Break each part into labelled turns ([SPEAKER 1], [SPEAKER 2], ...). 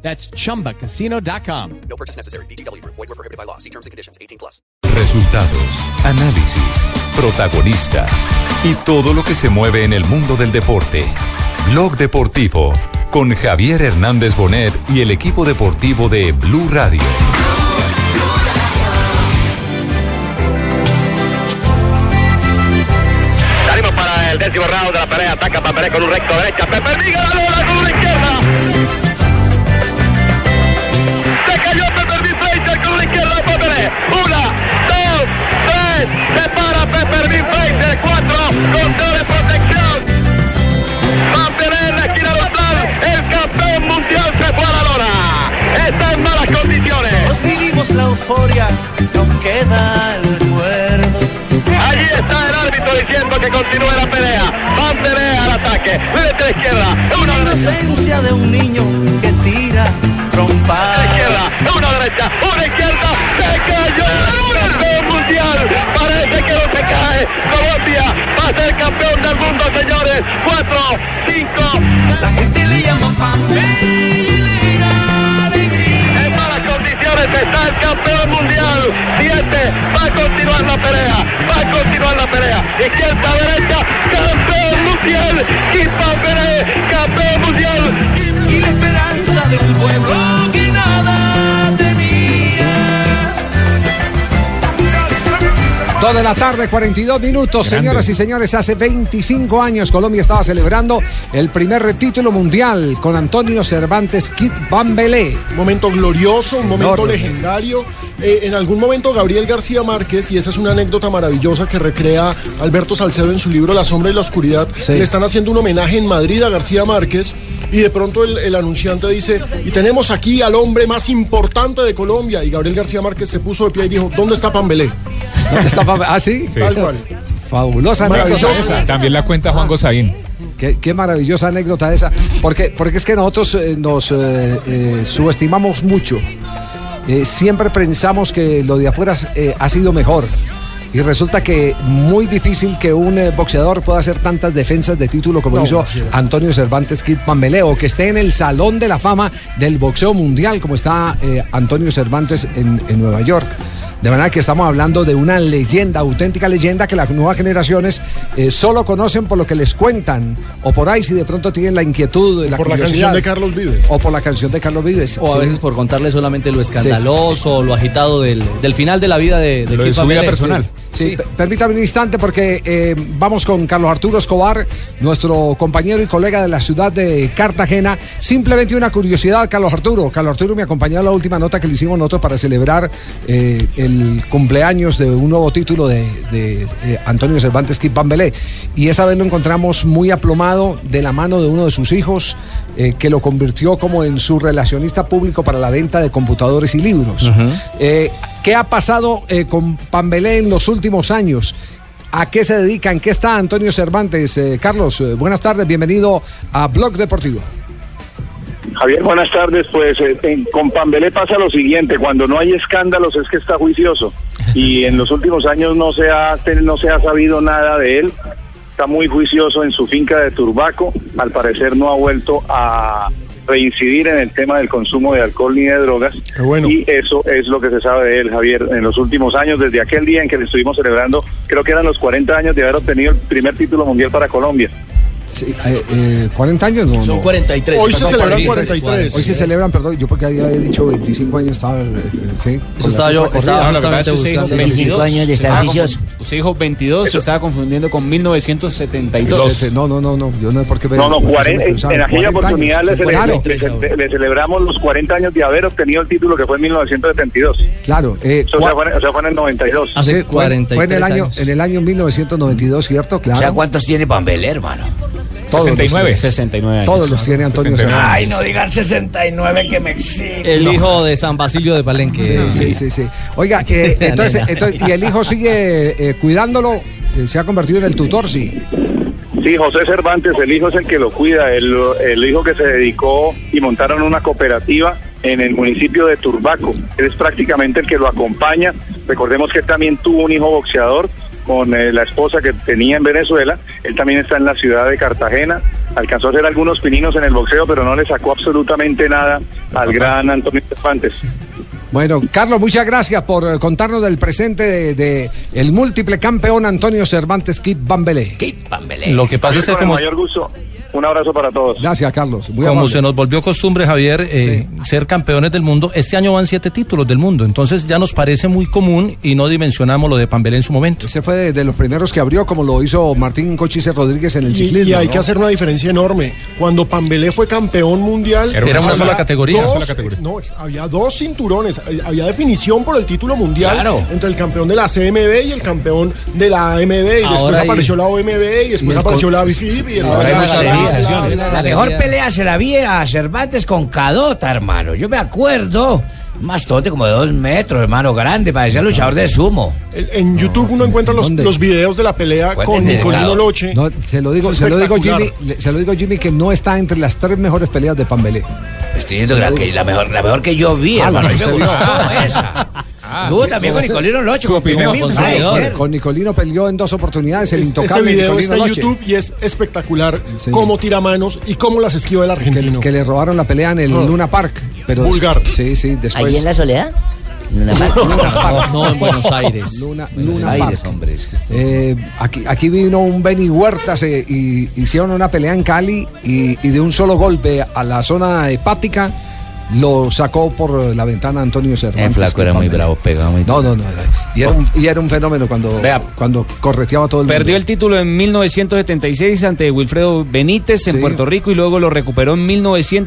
[SPEAKER 1] That's chumbacasino.com.
[SPEAKER 2] No purchase necessary. BGW. Void were prohibited by law. See terms and conditions. 18 plus.
[SPEAKER 3] Resultados, análisis, protagonistas y todo lo que se mueve en el mundo del deporte. Blog Deportivo con Javier Hernández Bonet y el equipo deportivo de Blue Radio.
[SPEAKER 4] Salimos para el décimo round de la pelea. Ataca Paperé con un recto derecha. Pepe Miga la bola con una izquierda. Se cayó Pepe Mi Freitas con una izquierda de Paperé. Una, dos, tres. Se para Pepe Mi Freitas. Cuatro. Control de protección. Paperé en la esquina dorsal. El campeón mundial se fue a la lona. Está en malas condiciones.
[SPEAKER 5] Nos vivimos la euforia, no queda el recuerdo.
[SPEAKER 4] Allí está el árbitro diciendo que continúe la pelea. Paperé al ataque. Mete la izquierda. Una
[SPEAKER 5] La inocencia de un niño que tira
[SPEAKER 4] Una
[SPEAKER 5] trompada.
[SPEAKER 4] izquierda, una derecha, una izquierda, se cayó el campeón mundial, parece que no se cae, Colombia va a ser campeón del mundo, señores, 4, 5,
[SPEAKER 5] La gente le llama Pamela alegría.
[SPEAKER 4] en malas condiciones está el campeón mundial, 7, va a continuar la pelea, va a continuar la pelea, izquierda, derecha, campeón mundial, Kipa Pérez, campeón mundial,
[SPEAKER 5] Y la esperanza de un pueblo que nada tenía.
[SPEAKER 6] Dos de la tarde, 42 minutos, señoras y señores. Hace 25 años Colombia estaba celebrando el primer título mundial con Antonio Cervantes Kit Bambelé.
[SPEAKER 7] momento glorioso, un momento
[SPEAKER 6] Enorme.
[SPEAKER 7] legendario. Eh, en algún momento Gabriel García Márquez, y esa es una anécdota maravillosa que recrea Alberto Salcedo en su libro La sombra y la oscuridad,
[SPEAKER 6] Sí.
[SPEAKER 7] le están haciendo un homenaje en Madrid a García Márquez y de pronto el, el anunciante dice, y tenemos aquí al hombre más importante de Colombia, y Gabriel García Márquez se puso de pie y dijo, ¿dónde está Pambelé?
[SPEAKER 6] Está fa- ¿Ah, sí?
[SPEAKER 7] Tal cual.
[SPEAKER 6] Fabulosa anécdota
[SPEAKER 7] Maravilloso.
[SPEAKER 6] esa.
[SPEAKER 8] También la cuenta Juan Gosaín.
[SPEAKER 6] Qué, qué maravillosa anécdota esa. Porque, porque es que nosotros eh, nos eh, eh, subestimamos mucho. Eh, siempre pensamos que lo de afuera eh, ha sido mejor. Y resulta que muy difícil que un eh, boxeador pueda hacer tantas defensas de título como
[SPEAKER 7] No,
[SPEAKER 6] hizo
[SPEAKER 7] así es.
[SPEAKER 6] Antonio Cervantes Kid Pambelé o que esté en el Salón de la Fama del Boxeo Mundial como está eh, Antonio Cervantes en, en Nueva York. De manera que estamos hablando de una leyenda, auténtica leyenda que las nuevas generaciones eh, solo conocen por lo que les cuentan o por ahí si de pronto tienen la inquietud, la
[SPEAKER 7] Por la
[SPEAKER 6] curiosidad,
[SPEAKER 7] canción de Carlos Vives.
[SPEAKER 6] o por la canción de Carlos Vives.
[SPEAKER 9] O a
[SPEAKER 6] Sí.
[SPEAKER 9] veces por contarle solamente lo escandaloso o lo agitado del, del final de la vida de, de
[SPEAKER 8] Lo de
[SPEAKER 9] Kid
[SPEAKER 8] su vida
[SPEAKER 9] Pamela.
[SPEAKER 8] personal.
[SPEAKER 6] Sí, p- permítame un instante porque eh, vamos con Carlos Arturo Escobar, nuestro compañero y colega de la ciudad de Cartagena. Simplemente una curiosidad, Carlos Arturo. Carlos Arturo me acompañó a la última nota que le hicimos nosotros para celebrar eh, el cumpleaños de un nuevo título de, de, eh, Antonio Cervantes Kipambelé. Y esa vez lo encontramos muy aplomado de la mano de uno de sus hijos, eh, que lo convirtió como en su relacionista público para la venta de computadores y libros. Eh, ¿Qué ha pasado eh, con Pambelé en los últimos años? ¿A qué se dedican? ¿Qué está Antonio Cervantes? Eh, Carlos, eh, buenas tardes, bienvenido a Blog Deportivo.
[SPEAKER 10] Javier, buenas tardes. Pues eh, en- con Pambelé pasa lo siguiente, cuando no hay escándalos es que está juicioso y en los últimos años no se ha ten- no se ha sabido nada de él. Está muy juicioso en su finca de Turbaco. Al parecer no ha vuelto a reincidir en el tema del consumo de alcohol ni de drogas.
[SPEAKER 7] Qué bueno.
[SPEAKER 10] Y eso es lo que se sabe de él, Javier. En los últimos años, desde aquel día en que le estuvimos celebrando, creo que eran los 40 años de haber obtenido el primer título mundial para Colombia.
[SPEAKER 6] Sí, eh, eh, ¿40 años? No, no.
[SPEAKER 9] 43.
[SPEAKER 7] Hoy se
[SPEAKER 6] Perdón,
[SPEAKER 7] celebran
[SPEAKER 6] 43.
[SPEAKER 7] 43.
[SPEAKER 6] Hoy se celebran, perdón, yo porque había dicho 25 años estaba... eh, eh, sí, con
[SPEAKER 9] Eso
[SPEAKER 6] la
[SPEAKER 9] estaba
[SPEAKER 6] cifra
[SPEAKER 9] yo,
[SPEAKER 6] corrida.
[SPEAKER 9] estaba
[SPEAKER 8] No, la verdad
[SPEAKER 9] justamente
[SPEAKER 8] es que usted dijo
[SPEAKER 9] buscando.
[SPEAKER 8] 25
[SPEAKER 9] años de estar vicioso.
[SPEAKER 8] Usted dijo 22, se estaba confundiendo con 1972.
[SPEAKER 6] Este, No, no, no, no, yo no porque
[SPEAKER 10] No, no,
[SPEAKER 6] porque se me
[SPEAKER 10] 40,
[SPEAKER 6] cruzaron.
[SPEAKER 10] en aquella
[SPEAKER 6] 40 años.
[SPEAKER 10] oportunidad le, cele-
[SPEAKER 6] Claro,
[SPEAKER 10] le- le- le celebramos los 40 años de haber obtenido el título que fue en 1972.
[SPEAKER 6] claro. eh,
[SPEAKER 10] Eso, o sea, fue, en- o sea, fue en el 92.
[SPEAKER 9] Hace
[SPEAKER 6] Sí, fue- fue en el
[SPEAKER 9] 43
[SPEAKER 6] año,
[SPEAKER 9] años.
[SPEAKER 6] en el año 1992, ¿cierto? Claro.
[SPEAKER 5] ¿cuántos tiene Pambelé, hermano?
[SPEAKER 6] Todos
[SPEAKER 11] 69.
[SPEAKER 6] los-
[SPEAKER 8] 69 años.
[SPEAKER 6] Todos los tiene Pues Antonio Serrano.
[SPEAKER 11] Ay, no digan 69 que me exige.
[SPEAKER 9] El hijo de San Basilio de Palenque.
[SPEAKER 6] Sí, sí, sí, sí. Oiga, eh,
[SPEAKER 9] La
[SPEAKER 6] entonces,
[SPEAKER 9] nena.
[SPEAKER 6] entonces- y el hijo sigue eh, cuidándolo, eh, se ha convertido en el tutor, sí.
[SPEAKER 10] Sí, José Cervantes, el hijo es el que lo cuida, el, el hijo que se dedicó y montaron una cooperativa en el municipio de Turbaco. Él es prácticamente el que lo acompaña. Recordemos que él también tuvo un hijo boxeador con eh, la esposa que tenía en Venezuela. Él también está en la ciudad de Cartagena. Alcanzó a hacer algunos pininos en el boxeo, pero no le sacó absolutamente nada al gran Antonio Cervantes.
[SPEAKER 6] Bueno, Carlos, muchas gracias por eh, contarnos del presente de, de el múltiple campeón Antonio Cervantes Kip Bambelé.
[SPEAKER 12] Lo que pasa es que
[SPEAKER 10] Con el
[SPEAKER 12] como,
[SPEAKER 10] mayor gusto. Un abrazo para todos.
[SPEAKER 6] Gracias, Carlos. Muy
[SPEAKER 12] como
[SPEAKER 6] amable.
[SPEAKER 12] se nos volvió costumbre, Javier, eh, ser campeones del mundo, este año van siete títulos del mundo, entonces ya nos parece muy común y no dimensionamos lo de Pambelé en su momento.
[SPEAKER 6] Ese fue de, de los primeros que abrió, como lo hizo Martín Cochise Rodríguez en el
[SPEAKER 7] Y,
[SPEAKER 6] ciclismo.
[SPEAKER 7] y hay
[SPEAKER 6] ¿no?
[SPEAKER 7] que hacer una diferencia enorme. Cuando Pambelé fue campeón mundial,
[SPEAKER 12] Era una
[SPEAKER 7] había
[SPEAKER 12] sola categoría.
[SPEAKER 7] dos-
[SPEAKER 12] Una sola categoría.
[SPEAKER 7] No, es- había dos cinturones. eh, Había definición por el título mundial
[SPEAKER 12] Claro.
[SPEAKER 7] entre el campeón de la CMB y el campeón de la AMB. Y después
[SPEAKER 11] Ahora hay-
[SPEAKER 7] apareció la OMB y después
[SPEAKER 11] el
[SPEAKER 7] apareció
[SPEAKER 11] co-
[SPEAKER 7] la BIFIB. Y después
[SPEAKER 11] Ahora hay muchas
[SPEAKER 7] la- la- la-
[SPEAKER 11] organizaciones.
[SPEAKER 7] Pues la-
[SPEAKER 11] La mejor pelea se la vi a Cervantes con Cadota, hermano. Yo me acuerdo. Un mastote como de dos metros, hermano, grande, parecía luchador de sumo.
[SPEAKER 7] el- En YouTube uno encuentra los,
[SPEAKER 11] ¿Dónde?
[SPEAKER 7] los videos de la pelea
[SPEAKER 11] Fue
[SPEAKER 7] con
[SPEAKER 11] dedicado.
[SPEAKER 7] Nicolino Loche.
[SPEAKER 6] No, se lo digo,
[SPEAKER 7] Es
[SPEAKER 6] se lo digo
[SPEAKER 7] espectacular.
[SPEAKER 6] Jimmy, le- se lo digo Jimmy que no está entre las tres mejores peleas de Pambelé.
[SPEAKER 11] Estoy diciendo que la, que- la mejor, la mejor que yo vi,
[SPEAKER 6] Ah,
[SPEAKER 11] hermano.
[SPEAKER 6] la
[SPEAKER 11] A mí
[SPEAKER 6] que
[SPEAKER 11] me
[SPEAKER 6] usted
[SPEAKER 11] gustó esa. Ah,
[SPEAKER 9] Ah,
[SPEAKER 11] Tú también con Nicolino Locho, con Pimé Mil Fraser.
[SPEAKER 6] Con Nicolino peleó en dos oportunidades el
[SPEAKER 7] Ese
[SPEAKER 6] intocable
[SPEAKER 7] video
[SPEAKER 6] Nicolino
[SPEAKER 7] está en
[SPEAKER 6] Noche,
[SPEAKER 7] YouTube y es espectacular
[SPEAKER 6] Sí.
[SPEAKER 7] cómo tira manos y cómo las esquiva el argentino.
[SPEAKER 6] que le robaron la pelea en el
[SPEAKER 7] Oh.
[SPEAKER 6] Luna Park, pero
[SPEAKER 7] Vulgar.
[SPEAKER 6] Sí, sí, después.
[SPEAKER 13] ¿Ahí en la soledad?
[SPEAKER 6] Luna Park.
[SPEAKER 9] No, no, en Buenos Aires.
[SPEAKER 6] Luna,
[SPEAKER 9] Buenos
[SPEAKER 6] Luna
[SPEAKER 9] Aires,
[SPEAKER 6] Park.
[SPEAKER 9] hombre, es que
[SPEAKER 6] Eh, aquí, aquí vino un Benny Huertas eh, y hicieron una pelea en Cali y, y de un solo golpe a la zona hepática lo sacó por eh, la ventana Antonio
[SPEAKER 11] Eh,
[SPEAKER 6] Cervantes.
[SPEAKER 13] El flaco era muy bravo, pegaba muy
[SPEAKER 6] No, no, no. Y era un, y era un fenómeno cuando,
[SPEAKER 8] Vea.
[SPEAKER 6] cuando correteaba todo el
[SPEAKER 8] Perdió
[SPEAKER 6] mundo.
[SPEAKER 8] el título en 1976 ante Wilfredo Benítez en
[SPEAKER 6] Sí.
[SPEAKER 8] Puerto Rico y luego lo recuperó en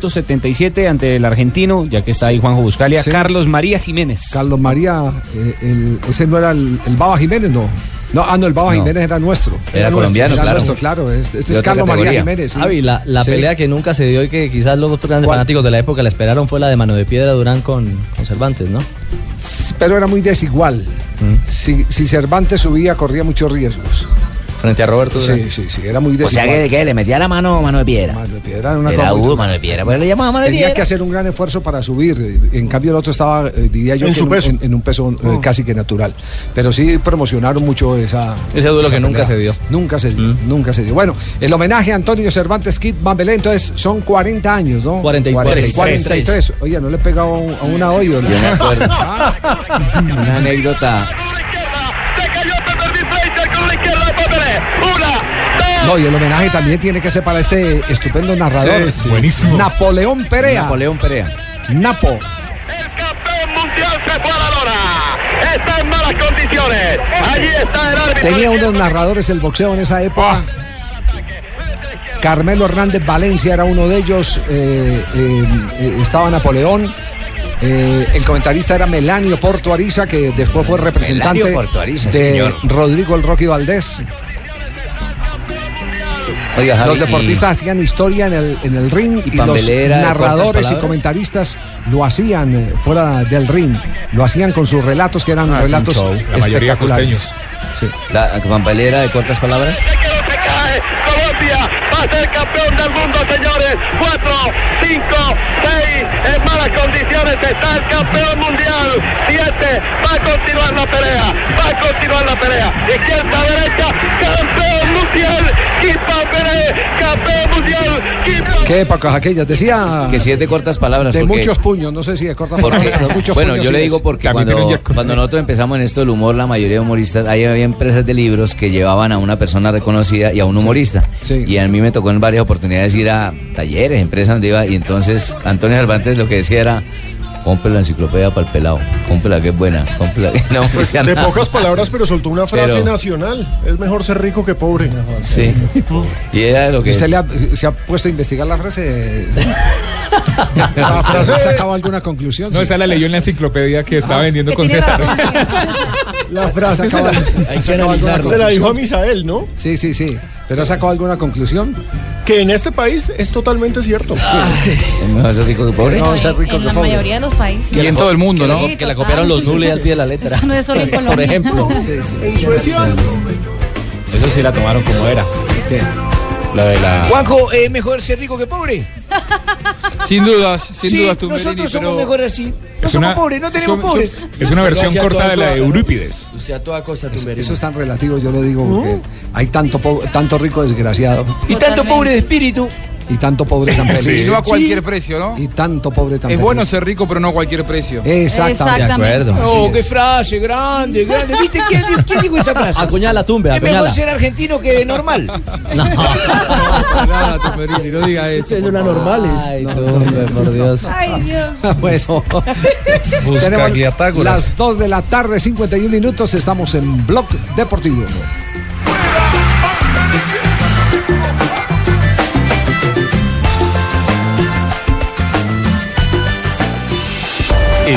[SPEAKER 8] 1977 ante el argentino, ya que está ahí Juanjo Buscalia,
[SPEAKER 6] Sí.
[SPEAKER 8] Carlos María Jiménez.
[SPEAKER 6] Carlos María, eh, el- ese no era el, el Baba Jiménez, no. No, ah, no, el Baba
[SPEAKER 13] No.
[SPEAKER 6] Jiménez era nuestro.
[SPEAKER 13] Era colombiano,
[SPEAKER 6] era
[SPEAKER 13] claro.
[SPEAKER 6] nuestro, claro. Este, este
[SPEAKER 13] De
[SPEAKER 6] es
[SPEAKER 13] otra
[SPEAKER 6] Carlos María
[SPEAKER 13] categoría.
[SPEAKER 6] Jiménez. sí.
[SPEAKER 9] Javi, la, la
[SPEAKER 6] Sí.
[SPEAKER 9] pelea que nunca se dio y que quizás los otros grandes
[SPEAKER 6] ¿Cuál?
[SPEAKER 9] fanáticos de la época la esperaron fue la de Mano de Piedra Durán con, con Cervantes, ¿no?
[SPEAKER 6] Pero era muy desigual.
[SPEAKER 13] Mm.
[SPEAKER 6] Si, si Cervantes subía, corría muchos riesgos.
[SPEAKER 9] Frente a Roberto Durán.
[SPEAKER 6] Sí, sí, sí, era muy
[SPEAKER 11] O sea
[SPEAKER 6] desigual.
[SPEAKER 11] que, que le metía la mano mano de piedra.
[SPEAKER 6] Mano de piedra era una
[SPEAKER 11] Era
[SPEAKER 6] cosa muy
[SPEAKER 11] uh,
[SPEAKER 6] dura.
[SPEAKER 11] mano de piedra. Pues le llamaba mano de
[SPEAKER 6] Tenía
[SPEAKER 11] piedra.
[SPEAKER 6] que hacer un gran esfuerzo para subir. En cambio, el otro estaba, eh, diría yo,
[SPEAKER 7] En
[SPEAKER 6] que
[SPEAKER 7] su
[SPEAKER 6] un-
[SPEAKER 7] peso.
[SPEAKER 6] en, en un peso eh,
[SPEAKER 9] Mm.
[SPEAKER 6] casi que natural. Pero sí promocionaron mucho esa.
[SPEAKER 9] Ese duelo
[SPEAKER 6] esa
[SPEAKER 9] que nunca se dio. Mm.
[SPEAKER 6] Nunca se dio, nunca se dio. Bueno, el homenaje a Antonio Cervantes Kid Bambelé, entonces son 40 años, ¿no?
[SPEAKER 9] 43.
[SPEAKER 6] 43. Oye, no le he pegado a una hoy, ¿o no?
[SPEAKER 8] Una anécdota.
[SPEAKER 6] No, y el homenaje también tiene que ser para este estupendo narrador.
[SPEAKER 11] Sí, sí. Buenísimo.
[SPEAKER 6] Napoleón Perea.
[SPEAKER 8] Napoleón Perea.
[SPEAKER 6] Napo.
[SPEAKER 4] Está en malas condiciones. Allí está el árbitro.
[SPEAKER 6] Tenía unos narradores el boxeo en esa época. Carmelo Hernández Valencia era uno de ellos. eh, eh, eh, estaba Napoleón. eh, el comentarista era Melanio Porto Ariza, que después fue representante
[SPEAKER 11] Melanio Porto Ariza,
[SPEAKER 6] de
[SPEAKER 11] señor.
[SPEAKER 6] Rodrigo El Rocky Valdés.
[SPEAKER 13] Oiga, Javi,
[SPEAKER 6] los deportistas hacían historia en el, en el ring y, los
[SPEAKER 13] Pambelé era de cuántas
[SPEAKER 6] narradores y
[SPEAKER 13] palabras?
[SPEAKER 6] comentaristas lo hacían eh, fuera del ring. Lo hacían con sus relatos, que eran
[SPEAKER 11] Ah, es un
[SPEAKER 6] relatos
[SPEAKER 11] show.
[SPEAKER 12] La mayoría
[SPEAKER 6] espectaculares.
[SPEAKER 12] costeños.
[SPEAKER 13] y la campalera de cortas palabras.
[SPEAKER 4] Colombia va a ser campeón del mundo, señores. 4, 5, 6. En malas condiciones está el campeón mundial. 7. Va a continuar la pelea. Va a continuar la pelea. Izquierda, derecha. Campeón mundial. Kipa Pérez. Campeón mundial. Kipa
[SPEAKER 6] Qué épocas aquellas. Decía
[SPEAKER 13] Que si es de cortas palabras.
[SPEAKER 6] de
[SPEAKER 13] porque-
[SPEAKER 6] muchos puños, no sé si de corta
[SPEAKER 13] porque-
[SPEAKER 6] palabra, pero de muchos
[SPEAKER 13] bueno,
[SPEAKER 6] puños
[SPEAKER 13] yo le
[SPEAKER 6] sí
[SPEAKER 13] digo
[SPEAKER 6] es.
[SPEAKER 13] porque cuando, cuando nosotros empezamos en esto del humor, la mayoría de humoristas, ahí había empresas de libros que llevaban a una persona reconocida y a un humorista. Y a mí me tocó en varias oportunidades ir a talleres, empresas donde iba, y entonces Antonio Cervantes lo que decía era, cómprela la enciclopedia para el pelado, cómprela que es buena, cómprela que no
[SPEAKER 7] Pues,
[SPEAKER 13] funciona".
[SPEAKER 7] de pocas palabras, pero soltó una frase
[SPEAKER 13] Pero-
[SPEAKER 7] nacional. Es mejor ser rico que pobre.
[SPEAKER 13] Sí. Y era lo que...
[SPEAKER 6] ¿Usted le ha- se ha puesto a investigar la frase?
[SPEAKER 7] La frase-
[SPEAKER 6] ¿Ha sacado alguna conclusión?
[SPEAKER 14] No,
[SPEAKER 6] Sí.
[SPEAKER 15] Ah,
[SPEAKER 14] esa la leyó en la enciclopedia que estaba vendiendo con César.
[SPEAKER 7] La frase
[SPEAKER 6] ¿Has
[SPEAKER 7] se la,
[SPEAKER 6] sacado- has
[SPEAKER 7] se
[SPEAKER 6] sacado
[SPEAKER 7] la-
[SPEAKER 6] alguna
[SPEAKER 7] se la dijo a
[SPEAKER 6] conclusión?
[SPEAKER 7] Misael, ¿no?
[SPEAKER 6] Sí, sí, sí. ¿Pero ha sacado alguna conclusión?
[SPEAKER 7] Que en este país es totalmente cierto.
[SPEAKER 13] Es mejor ser rico que pobre.
[SPEAKER 7] No,
[SPEAKER 14] en,
[SPEAKER 7] ser rico
[SPEAKER 14] en
[SPEAKER 7] que
[SPEAKER 14] la
[SPEAKER 7] pobre.
[SPEAKER 14] mayoría de los países.
[SPEAKER 13] Y en todo el mundo, ¿no?
[SPEAKER 14] Sí,
[SPEAKER 13] Que la
[SPEAKER 14] total.
[SPEAKER 13] copiaron los nules al pie de la
[SPEAKER 8] letra.
[SPEAKER 14] Eso no es solo en
[SPEAKER 8] Por
[SPEAKER 14] Colombia.
[SPEAKER 8] ejemplo.
[SPEAKER 7] En Suecia.
[SPEAKER 8] Eso sí la tomaron como era. La de la.
[SPEAKER 11] Juanjo, ¿es mejor ser rico que pobre?
[SPEAKER 16] Sin dudas, sin
[SPEAKER 11] Sí,
[SPEAKER 16] dudas, tú,
[SPEAKER 11] nosotros
[SPEAKER 16] Merini,
[SPEAKER 11] somos
[SPEAKER 16] pero...
[SPEAKER 11] mejores así. No
[SPEAKER 16] Es
[SPEAKER 11] somos
[SPEAKER 16] una-
[SPEAKER 11] pobres, no tenemos
[SPEAKER 16] somos-
[SPEAKER 11] pobres.
[SPEAKER 16] Es una versión corta de la de Eurípides.
[SPEAKER 6] Usted a toda costa, Eso es tan relativo, yo lo digo, porque hay tanto, po- tanto rico desgraciado.
[SPEAKER 11] Y tanto pobre de espíritu.
[SPEAKER 6] Y tanto pobre tan
[SPEAKER 16] Sí.
[SPEAKER 6] feliz.
[SPEAKER 16] No a cualquier precio, ¿no?
[SPEAKER 6] Y tanto pobre tan
[SPEAKER 16] Es
[SPEAKER 6] feliz.
[SPEAKER 16] bueno ser rico, pero no a cualquier precio. Oh,
[SPEAKER 6] Exactamente. De acuerdo.
[SPEAKER 11] No, Oh, qué frase, grande, grande. ¿Viste quién, quién dijo esa frase?
[SPEAKER 9] Acuñala, tumbe,
[SPEAKER 11] Es mejor
[SPEAKER 9] acuñala.
[SPEAKER 11] ser argentino que normal.
[SPEAKER 16] Nada, Tumberini, no diga eso.
[SPEAKER 11] Es una normal.
[SPEAKER 9] Ay, tumbe, por Dios.
[SPEAKER 14] Ay, Dios.
[SPEAKER 6] Ah,
[SPEAKER 11] Pues
[SPEAKER 6] Bueno,
[SPEAKER 12] Busca
[SPEAKER 6] tenemos
[SPEAKER 12] Gliatágoras.
[SPEAKER 6] las 2 de la tarde, 51 minutos, estamos en Blog Deportivo.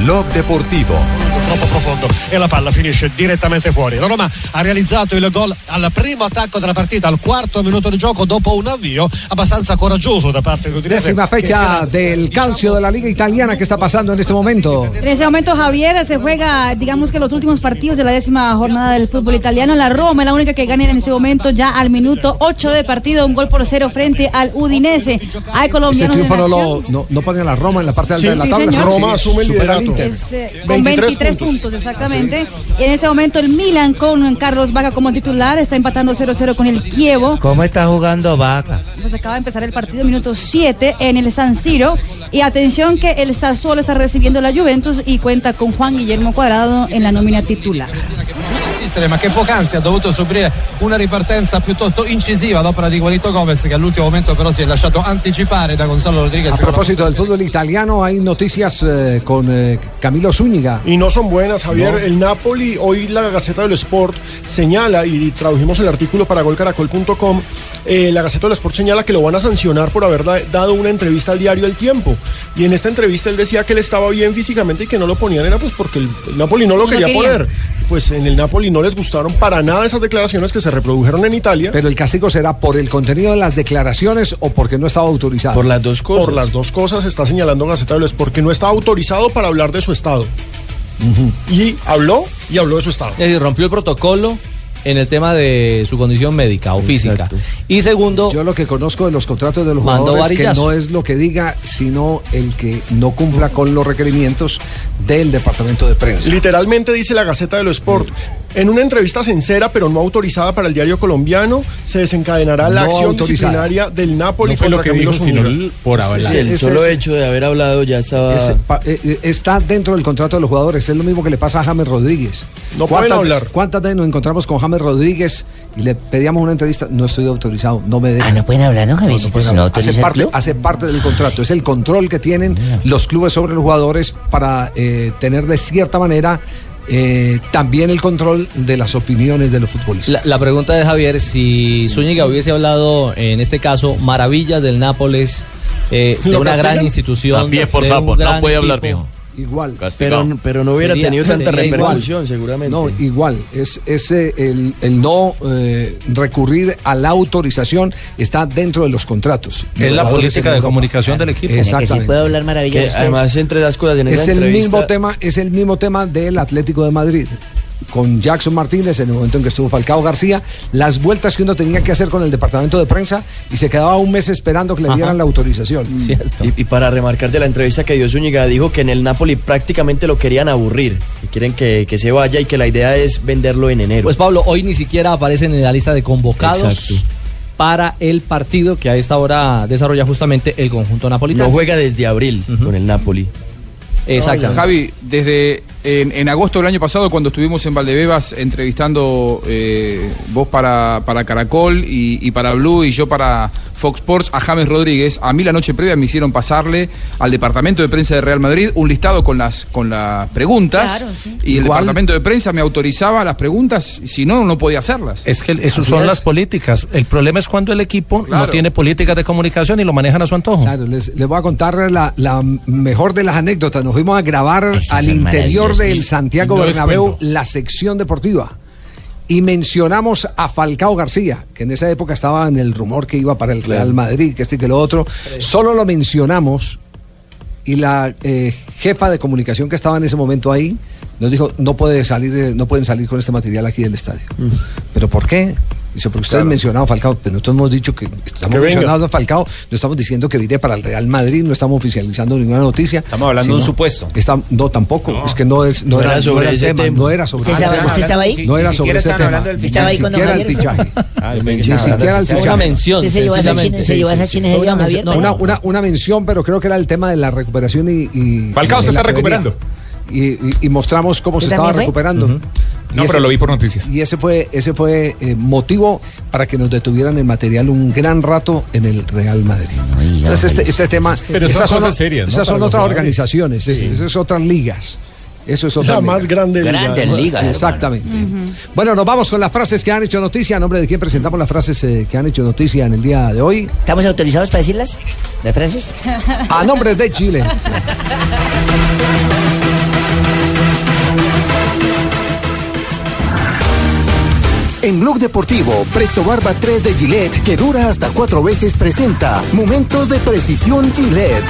[SPEAKER 3] Blog Deportivo.
[SPEAKER 17] troppo profondo e la palla finisce direttamente fuori. La Roma ha realizzato il gol al primo attacco della partita, al quarto minuto di gioco dopo un avvio abbastanza coraggioso da parte dell'Udinese.
[SPEAKER 6] Décima
[SPEAKER 17] che si era-
[SPEAKER 6] fecha del calcio de la Liga Italiana que está pasando en este momento.
[SPEAKER 14] En ese momento, Javier, se juega, digamos que los últimos partidos de la décima jornada del fútbol italiano. La Roma es la única que gana en ese momento, ya al minuto 8 de partido, un gol por cero frente al Udinese. Hay
[SPEAKER 6] Ese
[SPEAKER 14] colombianos en
[SPEAKER 6] triunfo no, lo,
[SPEAKER 14] acción.
[SPEAKER 6] no, no pone a la Roma en la parte alta
[SPEAKER 14] Sí,
[SPEAKER 6] de la
[SPEAKER 14] sí,
[SPEAKER 6] tabla.
[SPEAKER 14] señor.
[SPEAKER 6] sino
[SPEAKER 14] Roma
[SPEAKER 6] que
[SPEAKER 14] asume el
[SPEAKER 6] supera al
[SPEAKER 14] liderato.
[SPEAKER 6] Inter.
[SPEAKER 14] Es, eh, con 23 puntos, exactamente. Y en ese momento, el Milan con Carlos Vaca como titular está empatando 0-0 con el Kievo.
[SPEAKER 11] ¿Cómo está jugando Vaca?
[SPEAKER 14] Pues acaba de empezar el partido, minuto 7 en el San Siro. Y atención que el Sassuolo está recibiendo la Juventus y cuenta con Juan Guillermo Cuadrado en la nómina titular.
[SPEAKER 18] insistere, ma che poc'anzi ha dovuto soffrire una ripartenza piuttosto incisiva ad opera di Gualito Gomez che all'ultimo momento però si è lasciato anticipare da Gonzalo Rodriguez.
[SPEAKER 6] A propósito del fútbol italiano, hay noticias eh, con eh, Camilo Zúñiga.
[SPEAKER 7] Y no son buenas, Javier.
[SPEAKER 6] No.
[SPEAKER 7] El Napoli, hoy la Gaceta del Sport señala, y tradujimos el artículo para golcaracol.com, eh, la Gaceta del Sport señala que lo van a sancionar por haber da- dado una entrevista al diario El Tiempo. Y en esta entrevista él decía que él estaba bien físicamente y que no lo ponían, era pues porque el, el Napoli no lo
[SPEAKER 6] No
[SPEAKER 7] quería
[SPEAKER 6] querían.
[SPEAKER 7] poner. Pues en el Napoli no les gustaron para nada esas declaraciones que se reprodujeron en Italia.
[SPEAKER 6] Pero el castigo será por el contenido de las declaraciones o porque no estaba autorizado.
[SPEAKER 7] Por las dos cosas. Por las dos cosas está señalando Gaceta del Sport que no está autorizado para hablar de su estado. Y habló y habló de su estado.
[SPEAKER 9] Es decir, Eh, rompió el protocolo en el tema de su condición médica o física. Y segundo.
[SPEAKER 6] Yo lo que conozco de los contratos de los
[SPEAKER 9] Mandó
[SPEAKER 6] jugadores que
[SPEAKER 9] varillazo.
[SPEAKER 6] no es lo que diga, sino el que no cumpla con los requerimientos del departamento de prensa.
[SPEAKER 7] Literalmente dice la Gaceta de lo Sport. En una entrevista sincera, pero no autorizada para el diario colombiano, se desencadenará
[SPEAKER 19] No
[SPEAKER 7] la acción
[SPEAKER 19] autorizada.
[SPEAKER 7] disciplinaria del Napoli
[SPEAKER 19] No fue
[SPEAKER 7] contra
[SPEAKER 19] lo que
[SPEAKER 7] Camilo
[SPEAKER 19] dijo, sino
[SPEAKER 7] Zúñiga.
[SPEAKER 19] el- por hablar. Sí, el solo hecho de haber hablado ya estaba-
[SPEAKER 6] Ese pa- eh, eh, está dentro del contrato de los jugadores. Es lo mismo que le pasa a James Rodríguez.
[SPEAKER 7] No pueden
[SPEAKER 6] ¿Cuántas-
[SPEAKER 7] hablar.
[SPEAKER 6] ¿Cuántas veces nos encontramos con James Rodríguez y le pedíamos una entrevista? No estoy autorizado, no me dejan.
[SPEAKER 11] Ah, no pueden hablar, ¿no, Javiercito?
[SPEAKER 6] pueden
[SPEAKER 11] Si no
[SPEAKER 6] hablar. hace,
[SPEAKER 11] autoriza el
[SPEAKER 6] parte,
[SPEAKER 11] club. Ah,
[SPEAKER 6] hace parte del contrato. Es el control que tienen los clubes sobre los jugadores para eh, tener de cierta manera eh, también el control de las opiniones de los futbolistas.
[SPEAKER 9] La, la pregunta de Javier, si Zúñiga hubiese hablado, en este caso, maravillas del Nápoles, eh, de
[SPEAKER 19] Lo
[SPEAKER 9] una
[SPEAKER 19] castigan.
[SPEAKER 9] gran institución.
[SPEAKER 19] También
[SPEAKER 9] de
[SPEAKER 19] por
[SPEAKER 9] un
[SPEAKER 19] sapo, no
[SPEAKER 9] gran
[SPEAKER 19] puede hablar,
[SPEAKER 9] equipo.
[SPEAKER 19] mijo.
[SPEAKER 6] Igual.
[SPEAKER 19] Castigado. Pero- pero no hubiera tenido tanta repercusión,
[SPEAKER 6] seguramente. No, igual. Es, es, eh, el, el no eh, recurrir a la autorización está dentro de los contratos.
[SPEAKER 12] Es la política de comunicación del equipo.
[SPEAKER 6] Exactamente.
[SPEAKER 12] maravillas
[SPEAKER 6] Que
[SPEAKER 12] ustedes.
[SPEAKER 6] además,
[SPEAKER 19] entre las cosas en esa
[SPEAKER 6] Es el,
[SPEAKER 19] entrevista-
[SPEAKER 6] mismo tema, es el mismo tema del Atlético de Madrid. Con Jackson Martínez, en el momento en que estuvo Falcao García, las vueltas que uno tenía que hacer con el departamento de prensa y se quedaba un mes esperando que le
[SPEAKER 19] Ajá.
[SPEAKER 6] dieran la
[SPEAKER 11] Mm.
[SPEAKER 12] Mm.
[SPEAKER 6] autorización.
[SPEAKER 19] Y, y para remarcar de la entrevista que dio Zúñiga, dijo que en el Napoli prácticamente lo querían aburrir, que quieren que, que se vaya y que la idea es venderlo en enero.
[SPEAKER 9] Pues Pablo, hoy ni siquiera aparecen en la lista de convocados
[SPEAKER 19] Exacto.
[SPEAKER 9] para el partido que a esta hora desarrolla justamente el conjunto napolitano.
[SPEAKER 19] no juega desde abril con el Napoli.
[SPEAKER 9] Exacto.
[SPEAKER 16] Javi, desde en, en agosto del año pasado, cuando estuvimos en Valdebebas entrevistando eh, vos para, para Caracol y, y para Blue y yo para Fox Sports a James Rodríguez. A mí la noche previa me hicieron pasarle al departamento de prensa de Real Madrid un listado con las, con las preguntas.
[SPEAKER 5] Claro, sí.
[SPEAKER 16] Y
[SPEAKER 12] Igual.
[SPEAKER 16] el departamento de prensa me autorizaba las preguntas, si no, no podía hacerlas.
[SPEAKER 12] Es que eso
[SPEAKER 16] Así
[SPEAKER 12] son
[SPEAKER 16] es.
[SPEAKER 12] las políticas. El problema es cuando el equipo no
[SPEAKER 16] Claro.
[SPEAKER 12] tiene políticas de comunicación y lo manejan a su antojo.
[SPEAKER 6] Claro, les, les voy a contar la, la mejor de las anécdotas. Nos fuimos a grabar al
[SPEAKER 12] son
[SPEAKER 6] interior
[SPEAKER 12] maravillosos.
[SPEAKER 6] del Santiago
[SPEAKER 12] No les
[SPEAKER 6] Bernabéu
[SPEAKER 12] cuento.
[SPEAKER 6] la sección deportiva. Y mencionamos a Falcao García, que en esa época estaba en el rumor que iba para el Real Madrid, que este y que lo otro. Solo lo mencionamos y la eh, jefa de comunicación que estaba en ese momento ahí nos dijo, no, puede salir, eh, no pueden salir con este material aquí del estadio. ¿Pero por qué? Dice, porque ustedes mencionaban a Falcao, pero nosotros hemos dicho que estamos
[SPEAKER 9] Que venga.
[SPEAKER 6] mencionando a Falcao, no estamos diciendo que vire para el Real Madrid, no estamos oficializando ninguna noticia. Estamos
[SPEAKER 8] hablando de un supuesto.
[SPEAKER 6] no, tampoco, es que no, es, no, era, no era el tema, no era sobre
[SPEAKER 20] ¿Usted
[SPEAKER 6] ese
[SPEAKER 20] estaba,
[SPEAKER 6] tema.
[SPEAKER 20] usted estaba ahí?
[SPEAKER 6] No era sobre ese tema.
[SPEAKER 20] ¿Estaba ahí
[SPEAKER 6] Ni
[SPEAKER 20] cuando
[SPEAKER 6] siquiera el
[SPEAKER 20] Javier?
[SPEAKER 6] fichaje. Ni siquiera el fichaje.
[SPEAKER 9] Una mención.
[SPEAKER 20] Usted se llevó a esa china- se llevó a esa china ese día,
[SPEAKER 6] Una
[SPEAKER 20] Javier.
[SPEAKER 6] mención, no, una, una- una mención, pero creo que era el tema de la recuperación y. y-
[SPEAKER 21] Falcao
[SPEAKER 6] y
[SPEAKER 21] se
[SPEAKER 6] la
[SPEAKER 21] está
[SPEAKER 6] teoría.
[SPEAKER 21] recuperando.
[SPEAKER 6] Y, y- y mostramos cómo
[SPEAKER 21] ¿Usted
[SPEAKER 6] se estaba
[SPEAKER 21] también fue?
[SPEAKER 6] recuperando.
[SPEAKER 21] Ujú. No, pero lo vi por noticias.
[SPEAKER 6] Y ese fue, ese fue eh, motivo para que nos detuvieran el material un gran rato en el Real Madrid. Entonces, este, este tema.
[SPEAKER 21] Pero son
[SPEAKER 6] esas
[SPEAKER 21] cosas
[SPEAKER 6] o-
[SPEAKER 21] serias, ¿no?
[SPEAKER 6] Esas
[SPEAKER 21] Para
[SPEAKER 6] son
[SPEAKER 21] los
[SPEAKER 6] otras
[SPEAKER 21] jugadores.
[SPEAKER 6] organizaciones, es-
[SPEAKER 21] Sí.
[SPEAKER 6] esas son otras ligas. Eso es otra
[SPEAKER 7] La
[SPEAKER 6] liga.
[SPEAKER 7] más grande liga, Grandes además. ligas, hermano.
[SPEAKER 6] Exactamente. Bueno, nos vamos con las frases que han hecho noticia. A nombre de quién presentamos las frases eh, que han hecho noticia en el día de hoy.
[SPEAKER 20] ¿Estamos autorizados para decirlas? ¿De frases?
[SPEAKER 6] A nombre de Chile.
[SPEAKER 22] En Blog Deportivo, Presto Barba 3 de Gillette, que dura hasta cuatro veces, presenta Momentos de Precisión Gillette.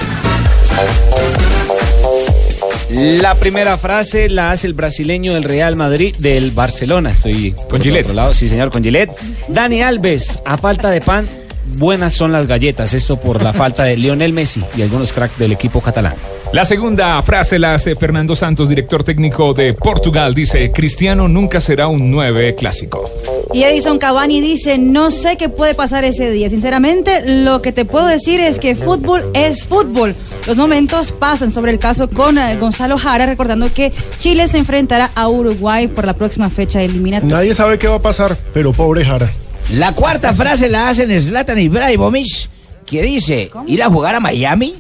[SPEAKER 8] La primera frase la hace el brasileño del Real Madrid, del Barcelona. Estoy con Gillette. lado. Sí, señor, con Gillette. Dani Alves, a falta de pan, buenas son las galletas. Esto por la falta de Lionel Messi y algunos cracks del equipo catalán.
[SPEAKER 21] La segunda frase la hace Fernando Santos, director técnico de Portugal. Dice, Cristiano nunca será un 9 clásico.
[SPEAKER 14] Y Edison Cavani dice, no sé qué puede pasar ese día. Sinceramente, lo que te puedo decir es que fútbol es fútbol. Los momentos pasan sobre el caso con eh, Gonzalo Jara, recordando que Chile se enfrentará a Uruguay por la próxima fecha eliminatoria.
[SPEAKER 7] Nadie sabe qué va a pasar, pero pobre Jara.
[SPEAKER 11] La cuarta frase la hacen Zlatan Ibrahimovic, que dice, ir a jugar a Miami,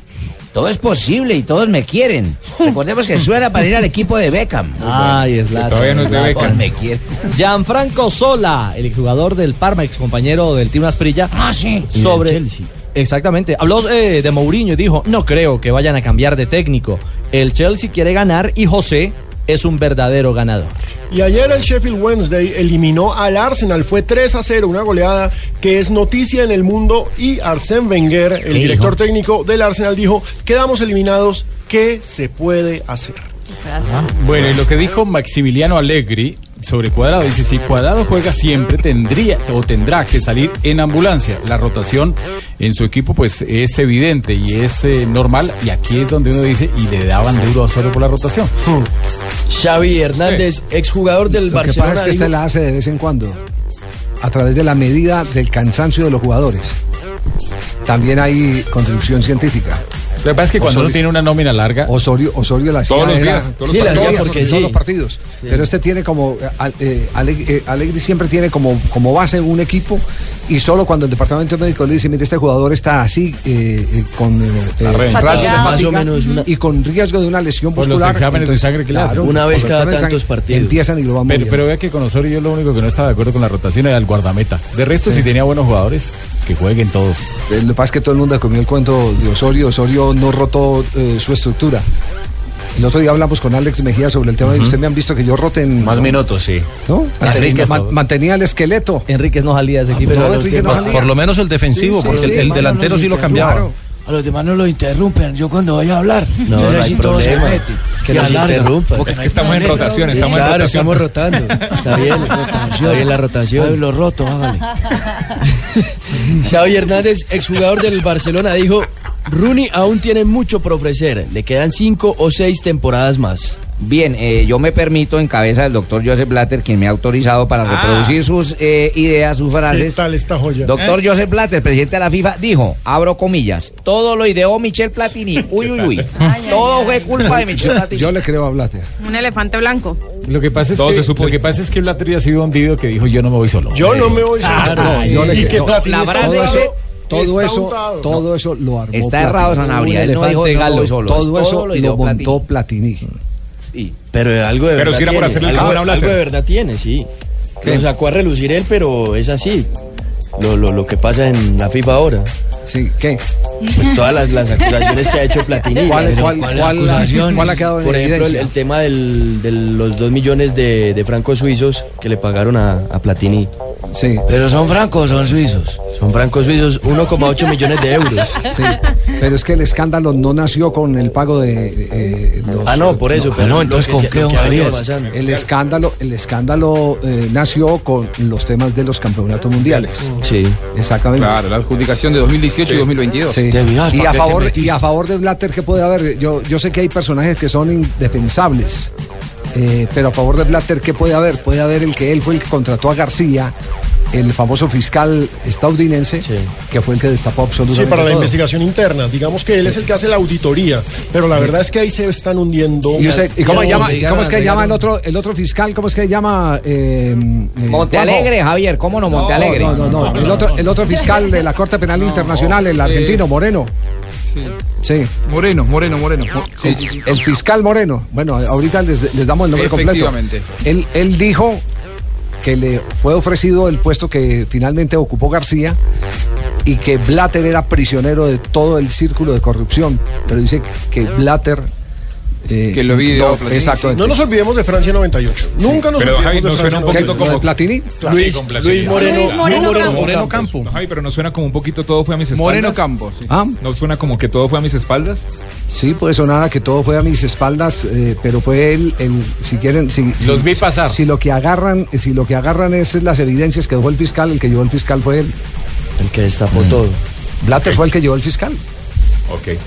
[SPEAKER 11] todo es posible y todos me quieren. Recordemos que suena para ir al equipo de Beckham.
[SPEAKER 9] Ay, es la.
[SPEAKER 11] todavía no es de
[SPEAKER 9] la-
[SPEAKER 11] Beckham.
[SPEAKER 9] me quiere. Gianfranco Sola, el jugador del Parma, ex compañero del Team Asprilla.
[SPEAKER 11] Ah, sí.
[SPEAKER 9] Sobre. Exactamente. Habló eh, de Mourinho y dijo: No creo que vayan a cambiar de técnico. El Chelsea quiere ganar y José es un verdadero ganador.
[SPEAKER 7] Y ayer el Sheffield Wednesday eliminó al Arsenal, fue 3 a 0, una goleada que es noticia en el mundo y Arsène Wenger, el
[SPEAKER 11] dijo?
[SPEAKER 7] director técnico del Arsenal, dijo, quedamos eliminados, ¿qué se puede hacer?
[SPEAKER 19] Ah,
[SPEAKER 21] Bueno, y lo que dijo Maximiliano Allegri sobre Cuadrado, dice, si Cuadrado juega siempre tendría o tendrá que salir en ambulancia. La rotación en su equipo pues es evidente y es eh, normal y aquí es donde uno dice, y le daban duro a Solo por la rotación.
[SPEAKER 19] Xavi Hernández, exjugador del
[SPEAKER 6] Lo que
[SPEAKER 19] Barcelona.
[SPEAKER 6] pasa es que
[SPEAKER 19] dijo-
[SPEAKER 6] este la hace de vez en cuando, a través de la medida del cansancio de los jugadores. También hay contribución científica.
[SPEAKER 21] Lo que pasa es que cuando uno
[SPEAKER 6] Osorio.
[SPEAKER 21] tiene una nómina larga...
[SPEAKER 6] Osorio, Osorio la hacía
[SPEAKER 21] Todos los
[SPEAKER 6] era-
[SPEAKER 21] días, todos los
[SPEAKER 6] Sí, la
[SPEAKER 21] partidos.
[SPEAKER 6] hacía
[SPEAKER 21] Todos,
[SPEAKER 6] porque
[SPEAKER 21] sí.
[SPEAKER 6] todos los partidos. Pero este tiene como eh, al- eh, Aleg- eh, Alegri siempre tiene como, como base un equipo y solo cuando el departamento médico le dice, mire, este jugador está así, eh, eh, con eh, eh,
[SPEAKER 19] Arreventado.
[SPEAKER 6] rasgos de
[SPEAKER 19] Más o
[SPEAKER 6] fatiga
[SPEAKER 19] menos una-
[SPEAKER 6] y con riesgo de una lesión
[SPEAKER 21] Por los
[SPEAKER 6] muscular.
[SPEAKER 21] exámenes de
[SPEAKER 6] Entonces,
[SPEAKER 21] sangre que le hacen. Una
[SPEAKER 6] por
[SPEAKER 21] vez
[SPEAKER 6] los
[SPEAKER 21] cada
[SPEAKER 6] exámenes de
[SPEAKER 21] tantos
[SPEAKER 6] sangre
[SPEAKER 21] partidos.
[SPEAKER 6] Empiezan y lo van
[SPEAKER 21] Pero,
[SPEAKER 6] moviendo.
[SPEAKER 21] pero vea que con Osorio yo lo único que no estaba de acuerdo con la rotación era el guardameta. De resto, si tenía buenos jugadores, que jueguen todos.
[SPEAKER 6] Eh, Lo que pasa es que todo el mundo comió el cuento de Osorio. Osorio no rotó eh, su estructura. El otro día hablamos con Alex Mejía sobre el tema de
[SPEAKER 9] Ujú.
[SPEAKER 6] usted me han visto que yo rote en...
[SPEAKER 9] Más minutos, sí.
[SPEAKER 6] ¿No?
[SPEAKER 9] Así
[SPEAKER 6] Mantenía-
[SPEAKER 9] que
[SPEAKER 6] man-
[SPEAKER 9] estamos.
[SPEAKER 6] mantenía el esqueleto. Ah,
[SPEAKER 9] Enríquez no salía de ese equipo.
[SPEAKER 6] pero No, a los Enrique no demás- salía.
[SPEAKER 12] Por lo menos el defensivo,
[SPEAKER 9] Sí, sí,
[SPEAKER 12] porque el-
[SPEAKER 9] sí.
[SPEAKER 12] el, delantero sí lo cambiaba.
[SPEAKER 11] A los demás no lo interrumpen, yo cuando vaya a hablar.
[SPEAKER 12] No,
[SPEAKER 11] yo
[SPEAKER 12] no
[SPEAKER 11] sé
[SPEAKER 12] hay
[SPEAKER 11] si todo se
[SPEAKER 12] problema.
[SPEAKER 11] mete.
[SPEAKER 12] Que
[SPEAKER 11] Y
[SPEAKER 12] nos
[SPEAKER 11] alarga,
[SPEAKER 12] interrumpan.
[SPEAKER 11] porque
[SPEAKER 12] Es que
[SPEAKER 11] no hay
[SPEAKER 12] estamos en
[SPEAKER 11] problema.
[SPEAKER 12] rotación,
[SPEAKER 11] Sí,
[SPEAKER 12] estamos en
[SPEAKER 11] claro,
[SPEAKER 12] rotación.
[SPEAKER 11] estamos rotando. Está bien. Está bien la rotación.
[SPEAKER 19] Ay,
[SPEAKER 11] lo roto, hágale.
[SPEAKER 19] Xavi Hernández, exjugador del Barcelona, dijo, Rooney aún tiene mucho por ofrecer, le quedan cinco o seis temporadas más.
[SPEAKER 13] Bien, eh, yo me permito en cabeza del doctor Joseph Blatter, quien me ha autorizado para
[SPEAKER 11] Ah.
[SPEAKER 13] reproducir sus eh, ideas, sus
[SPEAKER 7] ¿Qué
[SPEAKER 13] frases.
[SPEAKER 7] tal esta joya?
[SPEAKER 12] ¿Eh?
[SPEAKER 13] Doctor
[SPEAKER 11] Eh.
[SPEAKER 13] Joseph Blatter, presidente de la FIFA, dijo, abro comillas, todo lo ideó Michel Platini. Uy, uy, uy. todo fue culpa de Michel Platini.
[SPEAKER 6] Yo le creo a Blatter.
[SPEAKER 23] Un elefante blanco.
[SPEAKER 21] Lo que pasa es
[SPEAKER 12] Todo
[SPEAKER 21] que,
[SPEAKER 12] se supo.
[SPEAKER 21] lo que pasa es que Blatter ya ha sido hundido que dijo yo no me voy solo.
[SPEAKER 7] Yo no me voy solo.
[SPEAKER 21] Ah,
[SPEAKER 7] Claro,
[SPEAKER 21] no,
[SPEAKER 7] sí.
[SPEAKER 21] yo le
[SPEAKER 7] y que
[SPEAKER 21] creo.
[SPEAKER 7] Platini
[SPEAKER 21] La
[SPEAKER 7] está
[SPEAKER 21] frase dice,
[SPEAKER 7] todo eso
[SPEAKER 6] Todo
[SPEAKER 7] Está
[SPEAKER 6] eso,
[SPEAKER 7] untado.
[SPEAKER 6] todo eso lo armó.
[SPEAKER 13] Está errado Sanabria, él no dijo, no,
[SPEAKER 6] Galo.
[SPEAKER 13] eso lo-
[SPEAKER 6] todo
[SPEAKER 13] todo
[SPEAKER 6] eso
[SPEAKER 13] lo
[SPEAKER 6] lo,
[SPEAKER 13] ideó
[SPEAKER 6] montó Platini.
[SPEAKER 19] Pero algo de
[SPEAKER 6] Pero
[SPEAKER 19] verdad
[SPEAKER 6] si era por
[SPEAKER 19] tiene,
[SPEAKER 6] hacerle el
[SPEAKER 19] algo,
[SPEAKER 6] favor a Blatter.
[SPEAKER 19] algo de verdad tiene, sí. Lo sacó a relucir él, pero es así. Lo, lo, lo que pasa en la FIFA ahora.
[SPEAKER 6] Sí, ¿qué?
[SPEAKER 19] Pues todas las, las acusaciones que ha hecho Platini.
[SPEAKER 6] ¿Cuál-
[SPEAKER 19] Pero
[SPEAKER 6] cuál- cuál-
[SPEAKER 19] acusaciones?
[SPEAKER 6] cuál ha quedado en
[SPEAKER 19] Por ejemplo, el,
[SPEAKER 6] evidencia?
[SPEAKER 19] el tema del- de los dos millones de, de francos suizos que le pagaron a, a Platini.
[SPEAKER 6] Sí.
[SPEAKER 19] ¿Pero son francos o son suizos? Son francos suizos, 1,8 millones de euros.
[SPEAKER 6] Pues, Sí, pero es que el escándalo no nació con el pago de eh, los-
[SPEAKER 19] Ah, no, por eso, pero lo que se- lo que ha venido pasando.
[SPEAKER 6] El escándalo, el escándalo eh, nació con los temas de los campeonatos mundiales.
[SPEAKER 19] Sí.
[SPEAKER 6] Exactamente.
[SPEAKER 16] Claro, la adjudicación de 2018 y 2022.
[SPEAKER 6] Sí. Y a favor, y a favor de Blatter, ¿qué puede haber? Yo, yo sé que hay personajes que son indefensables, eh, pero a favor de Blatter, ¿qué puede haber? Puede haber el que él fue el que contrató a García, el famoso fiscal estadounidense, que fue el que destapó absolutamente
[SPEAKER 7] Sí, para la
[SPEAKER 6] todo.
[SPEAKER 7] investigación interna. Digamos que él es el que hace la auditoría, pero la verdad es que ahí se están hundiendo.
[SPEAKER 6] ¿Y, usted- ¿y cómo,
[SPEAKER 7] No,
[SPEAKER 6] llama,
[SPEAKER 7] llegaron,
[SPEAKER 6] cómo es que llama
[SPEAKER 7] llegaron.
[SPEAKER 6] el otro, el otro fiscal? ¿Cómo es que llama? Eh,
[SPEAKER 13] Monte Alegre, Javier, ¿cómo no Monte Alegre?
[SPEAKER 6] No, no, no, eh, El otro, el otro fiscal de la Corte Penal Internacional, el argentino, Moreno. Sí.
[SPEAKER 16] Moreno, Moreno, Moreno. Mo- Sí, sí, sí.
[SPEAKER 6] El fiscal Moreno. Bueno, ahorita les, les damos el nombre completo.
[SPEAKER 16] Efectivamente.
[SPEAKER 6] Él, él dijo que le fue ofrecido el puesto que finalmente ocupó García y que Blatter era prisionero de todo el círculo de corrupción. Pero dice que Blatter. eh,
[SPEAKER 16] Que lo había ideado Platini,
[SPEAKER 6] Exacto.
[SPEAKER 16] sí.
[SPEAKER 7] No nos olvidemos de Francia 98. Nunca nos
[SPEAKER 6] Pero,
[SPEAKER 7] olvidemos
[SPEAKER 6] Javi,
[SPEAKER 7] de
[SPEAKER 6] ¿no
[SPEAKER 7] Francia
[SPEAKER 6] suena un poquito
[SPEAKER 7] 98.
[SPEAKER 6] como- Platini?
[SPEAKER 7] Luis, Luis Moreno. Luis Moreno Campo.
[SPEAKER 21] Campo. Ay, pero no suena como un poquito todo fue a mis espaldas.
[SPEAKER 16] Moreno Campo, sí.
[SPEAKER 6] Ah.
[SPEAKER 21] No suena como que todo fue a mis espaldas.
[SPEAKER 6] Sí, puede sonar a que todo fue a mis espaldas, eh, pero fue él, el, si quieren, si,
[SPEAKER 21] Los
[SPEAKER 6] si-
[SPEAKER 21] vi pasar.
[SPEAKER 6] Si lo que agarran, si lo que agarran es las evidencias que dejó el fiscal, el que llevó el fiscal fue él. Mm.
[SPEAKER 19] El que destapó todo.
[SPEAKER 6] Blatter fue el que llevó el fiscal.
[SPEAKER 21] Ok.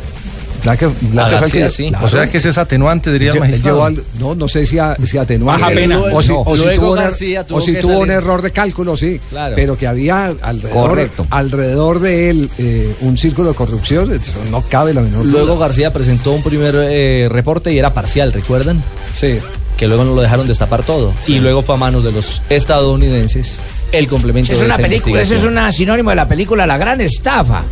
[SPEAKER 6] Blatter, Blatter
[SPEAKER 12] Ah,
[SPEAKER 6] fue el que
[SPEAKER 12] O sea que ese es atenuante, diría el
[SPEAKER 6] Lle- llevó
[SPEAKER 12] magistrado.
[SPEAKER 6] al- no, no sé si, a- si atenuante.
[SPEAKER 12] Baja pena.
[SPEAKER 6] O si,
[SPEAKER 12] No,
[SPEAKER 6] o si
[SPEAKER 12] luego
[SPEAKER 6] tuvo, un, er-
[SPEAKER 12] García
[SPEAKER 6] o
[SPEAKER 12] tuvo
[SPEAKER 6] si
[SPEAKER 12] que
[SPEAKER 6] tuvo un
[SPEAKER 12] salir.
[SPEAKER 6] error de cálculo, sí.
[SPEAKER 12] Claro.
[SPEAKER 6] Pero que había alrededor,
[SPEAKER 12] Correcto.
[SPEAKER 6] alrededor de él eh, un círculo de corrupción, eso no cabe la menor duda.
[SPEAKER 9] Luego García presentó un primer eh, reporte y era parcial, ¿recuerdan?
[SPEAKER 6] Sí.
[SPEAKER 9] Que luego no lo dejaron destapar todo. Y luego fue a manos de los estadounidenses el
[SPEAKER 11] Eso
[SPEAKER 9] complemento
[SPEAKER 11] es
[SPEAKER 9] de
[SPEAKER 11] una
[SPEAKER 9] esa
[SPEAKER 11] película, eso es
[SPEAKER 9] investigación.
[SPEAKER 11] una sinónimo de la película La Gran Estafa.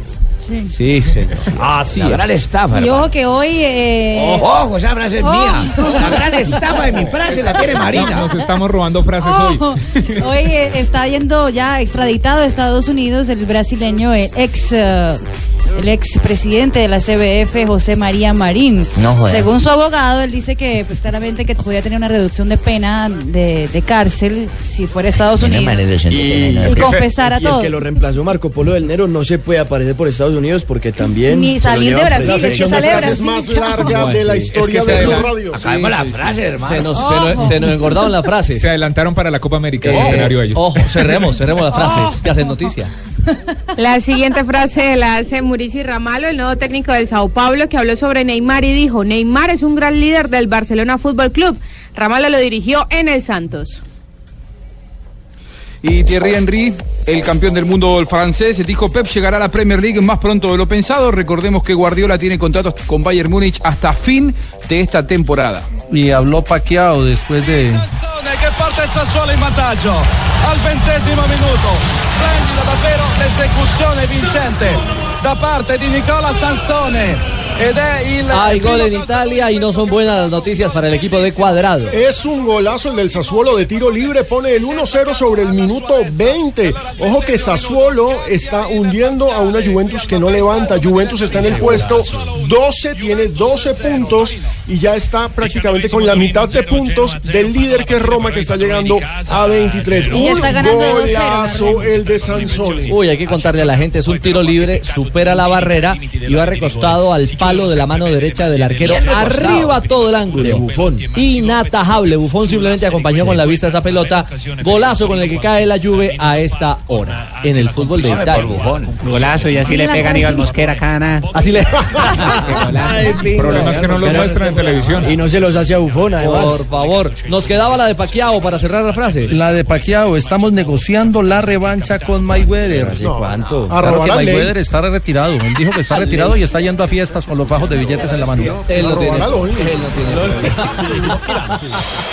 [SPEAKER 9] Sí, señor. Así
[SPEAKER 11] La
[SPEAKER 9] es.
[SPEAKER 11] Gran Estafa.
[SPEAKER 14] Y ojo que hoy. eh, Oh.
[SPEAKER 11] Ojo, esa frase es
[SPEAKER 14] ojo.
[SPEAKER 11] mía. La gran estafa de mi frase la tiene Marina.
[SPEAKER 21] Nos estamos robando frases
[SPEAKER 7] Oh.
[SPEAKER 14] Ojo. Hoy eh, está yendo ya extraditado a Estados Unidos el brasileño, el ex. eh, el ex presidente de la CBF, José María Marín.
[SPEAKER 20] No joda.
[SPEAKER 14] Según su abogado, él dice que pues, claramente que podía tener una reducción de pena de, de cárcel si fuera a Estados
[SPEAKER 19] Tiene
[SPEAKER 14] Unidos.
[SPEAKER 19] maneras de
[SPEAKER 14] Y,
[SPEAKER 19] entender,
[SPEAKER 14] y
[SPEAKER 19] ¿no?
[SPEAKER 14] confesar a
[SPEAKER 19] Y el
[SPEAKER 14] todos.
[SPEAKER 19] que lo reemplazó Marco Polo del Nero no se puede aparecer por Estados Unidos porque también.
[SPEAKER 14] Ni
[SPEAKER 19] se lo
[SPEAKER 14] salir de
[SPEAKER 19] llevan
[SPEAKER 14] Brasil,
[SPEAKER 19] preso.
[SPEAKER 14] es que La sección de sale de frases Brasil,
[SPEAKER 7] más larga de la historia de los radios.
[SPEAKER 9] Se nos, se nos- se nos engordaron las frases.
[SPEAKER 21] Se adelantaron para la Copa América.
[SPEAKER 9] Eh,
[SPEAKER 21] el escenario ellos.
[SPEAKER 9] ojo, cerremos, cerremos las frases.
[SPEAKER 15] Ah.
[SPEAKER 9] que hacen noticia?
[SPEAKER 1] La siguiente frase la hace Murici Ramalo, el nuevo técnico del Sao Paulo, que habló sobre Neymar y dijo, Neymar es un gran líder del Barcelona Fútbol Club. Ramalo lo dirigió en el Santos.
[SPEAKER 16] Y Thierry Henry, el campeón del mundo francés, dijo Pep llegará a la Premier League más pronto de lo pensado. Recordemos que Guardiola tiene contratos con Bayern Múnich hasta fin de esta temporada.
[SPEAKER 12] Y habló Paquiao después de.
[SPEAKER 23] che porta il Sassuolo in vantaggio al ventesimo minuto splendida davvero l'esecuzione vincente da parte di Nicola Sansone ed è il
[SPEAKER 9] Hay gol en Italia y no son buenas las noticias para el equipo de Cuadrado.
[SPEAKER 7] Es un golazo el del Sassuolo de tiro libre, pone el 1-0 sobre el minuto 20. Ojo que Sassuolo está hundiendo a una Juventus que no levanta. Juventus está en el puesto 12, tiene 12 puntos y ya está prácticamente con la mitad de puntos del líder que es Roma que está llegando a 23.
[SPEAKER 14] Y ya
[SPEAKER 7] Un
[SPEAKER 14] está ganando de 2-0,
[SPEAKER 7] golazo el de Sansone.
[SPEAKER 9] Uy, hay que contarle a la gente, es un tiro libre, supera la barrera y va recostado al palo de la mano derecha del arquero,
[SPEAKER 11] Bien recostado.
[SPEAKER 9] arriba todo el ángulo. Bufón. Inatajable, Bufón simplemente acompañó con la vista esa pelota, golazo con el que cae la lluvia a esta hora en el fútbol de Italia. Golazo y
[SPEAKER 24] así le pega a Aníbal Mosquera
[SPEAKER 9] cada Así le...
[SPEAKER 24] Ay,
[SPEAKER 9] El problema es que no lo muestran,
[SPEAKER 16] televisión.
[SPEAKER 19] Y no se los hace a Bufón, además.
[SPEAKER 9] Por favor, nos quedaba la de Paquiao para cerrar la frase.
[SPEAKER 12] La de Paquiao, estamos negociando la revancha con Mayweather.
[SPEAKER 19] ¿Hace cuánto?
[SPEAKER 12] Claro que Mayweather está retirado. Él dijo que está retirado y está yendo a fiestas con los fajos de billetes en la mano.
[SPEAKER 9] Él lo tiene.
[SPEAKER 12] Él lo tiene.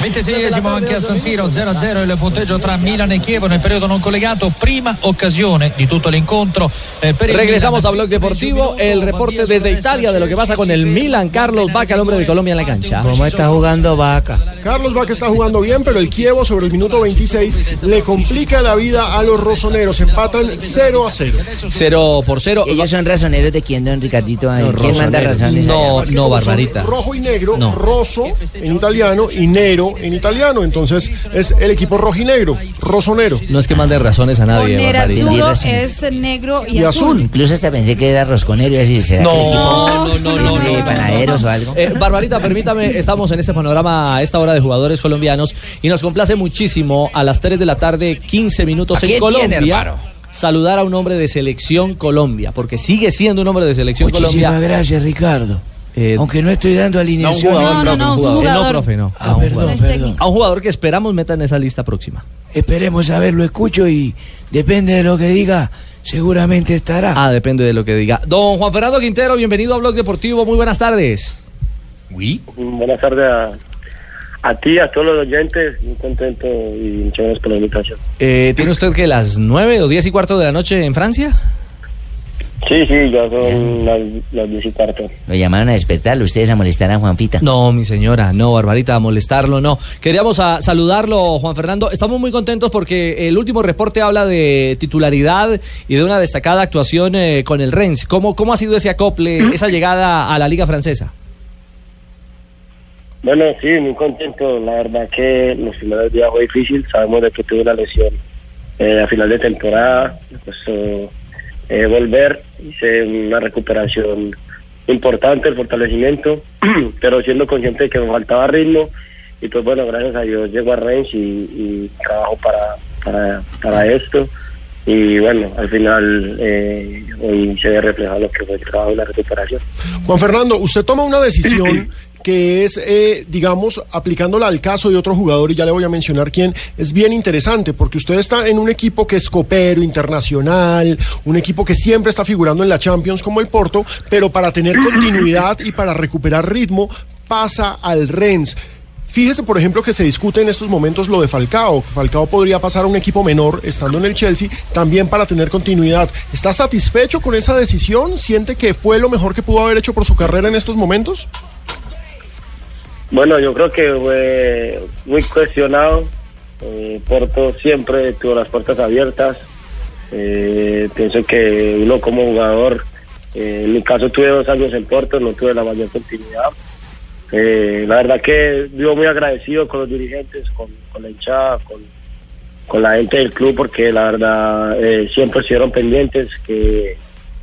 [SPEAKER 17] 26esimo anche a San Siro 0-0 il punteggio tra Milan e Chievo nel periodo non collegato prima occasione di tutto l'incontro eh, per il
[SPEAKER 9] Regresamos a
[SPEAKER 17] Milan.
[SPEAKER 9] Blog Deportivo, el reporte desde Italia de lo que pasa con el Milan. Carlos Vaca, el hombre de Colombia en la cancha.
[SPEAKER 20] ¿Cómo está jugando Vaca?
[SPEAKER 7] Carlos Vaca está jugando bien, pero el Kievo sobre el minuto 26 le complica la vida a los rosoneros. Empatan 0 a 0.
[SPEAKER 9] 0 por 0.
[SPEAKER 20] Ellos son razoneros de quién, don Ricardito. ahí? ¿Quién manda
[SPEAKER 9] razoneros.
[SPEAKER 20] razones?
[SPEAKER 9] No,
[SPEAKER 20] allá?
[SPEAKER 7] Además que
[SPEAKER 9] no,
[SPEAKER 7] como son
[SPEAKER 9] Barbarita.
[SPEAKER 7] Rojo y negro,
[SPEAKER 9] No.
[SPEAKER 7] roso en italiano y negro en italiano. Entonces es el equipo rojinegro, rosonero.
[SPEAKER 9] No es que mande razones a
[SPEAKER 14] Con
[SPEAKER 9] nadie,
[SPEAKER 14] era
[SPEAKER 9] Barbarita.
[SPEAKER 14] duro es negro y,
[SPEAKER 20] Incluso hasta pensé que era rosconero y así. ¿Será que el
[SPEAKER 9] No,
[SPEAKER 20] equipo
[SPEAKER 9] no, no, no,
[SPEAKER 20] es de
[SPEAKER 9] no, no.
[SPEAKER 20] panaderos o algo?
[SPEAKER 9] Eh, Barbarita, permítame, estamos en este panorama a esta hora de jugadores colombianos y nos complace muchísimo a las 3 de la tarde, 15 minutos
[SPEAKER 11] ¿A
[SPEAKER 9] en
[SPEAKER 11] quién
[SPEAKER 9] Colombia.
[SPEAKER 11] tiene, hermano?
[SPEAKER 9] saludar a un hombre de selección Colombia, porque sigue siendo un hombre de selección
[SPEAKER 20] Muchísimas
[SPEAKER 9] Colombia.
[SPEAKER 20] gracias, Ricardo. Aunque no estoy dando alineación.
[SPEAKER 9] jugador, No, no, profe, no, un
[SPEAKER 20] Eh,
[SPEAKER 9] jugador. un jugador. Este-
[SPEAKER 20] profe,
[SPEAKER 9] no.
[SPEAKER 20] Ah, perdón, perdón.
[SPEAKER 9] A un jugador que esperamos meta en esa lista próxima.
[SPEAKER 20] Esperemos a ver, lo escucho y depende de lo que diga, seguramente estará.
[SPEAKER 9] Ah, depende de lo que diga. Don Juan Fernando Quintero, bienvenido a Blog Deportivo, muy buenas tardes.
[SPEAKER 2] Buenas tardes a, a ti, a todos los oyentes. Muy contento y muchas gracias por la invitación.
[SPEAKER 9] Eh, ¿Tiene usted que las 9 o 10 y cuarto de la noche en Francia?
[SPEAKER 2] Sí, sí, ya son las, las pues. 10 y cuarto.
[SPEAKER 20] Lo llamaron a despertarlo, ustedes a molestar a Juanfita.
[SPEAKER 9] No, mi señora, no, Barbarita, a molestarlo, no. Queríamos a saludarlo, Juan Fernando. Estamos muy contentos porque el último reporte habla de titularidad y de una destacada actuación eh, con el Rennes. ¿Cómo, ¿Cómo ha sido ese
[SPEAKER 21] ¿Mm?
[SPEAKER 9] acople, esa llegada a la Liga Francesa?
[SPEAKER 2] Bueno, sí, muy contento. La verdad que los finales de día fue difícil. Sabemos de que tuve una lesión eh, a final de temporada. Me costó eh, volver. Hice una recuperación importante, el fortalecimiento, pero siendo consciente de que me faltaba ritmo. Y pues bueno, gracias a Dios llego a Rennes y, y trabajo para, para, para esto. Y bueno, al final eh, hoy se ve reflejado lo que fue el trabajo y la recuperación.
[SPEAKER 7] Juan Fernando, usted toma una decisión que es, eh, digamos, aplicándola al caso de otro jugador, y ya le voy a mencionar quién, es bien interesante, porque usted está en un equipo que es copero, internacional, un equipo que siempre está figurando en la Champions como el Porto, pero para tener continuidad y para recuperar ritmo, pasa al Rennes. Fíjese, por ejemplo, que se discute en estos momentos lo de Falcao. Falcao podría pasar a un equipo menor estando en el Chelsea, también para tener continuidad. ¿Está satisfecho con esa decisión? ¿Siente que fue lo mejor que pudo haber hecho por su carrera en estos momentos?
[SPEAKER 2] Bueno, yo creo que fue muy cuestionado. Eh, Porto siempre tuvo las puertas abiertas. Eh, pienso que uno como jugador, eh, en mi caso tuve dos años en Porto, no tuve la mayor continuidad. Eh, la verdad que yo muy agradecido con los dirigentes, con, con la hinchada, con, con la gente del club, porque la verdad eh, siempre estuvieron pendientes que,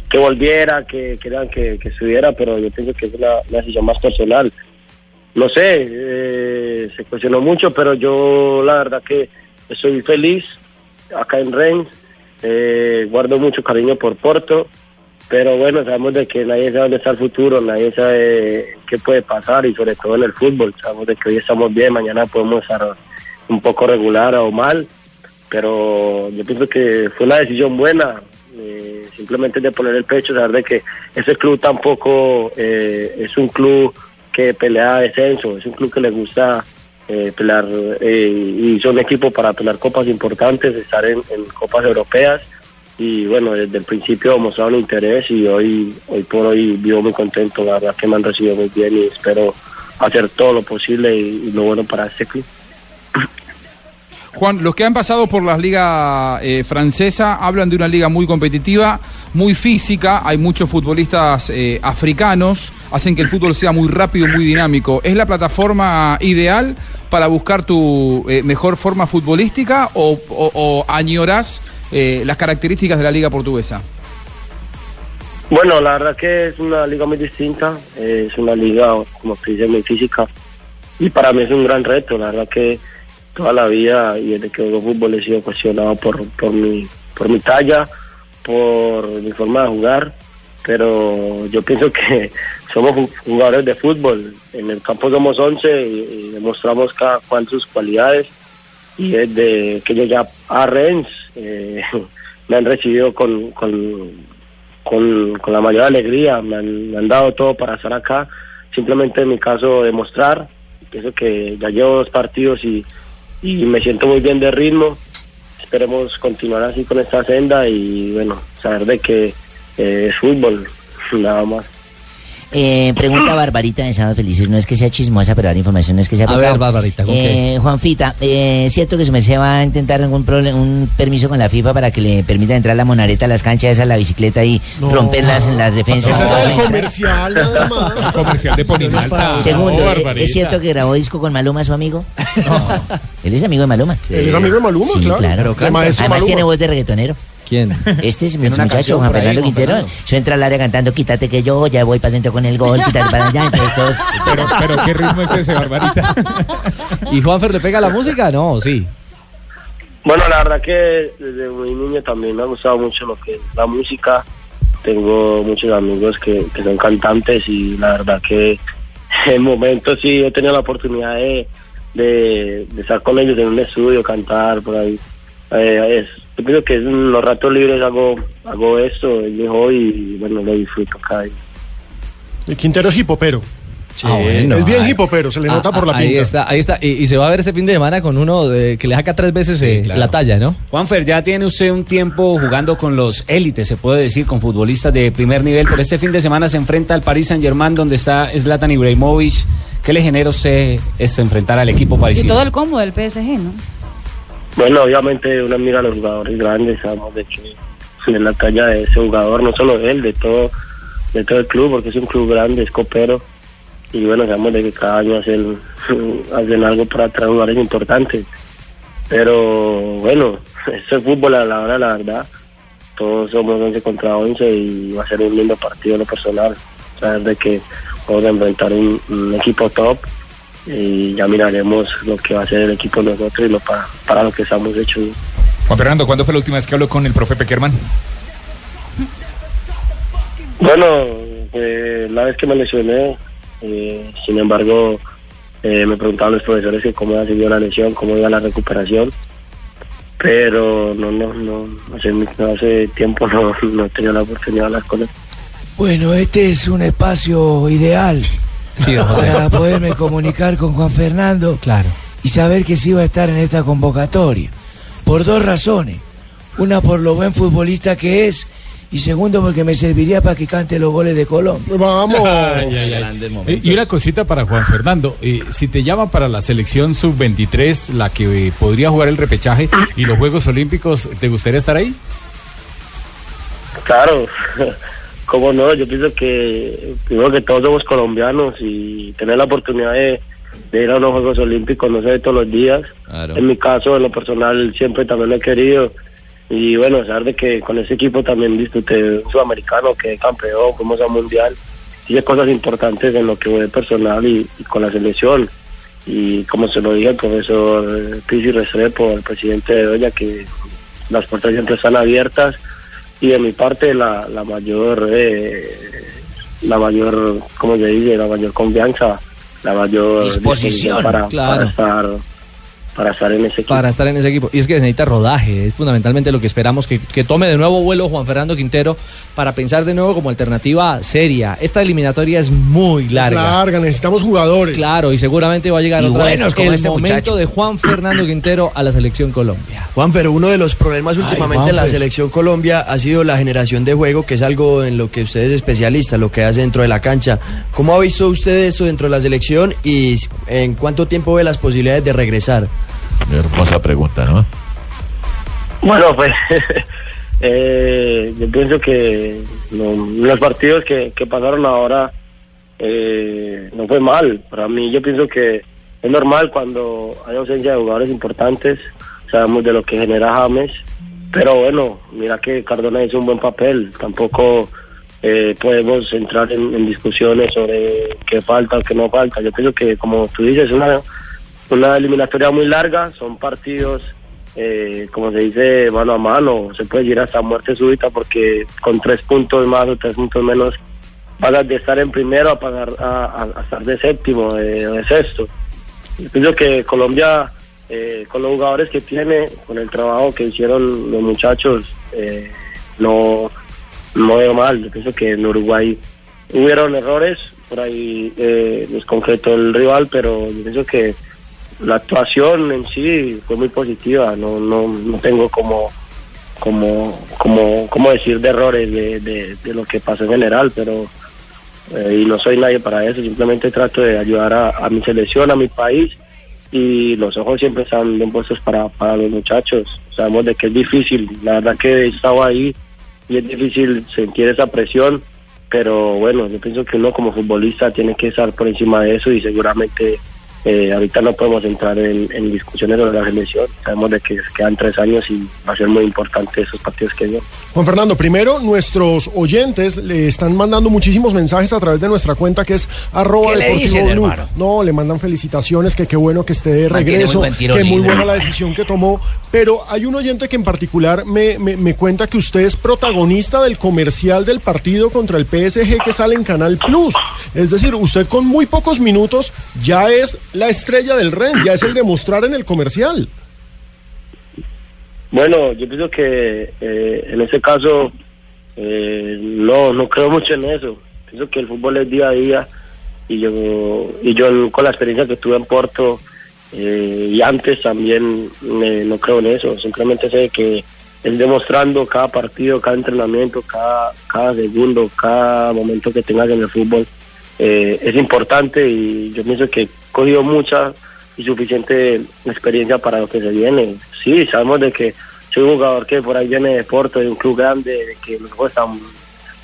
[SPEAKER 2] que volviera, que querían que, que estuviera, pero yo pienso que es una, una decisión más personal lo sé, eh, se cuestionó mucho, pero yo la verdad que estoy feliz acá en Rennes, eh, guardo mucho cariño por Porto, pero bueno, sabemos de que nadie sabe dónde está el futuro, nadie sabe qué puede pasar y sobre todo en el fútbol, sabemos de que hoy estamos bien, mañana podemos estar un poco regular o mal, pero yo pienso que fue una decisión buena, eh, simplemente de poner el pecho, saber de que ese club tampoco eh, es un club que pelea descenso, es un club que le gusta eh, pelear eh, y son equipo para pelear copas importantes, estar en, en copas europeas y bueno, desde el principio mostraron interés y hoy hoy por hoy vivo muy contento, la verdad que me han recibido muy bien y espero hacer todo lo posible y- y lo bueno para este club.
[SPEAKER 16] Juan, los que han pasado por la liga eh, francesa hablan de una liga muy competitiva, muy física, hay muchos futbolistas eh, africanos, hacen que el fútbol sea muy rápido, muy dinámico. ¿Es la plataforma ideal para buscar tu eh, mejor forma futbolística o, o- o añorás eh, las características de la liga portuguesa?
[SPEAKER 2] Bueno, la verdad que es una liga muy distinta, eh, es una liga, como se dice, muy física y para mí es un gran reto, la verdad que toda la vida y desde que juego fútbol he sido cuestionado por, por, mi, por mi talla, por mi forma de jugar pero yo pienso que somos ju- jugadores de fútbol. En el campo somos 11 y, y demostramos cada cual sus cualidades. Y desde que llegué a, a Rennes eh, me han recibido con, con, con, con la mayor alegría, me han, me han dado todo para estar acá. Simplemente en mi caso demostrar, pienso que ya llevo dos partidos y, y me siento muy bien de ritmo. Esperemos continuar así con esta senda y bueno, saber de que eh, es fútbol, nada más.
[SPEAKER 4] Eh, pregunta Barbarita de Sábado Felices. No es que sea chismosa, pero la información es que sea
[SPEAKER 9] A ver, Barbarita, ¿con
[SPEAKER 4] eh, Juanfita, eh, ¿es cierto que su merced va a intentar algún prole- un permiso con la FIFA para que le permita entrar la monareta a las canchas, a la bicicleta y romper las, las defensas?
[SPEAKER 7] Ese es el comercial, nada más.
[SPEAKER 21] Comercial de Ponimalta.
[SPEAKER 4] Segundo,
[SPEAKER 21] No,
[SPEAKER 4] ¿eh,
[SPEAKER 21] Barbarita.
[SPEAKER 4] ¿es cierto que grabó disco con Maluma, su amigo? Él es amigo de Maluma.
[SPEAKER 7] Él es amigo de Maluma,
[SPEAKER 4] Sí,
[SPEAKER 7] claro.
[SPEAKER 4] claro.
[SPEAKER 7] Pero canta.
[SPEAKER 4] Además
[SPEAKER 7] Maluma.
[SPEAKER 4] tiene voz de reggaetonero.
[SPEAKER 9] ¿Quién?
[SPEAKER 4] Este es mi
[SPEAKER 9] Tiene una
[SPEAKER 4] muchacho,
[SPEAKER 9] canción
[SPEAKER 4] Juan
[SPEAKER 9] por ahí,
[SPEAKER 4] Fernando
[SPEAKER 9] Juan
[SPEAKER 4] Quintero.
[SPEAKER 9] Fernando.
[SPEAKER 4] Yo entra al área cantando, quítate que yo ya voy para adentro con el gol, quítate para allá. Entonces todos,
[SPEAKER 21] Pero, pero qué ritmo es ese, Barbarita.
[SPEAKER 9] ¿Y Juanfer le pega la música? No, sí.
[SPEAKER 2] Bueno, la verdad que desde muy niño también me ha gustado mucho lo que es la música. Tengo muchos amigos que, que son cantantes y la verdad que en momentos sí he tenido la oportunidad de, de, de estar con ellos en un estudio, cantar por ahí. Eh, es, yo creo que en los ratos libres hago, hago eso, es mi hobby y bueno, lo disfruto cada día.
[SPEAKER 7] El Quintero es hipopero.
[SPEAKER 9] Ah, bueno.
[SPEAKER 7] es bien
[SPEAKER 9] Ah,
[SPEAKER 7] hipopero, se le
[SPEAKER 9] ah,
[SPEAKER 7] nota por la
[SPEAKER 9] ah, ahí
[SPEAKER 7] pinta.
[SPEAKER 9] Está, ahí está. Y, y se va a ver este fin de semana con uno de- que le saca tres veces eh, la talla, ¿no?
[SPEAKER 8] Juanfer, ya tiene usted un tiempo jugando con los élites, se puede decir, con futbolistas de primer nivel, pero este fin de semana se enfrenta al Paris Saint-Germain, donde está Zlatan Ibrahimovic. ¿Qué le genera a usted este enfrentar al equipo
[SPEAKER 14] Y
[SPEAKER 8] parisino?
[SPEAKER 14] todo el combo del PSG, ¿no?
[SPEAKER 2] Bueno, obviamente uno mira a los jugadores grandes, sabemos de que de la talla de ese jugador, no solo de él, de todo, de todo el club, porque es un club grande, es copero, y bueno, sabemos de que cada año hacen, hacen algo para traer jugadores importantes. Pero bueno, eso es fútbol a la hora, la verdad. Todos somos 11 contra 11 y va a ser un lindo partido en lo personal. Saber de que vamos a enfrentar un, un equipo top y ya miraremos lo que va a hacer el equipo de nosotros y lo para, para lo que estamos hechos.
[SPEAKER 10] Juan Fernando, ¿cuándo fue la última vez que habló con el profe Peckerman?
[SPEAKER 2] Bueno, eh, la vez que me lesioné, eh, sin embargo, eh, me preguntaban los profesores que cómo había sido la lesión, cómo iba la recuperación, pero no, no, no, hace, hace tiempo no, no he tenido la oportunidad de hablar con él.
[SPEAKER 20] Bueno, este es un espacio ideal para poderme comunicar con Juan Fernando y saber que sí iba a estar en esta convocatoria. Por dos razones. Una por lo buen futbolista que es y segundo porque me serviría para que cante los goles de Colombia.
[SPEAKER 7] Vamos.
[SPEAKER 21] Ay, ay, ay. Eh, Y una cosita para Juan Fernando, eh, si te llaman para la selección sub-23, la que eh, podría jugar el repechaje y los Juegos Olímpicos, ¿te gustaría estar ahí?
[SPEAKER 2] Claro, cómo no, yo pienso que primero que todos somos colombianos y tener la oportunidad de, de ir a unos Juegos Olímpicos no se ve todos los días. En mi caso, en lo personal, siempre también lo he querido. Y bueno, saber de que con ese equipo también disfruté un sudamericano, quedé campeón, fuimos a mundial. Hice cosas importantes en lo que fue personal y, y con la selección. Y como se lo dije al profesor eh, Pizzi Restrepo, al presidente de Doña, que las puertas siempre están abiertas y de mi parte la, la mayor eh, la mayor como yo dije la mayor confianza la mayor
[SPEAKER 9] Disposición,
[SPEAKER 2] para,
[SPEAKER 9] claro.
[SPEAKER 2] para estar para estar en ese equipo
[SPEAKER 9] Para estar en ese equipo. Y es que se necesita rodaje, es fundamentalmente lo que esperamos que, que tome de nuevo vuelo Juan Fernando Quintero para pensar de nuevo como alternativa seria. Esta eliminatoria es muy larga.
[SPEAKER 7] Larga, necesitamos jugadores.
[SPEAKER 9] Claro, y seguramente va a llegar
[SPEAKER 19] Y
[SPEAKER 9] otra
[SPEAKER 19] buenos
[SPEAKER 9] vez
[SPEAKER 19] como
[SPEAKER 9] el
[SPEAKER 19] este
[SPEAKER 9] momento
[SPEAKER 19] muchacho.
[SPEAKER 9] de Juan Fernando Quintero a la selección Colombia.
[SPEAKER 19] Juan, pero uno de los problemas últimamente en la
[SPEAKER 9] Juanfe.
[SPEAKER 19] selección Colombia ha sido la generación de juego, que es algo en lo que usted es especialista, lo que hace dentro de la cancha. ¿Cómo ha visto usted eso dentro de la selección y en cuánto tiempo ve las posibilidades de regresar?
[SPEAKER 24] Hermosa pregunta, ¿no?
[SPEAKER 2] Bueno, pues eh, yo pienso que no, los partidos que, que pasaron ahora eh, no fue mal. Para mí yo pienso que es normal cuando hay ausencia de jugadores importantes, sabemos de lo que genera James, pero bueno, mira que Cardona hizo un buen papel, tampoco eh, podemos entrar en, en discusiones sobre qué falta o qué no falta. Yo pienso que como tú dices, es una, una eliminatoria muy larga, son partidos eh, como se dice, mano a mano, se puede ir hasta muerte súbita porque con tres puntos más o tres puntos menos pasas de estar en primero a, pasar, a, a- a estar de séptimo, eh, de, de sexto. Yo Pienso que Colombia, eh, con los jugadores que tiene, con el trabajo que hicieron los muchachos, eh, no, no veo mal. Yo pienso que en Uruguay hubieron errores, por ahí eh, les concretó el rival, pero yo pienso que la actuación en sí fue muy positiva, no, no, no tengo como, como, como, como decir de errores de, de- de lo que pasó en general, pero eh, y no soy nadie para eso, simplemente trato de ayudar a, a mi selección, a mi país y los ojos siempre están bien puestos para, para los muchachos, sabemos de que es difícil, la verdad que he estado ahí y es difícil sentir esa presión, pero bueno, yo pienso que uno como futbolista tiene que estar por encima de eso y seguramente eh, ahorita no podemos entrar en, en discusiones sobre la selección, sabemos de que quedan tres años y va a ser muy importante esos partidos que vienen.
[SPEAKER 7] Juan Fernando, primero nuestros oyentes le están mandando muchísimos mensajes a través de nuestra cuenta que es arroba
[SPEAKER 24] ¿Qué le
[SPEAKER 7] deportivo
[SPEAKER 24] dicen,
[SPEAKER 7] blue.
[SPEAKER 24] hermano?
[SPEAKER 7] No, le mandan felicitaciones, que qué bueno que esté de
[SPEAKER 24] Mantiene
[SPEAKER 7] regreso,
[SPEAKER 24] muy buen tiro
[SPEAKER 7] que muy
[SPEAKER 24] libre.
[SPEAKER 7] buena la decisión que tomó. Pero hay un oyente que en particular me, me- me cuenta que usted es protagonista del comercial del partido contra el PSG que sale en Canal Plus. Es decir, usted con muy pocos minutos ya es la estrella del REN, ya es el de mostrar en el comercial.
[SPEAKER 2] Bueno, yo pienso que eh, en ese caso eh, no, no creo mucho en eso. Pienso que el fútbol es día a día y yo y yo con la experiencia que tuve en Porto eh, y antes también eh, no creo en eso. Simplemente sé que es demostrando cada partido, cada entrenamiento, cada cada segundo, cada momento que tengas en el fútbol eh, es importante y yo pienso que he cogido mucha y suficiente experiencia para lo que se viene. Sí, sabemos de que soy un jugador que por ahí viene de Porto, de un club grande, de que los juegos están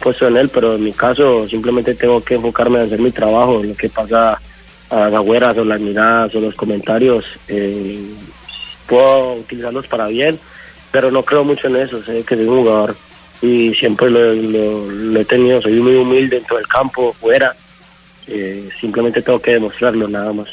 [SPEAKER 2] puestos en él, pero en mi caso simplemente tengo que enfocarme en hacer mi trabajo, lo que pasa a las güeras o las miradas o los comentarios, eh, puedo utilizarlos para bien, pero no creo mucho en eso, sé que soy un jugador y siempre lo, lo- lo he tenido, soy muy humilde dentro del campo, fuera, eh, simplemente tengo que demostrarlo nada más.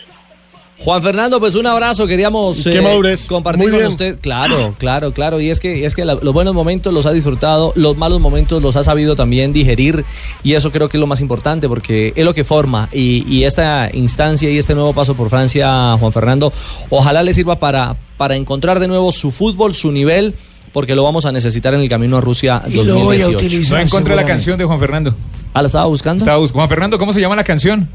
[SPEAKER 9] Juan Fernando, pues un abrazo, queríamos
[SPEAKER 7] Qué madurez.
[SPEAKER 9] compartir
[SPEAKER 7] Muy
[SPEAKER 9] con
[SPEAKER 7] bien.
[SPEAKER 9] usted. Claro, claro, claro. Y es que, es que la- los buenos momentos los ha disfrutado, los malos momentos los ha sabido también digerir. Y eso creo que es lo más importante, porque es lo que forma. Y, y esta instancia y este nuevo paso por Francia, Juan Fernando, ojalá le sirva para, para encontrar de nuevo su fútbol, su nivel, porque lo vamos a necesitar en el camino a Rusia 2018.
[SPEAKER 10] No encontré la canción de Juan Fernando.
[SPEAKER 9] Ah, la estaba buscando.
[SPEAKER 10] Juan Fernando, ¿cómo se llama la canción?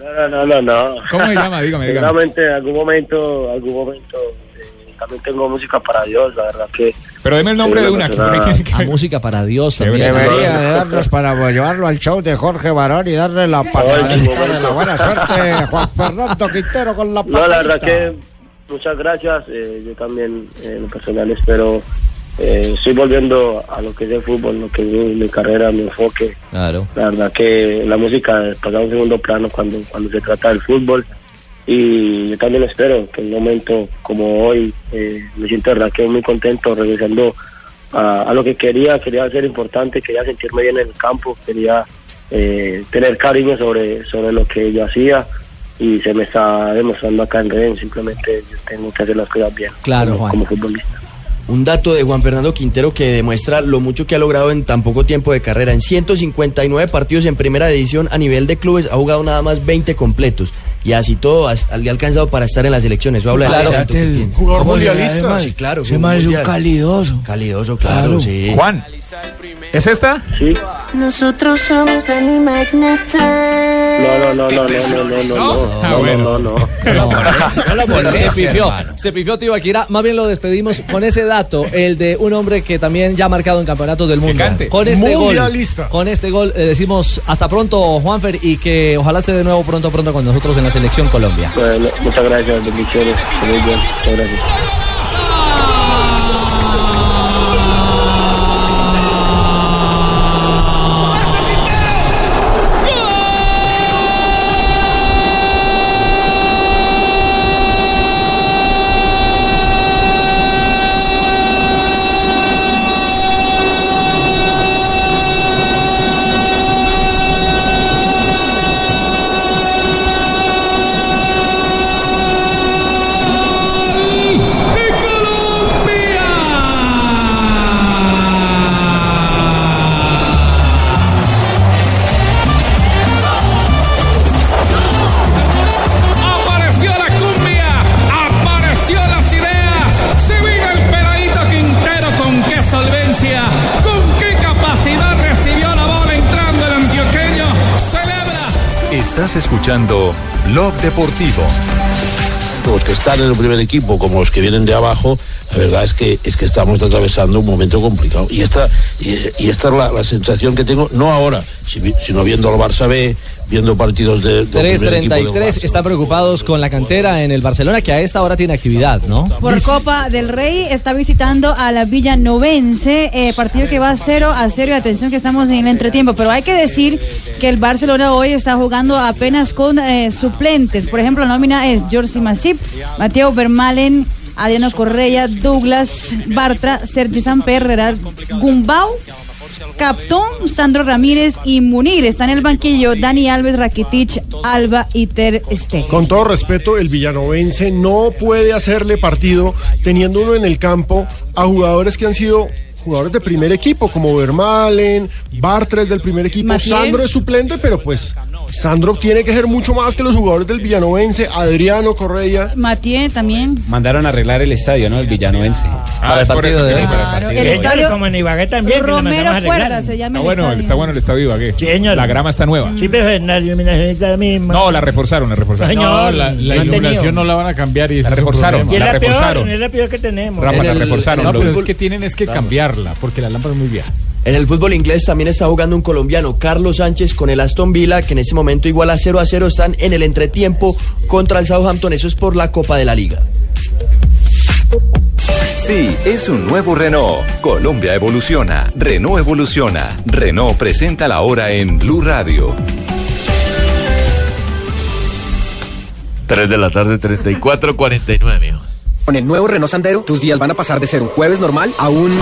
[SPEAKER 2] No, no, no, no.
[SPEAKER 10] ¿Cómo se llama? Dígame, dígame.
[SPEAKER 2] Seguramente en algún momento, algún momento, eh, también tengo música para Dios, la verdad que... eh,
[SPEAKER 10] Pero deme el nombre de una. que por ahí tiene que-
[SPEAKER 9] Ah, música para Dios también.
[SPEAKER 3] Debería de darnos para llevarlo al show de Jorge Barón y darle la patadita de la buena suerte. Juan Fernando Quintero con la
[SPEAKER 2] No,
[SPEAKER 3] patadita.
[SPEAKER 2] la verdad que muchas gracias, eh, yo también eh, en lo personal espero... eh, estoy volviendo a lo que es el fútbol, lo que es mi, mi carrera, mi enfoque.
[SPEAKER 13] Claro.
[SPEAKER 2] La verdad que la música pasa a un segundo plano cuando, cuando se trata del fútbol. Y yo también espero que en un momento como hoy eh, me siento de verdad que muy contento regresando a, a lo que quería, quería ser importante, quería sentirme bien en el campo, quería eh, tener cariño sobre, sobre lo que yo hacía y se me está demostrando acá en Ren, simplemente yo tengo que hacer las cosas bien
[SPEAKER 19] Claro,
[SPEAKER 2] como, como futbolista.
[SPEAKER 19] Un dato de Juan Fernando Quintero que demuestra lo mucho que ha logrado en tan poco tiempo de carrera. En 159 partidos en primera división a nivel de clubes ha jugado nada más 20 completos. Y así todo has- al- le ha alcanzado para estar en las elecciones. Eso habla
[SPEAKER 3] Claro,
[SPEAKER 19] del talento
[SPEAKER 3] el
[SPEAKER 19] que tiene.
[SPEAKER 3] jugador ¿Cómo será mundialista? ese man?
[SPEAKER 19] Sí, claro.
[SPEAKER 3] Ese man es un
[SPEAKER 19] calidoso. Calidoso, claro,
[SPEAKER 3] Claro.
[SPEAKER 19] sí.
[SPEAKER 10] Juan, ¿es esta?
[SPEAKER 2] Sí.
[SPEAKER 5] Nosotros somos la magnata.
[SPEAKER 2] No, no, no, no, no, no, no, no,
[SPEAKER 9] Ah,
[SPEAKER 2] no, no, no, no.
[SPEAKER 9] Se pifió, se pifió Tibaquira. Más bien lo despedimos con ese dato, el de un hombre que también ya ha marcado en campeonatos del mundo.
[SPEAKER 10] cante.
[SPEAKER 9] Con este gol,
[SPEAKER 10] Mundialista.
[SPEAKER 9] con este gol eh, decimos hasta pronto, Juanfer, y que ojalá esté de nuevo pronto, pronto con nosotros en la selección Colombia.
[SPEAKER 2] Bueno, muchas gracias, bendiciones, muy bien, muchas gracias.
[SPEAKER 18] Gol.
[SPEAKER 3] Estás escuchando Blog Deportivo.
[SPEAKER 2] Los que están en el primer equipo, como los que vienen de abajo, la verdad es que es que estamos atravesando un momento complicado. Y esta, y, y esta es la, la sensación que tengo, no ahora, si vi- sino viendo al Barça B, viendo partidos de, del primer equipo del
[SPEAKER 9] 3.33 están preocupados con la cantera en el Barcelona, que a esta hora tiene actividad, ¿no?
[SPEAKER 14] Por Copa del Rey está visitando a la Villa Novense, eh, partido que va 0 a 0 y atención que estamos en el entretiempo, pero hay que decir que el Barcelona hoy está jugando apenas con eh, suplentes, por ejemplo la nómina es Jordi Masip, Mateo Vermalen, Adriano Correa, Douglas Bartra, Sergio Samper, Herrera Gumbau. Captón, Sandro Ramírez y Munir. Está en el banquillo Dani Alves, Rakitic, Alba y Ter Stegen.
[SPEAKER 7] Con todo respeto, el villanovense no puede hacerle partido teniendo uno en el campo a jugadores que han sido jugadores de primer equipo, como Vermalen, Bartres del primer equipo,
[SPEAKER 4] Matiel.
[SPEAKER 7] Sandro es suplente, pero pues Sandro tiene que ser mucho más que los jugadores del villanovense, Adriano Correa.
[SPEAKER 14] Matié también.
[SPEAKER 8] Mandaron a arreglar el estadio, ¿no? El villanovense.
[SPEAKER 15] Ah, es por eso, sí, para el
[SPEAKER 14] Claro,
[SPEAKER 15] partido.
[SPEAKER 14] el estadio-
[SPEAKER 11] como en Ibagué también. que lo mandamos
[SPEAKER 14] Romero
[SPEAKER 11] a arreglar.
[SPEAKER 14] Cuerda se
[SPEAKER 9] Ah,
[SPEAKER 15] Está
[SPEAKER 14] llama el
[SPEAKER 15] bueno,
[SPEAKER 14] estadio.
[SPEAKER 15] está bueno el estadio Ibagué. La grama está nueva.
[SPEAKER 11] Sí, pero en la iluminación es la misma.
[SPEAKER 15] No, la reforzaron, la reforzaron.
[SPEAKER 11] No, señor, no
[SPEAKER 21] la, la
[SPEAKER 11] he tenido.
[SPEAKER 21] iluminación no la van a cambiar y ese
[SPEAKER 15] La
[SPEAKER 21] es un
[SPEAKER 15] reforzaron,
[SPEAKER 21] problema.
[SPEAKER 11] y es la,
[SPEAKER 21] reforzaron.
[SPEAKER 11] peor, es la peor que tenemos.
[SPEAKER 21] Rafa,
[SPEAKER 19] En
[SPEAKER 21] la
[SPEAKER 19] el-
[SPEAKER 21] reforzaron.
[SPEAKER 19] en el
[SPEAKER 21] No, pero es
[SPEAKER 19] fútbol-
[SPEAKER 21] que tienen es que
[SPEAKER 19] Vamos.
[SPEAKER 21] cambiarla, porque las lámparas muy viejas.
[SPEAKER 19] En el fútbol inglés también está jugando un colombiano, Carlos Sánchez, con el Aston Villa, que en este momento igual a 0 a 0 están en el entretiempo contra el Southampton. Eso es por la Copa de la Liga.
[SPEAKER 3] Sí, es un nuevo Renault. Colombia evoluciona. Renault evoluciona. Renault presenta la hora en Blue Radio.
[SPEAKER 22] 3 de la tarde, 34.49.
[SPEAKER 25] Con el nuevo Renault Sandero, tus días van a pasar de ser un jueves normal a un...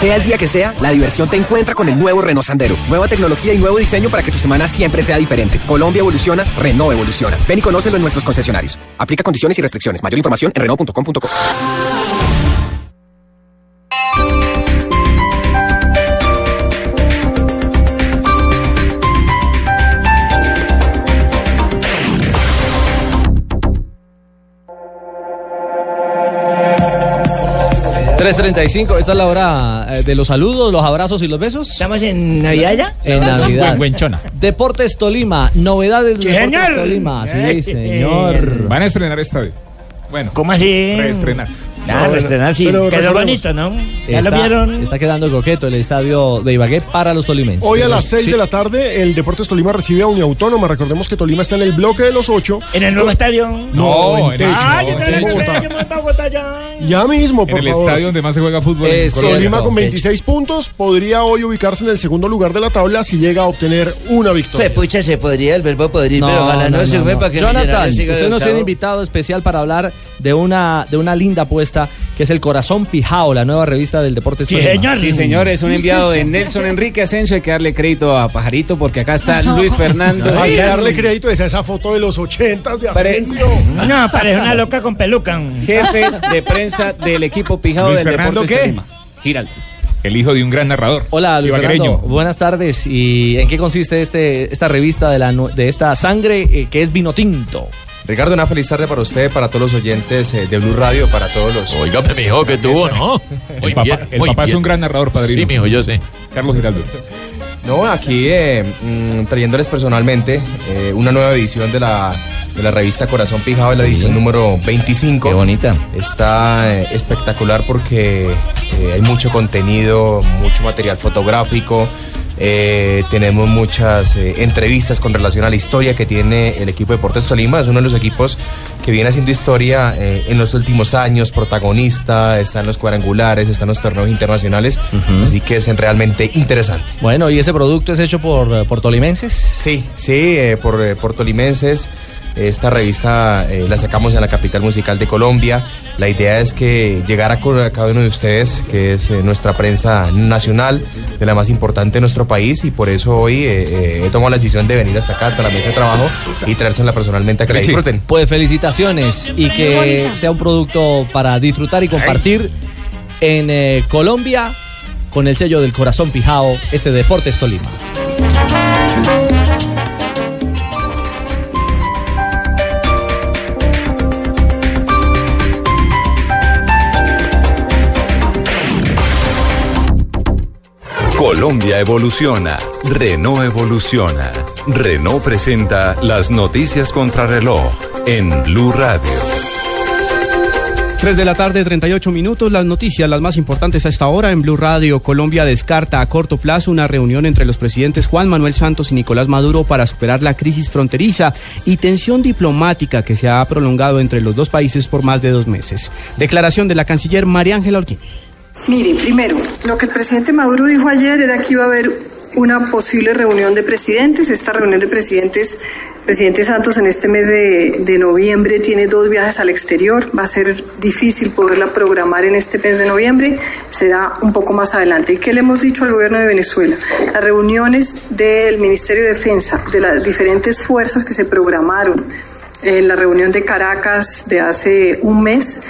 [SPEAKER 25] Sea el día que sea, la diversión te encuentra con el nuevo Renault Sandero. Nueva tecnología y nuevo diseño para que tu semana siempre sea diferente. Colombia evoluciona, Renault evoluciona. Ven y conócelo en nuestros concesionarios. Aplica condiciones y restricciones. Mayor información en Renault.com.co.
[SPEAKER 9] ¿no? 3.35, esta es la hora eh, de los saludos, los abrazos y los besos. ¿Estamos en
[SPEAKER 26] Navidad ya?
[SPEAKER 9] En Navidad.
[SPEAKER 26] Buen-
[SPEAKER 15] buenchona.
[SPEAKER 9] Deportes Tolima, novedades de
[SPEAKER 15] Sí,
[SPEAKER 9] Deportes
[SPEAKER 15] señor.
[SPEAKER 9] Tolima. Sí,
[SPEAKER 15] Eh,
[SPEAKER 9] señor.
[SPEAKER 15] Van a estrenar estadio. Bueno.
[SPEAKER 9] ¿Cómo así?
[SPEAKER 15] Reestrenar.
[SPEAKER 9] Nada,
[SPEAKER 15] No,
[SPEAKER 9] reestrenar, sí.
[SPEAKER 15] pero
[SPEAKER 9] Quedó
[SPEAKER 15] recordemos,
[SPEAKER 9] bonito,
[SPEAKER 11] ¿no?
[SPEAKER 7] ¿Ya lo vieron?
[SPEAKER 9] Está quedando coqueto el estadio de Ibagué para los tolimenses.
[SPEAKER 7] Hoy a las 6
[SPEAKER 9] Sí.
[SPEAKER 7] de la tarde, el Deportes Tolima recibe a Uniautónoma. Recordemos que Tolima está en el bloque de los 8.
[SPEAKER 11] ¿En el nuevo estadio?
[SPEAKER 7] No, en techo.
[SPEAKER 11] Ah, yo
[SPEAKER 7] en
[SPEAKER 11] estaba hablando
[SPEAKER 7] Bogotá.
[SPEAKER 11] de que me voy pa' Bogotá ya.
[SPEAKER 7] Ya mismo, por
[SPEAKER 15] En el
[SPEAKER 7] favor.
[SPEAKER 15] estadio donde más se juega fútbol. en
[SPEAKER 7] Eh,
[SPEAKER 15] Colombia.
[SPEAKER 7] Tolima con 26 puntos podría hoy ubicarse en el segundo lugar de la tabla si llega a obtener una victoria.
[SPEAKER 26] Pues, pucha, se podría, el verbo podría,
[SPEAKER 7] pero ojalá no se
[SPEAKER 26] fue para que
[SPEAKER 9] Jonathan,
[SPEAKER 26] Millonarios siga de
[SPEAKER 9] usted nos
[SPEAKER 26] octavo.
[SPEAKER 9] tiene invitado especial para hablar de una, de una linda apuesta que es el Corazón Pijao, la nueva revista del deporte. Tolima.
[SPEAKER 8] Sí, señor, es un enviado de Nelson Enrique Asensio. Hay que darle crédito a Pajarito porque acá está Luis Fernando.
[SPEAKER 7] Hay que darle crédito a esa, esa foto de los 80 de
[SPEAKER 8] Pare-
[SPEAKER 7] Asensio.
[SPEAKER 11] No, parece una loca con peluca.
[SPEAKER 8] Jefe de prensa del equipo pijado
[SPEAKER 15] Luis
[SPEAKER 8] del
[SPEAKER 15] Fernando,
[SPEAKER 8] Deportes
[SPEAKER 15] ¿qué?
[SPEAKER 8] Tolima. Giraldo.
[SPEAKER 15] El hijo de un gran narrador.
[SPEAKER 9] Hola, Luis
[SPEAKER 15] Ibaguereño.
[SPEAKER 9] Fernando. Buenas tardes. ¿Y en qué consiste este, esta revista de, la, nu- de esta sangre eh, que es vino tinto?
[SPEAKER 12] Ricardo, una feliz tarde para usted, para todos los oyentes eh, de Blue Radio, para todos los.
[SPEAKER 22] Óigame, pues, mijo, que tuvo, ¿no? Muy
[SPEAKER 15] El papá,
[SPEAKER 22] bien,
[SPEAKER 15] el
[SPEAKER 22] muy
[SPEAKER 15] papá es
[SPEAKER 22] bien.
[SPEAKER 15] un gran narrador, padrino.
[SPEAKER 22] Sí, mijo, yo sé.
[SPEAKER 15] Carlos Giraldo.
[SPEAKER 12] No, aquí eh, mm, trayéndoles personalmente eh, una nueva edición de la, de la revista Corazón Pijado, la edición número 25. Qué bonita. Está eh, espectacular porque eh, hay mucho contenido, mucho material fotográfico. eh, tenemos muchas eh, entrevistas con relación a la historia que tiene el equipo Deportes Tolima. Es uno de los equipos que viene haciendo historia eh, en los últimos años, protagonista, está en los cuadrangulares, está en los torneos internacionales. Así que es realmente interesante.
[SPEAKER 9] Bueno, ¿y ese producto es hecho por, eh, por tolimenses?
[SPEAKER 12] Sí, sí, eh, por, eh, por Tolimenses. Esta revista eh, la sacamos en la capital musical de Colombia. La idea es que llegara con- a cada uno de ustedes, que es eh, nuestra prensa nacional, de la más importante de nuestro país, y por eso hoy eh, eh, he tomado la decisión de venir hasta acá, hasta la mesa de trabajo, y traérsela personalmente a que la
[SPEAKER 9] Richie,
[SPEAKER 12] disfruten.
[SPEAKER 9] Pues felicitaciones y
[SPEAKER 12] Muy
[SPEAKER 9] que
[SPEAKER 12] bonita.
[SPEAKER 9] sea un producto para disfrutar y compartir en eh, Colombia con el sello del corazón pijao, este Deportes Tolima.
[SPEAKER 27] Colombia evoluciona, Renault evoluciona. Renault presenta las noticias contra reloj en Blue Radio.
[SPEAKER 1] 3 de la tarde, 38 minutos. Las noticias, las más importantes a esta hora en Blue Radio. Colombia descarta a corto plazo una reunión entre los presidentes Juan Manuel Santos y Nicolás Maduro para superar la crisis fronteriza y tensión diplomática que se ha prolongado entre los dos países por más de dos meses. Declaración de la canciller María Ángela Holguín.
[SPEAKER 28] Miren, primero, lo que el presidente Maduro dijo ayer era que iba a haber una posible reunión de presidentes. Esta reunión de presidentes, presidente Santos, en este mes de, de noviembre tiene dos viajes al exterior. Va a ser difícil poderla programar en este mes de noviembre. Será un poco más adelante. ¿Y qué le hemos dicho al gobierno de Venezuela? Las reuniones del Ministerio de Defensa, de las diferentes fuerzas que se programaron en la reunión de Caracas de hace un mes,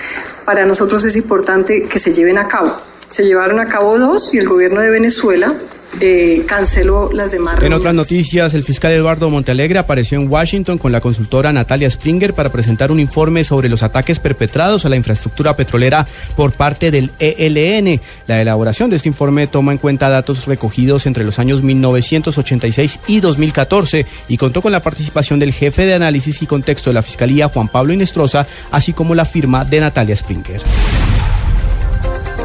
[SPEAKER 28] para nosotros es importante que se lleven a cabo. Se llevaron a cabo dos y el gobierno de Venezuela eh, canceló las demás
[SPEAKER 1] En otras
[SPEAKER 28] reuniones.
[SPEAKER 1] noticias, el fiscal Eduardo Montalegre apareció en Washington con la consultora Natalia Springer para presentar un informe sobre los ataques perpetrados a la infraestructura petrolera por parte del ELN. La elaboración de este informe toma en cuenta datos recogidos entre los años 1986 y 2014 y contó con la participación del jefe de análisis y contexto de la Fiscalía, Juan Pablo Inestrosa, así como la firma de Natalia Springer.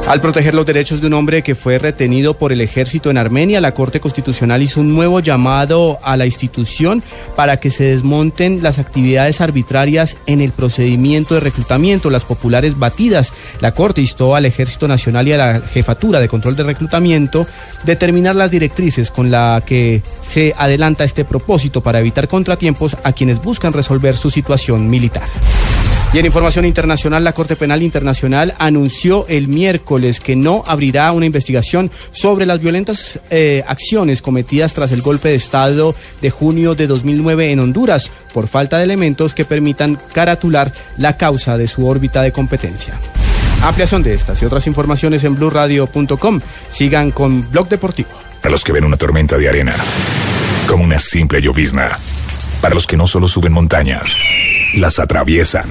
[SPEAKER 1] Al proteger los derechos de un hombre que fue retenido por el ejército en Armenia, la Corte Constitucional hizo un nuevo llamado a la institución para que se desmonten las actividades arbitrarias en el procedimiento de reclutamiento, las populares batidas. La Corte instó al Ejército Nacional y a la Jefatura de Control de Reclutamiento determinar las directrices con la que se adelanta este propósito para evitar contratiempos a quienes buscan resolver su situación militar. Y en información internacional, la Corte Penal Internacional anunció el miércoles que no abrirá una investigación sobre las violentas eh, acciones cometidas tras el golpe de Estado de junio de 2009 en Honduras por falta de elementos que permitan caratular la causa de su órbita de competencia. Ampliación de estas y otras informaciones en blurradio.com. Sigan con Blog Deportivo.
[SPEAKER 29] A los que ven una tormenta de arena como una simple llovizna. Para los que no solo suben montañas, las atraviesan.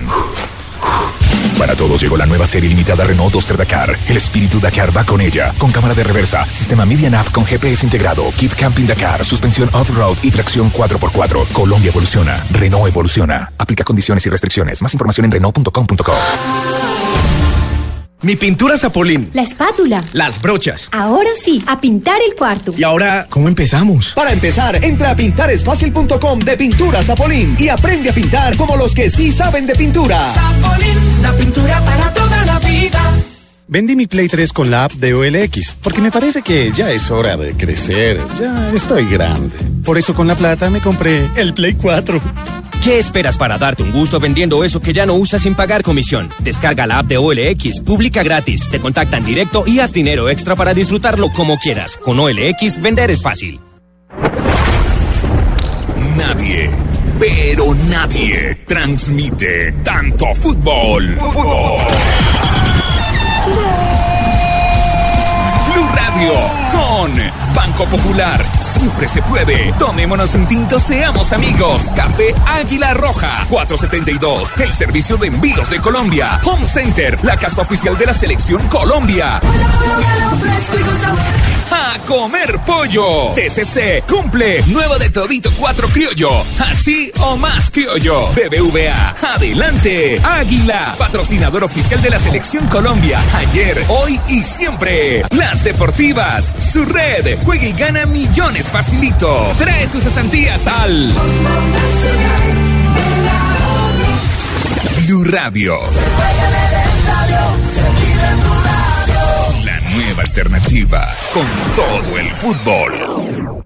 [SPEAKER 29] Para todos llegó la nueva serie limitada Renault Duster Dakar. El espíritu Dakar va con ella, con cámara de reversa, sistema Media Nav con GPS integrado, kit camping Dakar, suspensión off-road y tracción 4x4. Colombia evoluciona, Renault evoluciona. Aplica condiciones y restricciones. Más información en renault.com.co.
[SPEAKER 30] Mi pintura Zapolín.
[SPEAKER 31] La espátula.
[SPEAKER 30] Las brochas.
[SPEAKER 31] Ahora sí, a pintar el cuarto.
[SPEAKER 30] Y ahora, ¿cómo empezamos?
[SPEAKER 22] Para empezar, entra a pintaresfacil.com de Pintura Zapolín y aprende a pintar como los que sí saben de pintura.
[SPEAKER 9] Zapolín, la pintura para toda la vida.
[SPEAKER 10] Vendí mi Play 3 con la app de OLX, porque me parece que ya es hora de crecer, ya estoy grande. Por eso con la plata me compré el Play 4.
[SPEAKER 32] ¿Qué esperas para darte un gusto vendiendo eso que ya no usas sin pagar comisión? Descarga la app de OLX, publica gratis, te contactan directo y haz dinero extra para disfrutarlo como quieras. Con OLX, vender es fácil.
[SPEAKER 27] Nadie, pero nadie transmite tanto fútbol. Blue Radio con Banco Popular. Siempre se puede. Tomémonos un tinto, seamos amigos. Café Águila Roja 472. El servicio de envíos de Colombia. Home Center, la casa oficial de la selección Colombia. A comer pollo. TCC cumple. Nuevo de Todito 4 Criollo. Así o más criollo. BBVA. Adelante. Águila. Patrocinador oficial de la Selección Colombia. Ayer, hoy y siempre. Las Deportivas. Su red. Juega y gana millones facilito. Trae tus cesantías al. Blue Radio. La nueva alternativa con todo el fútbol.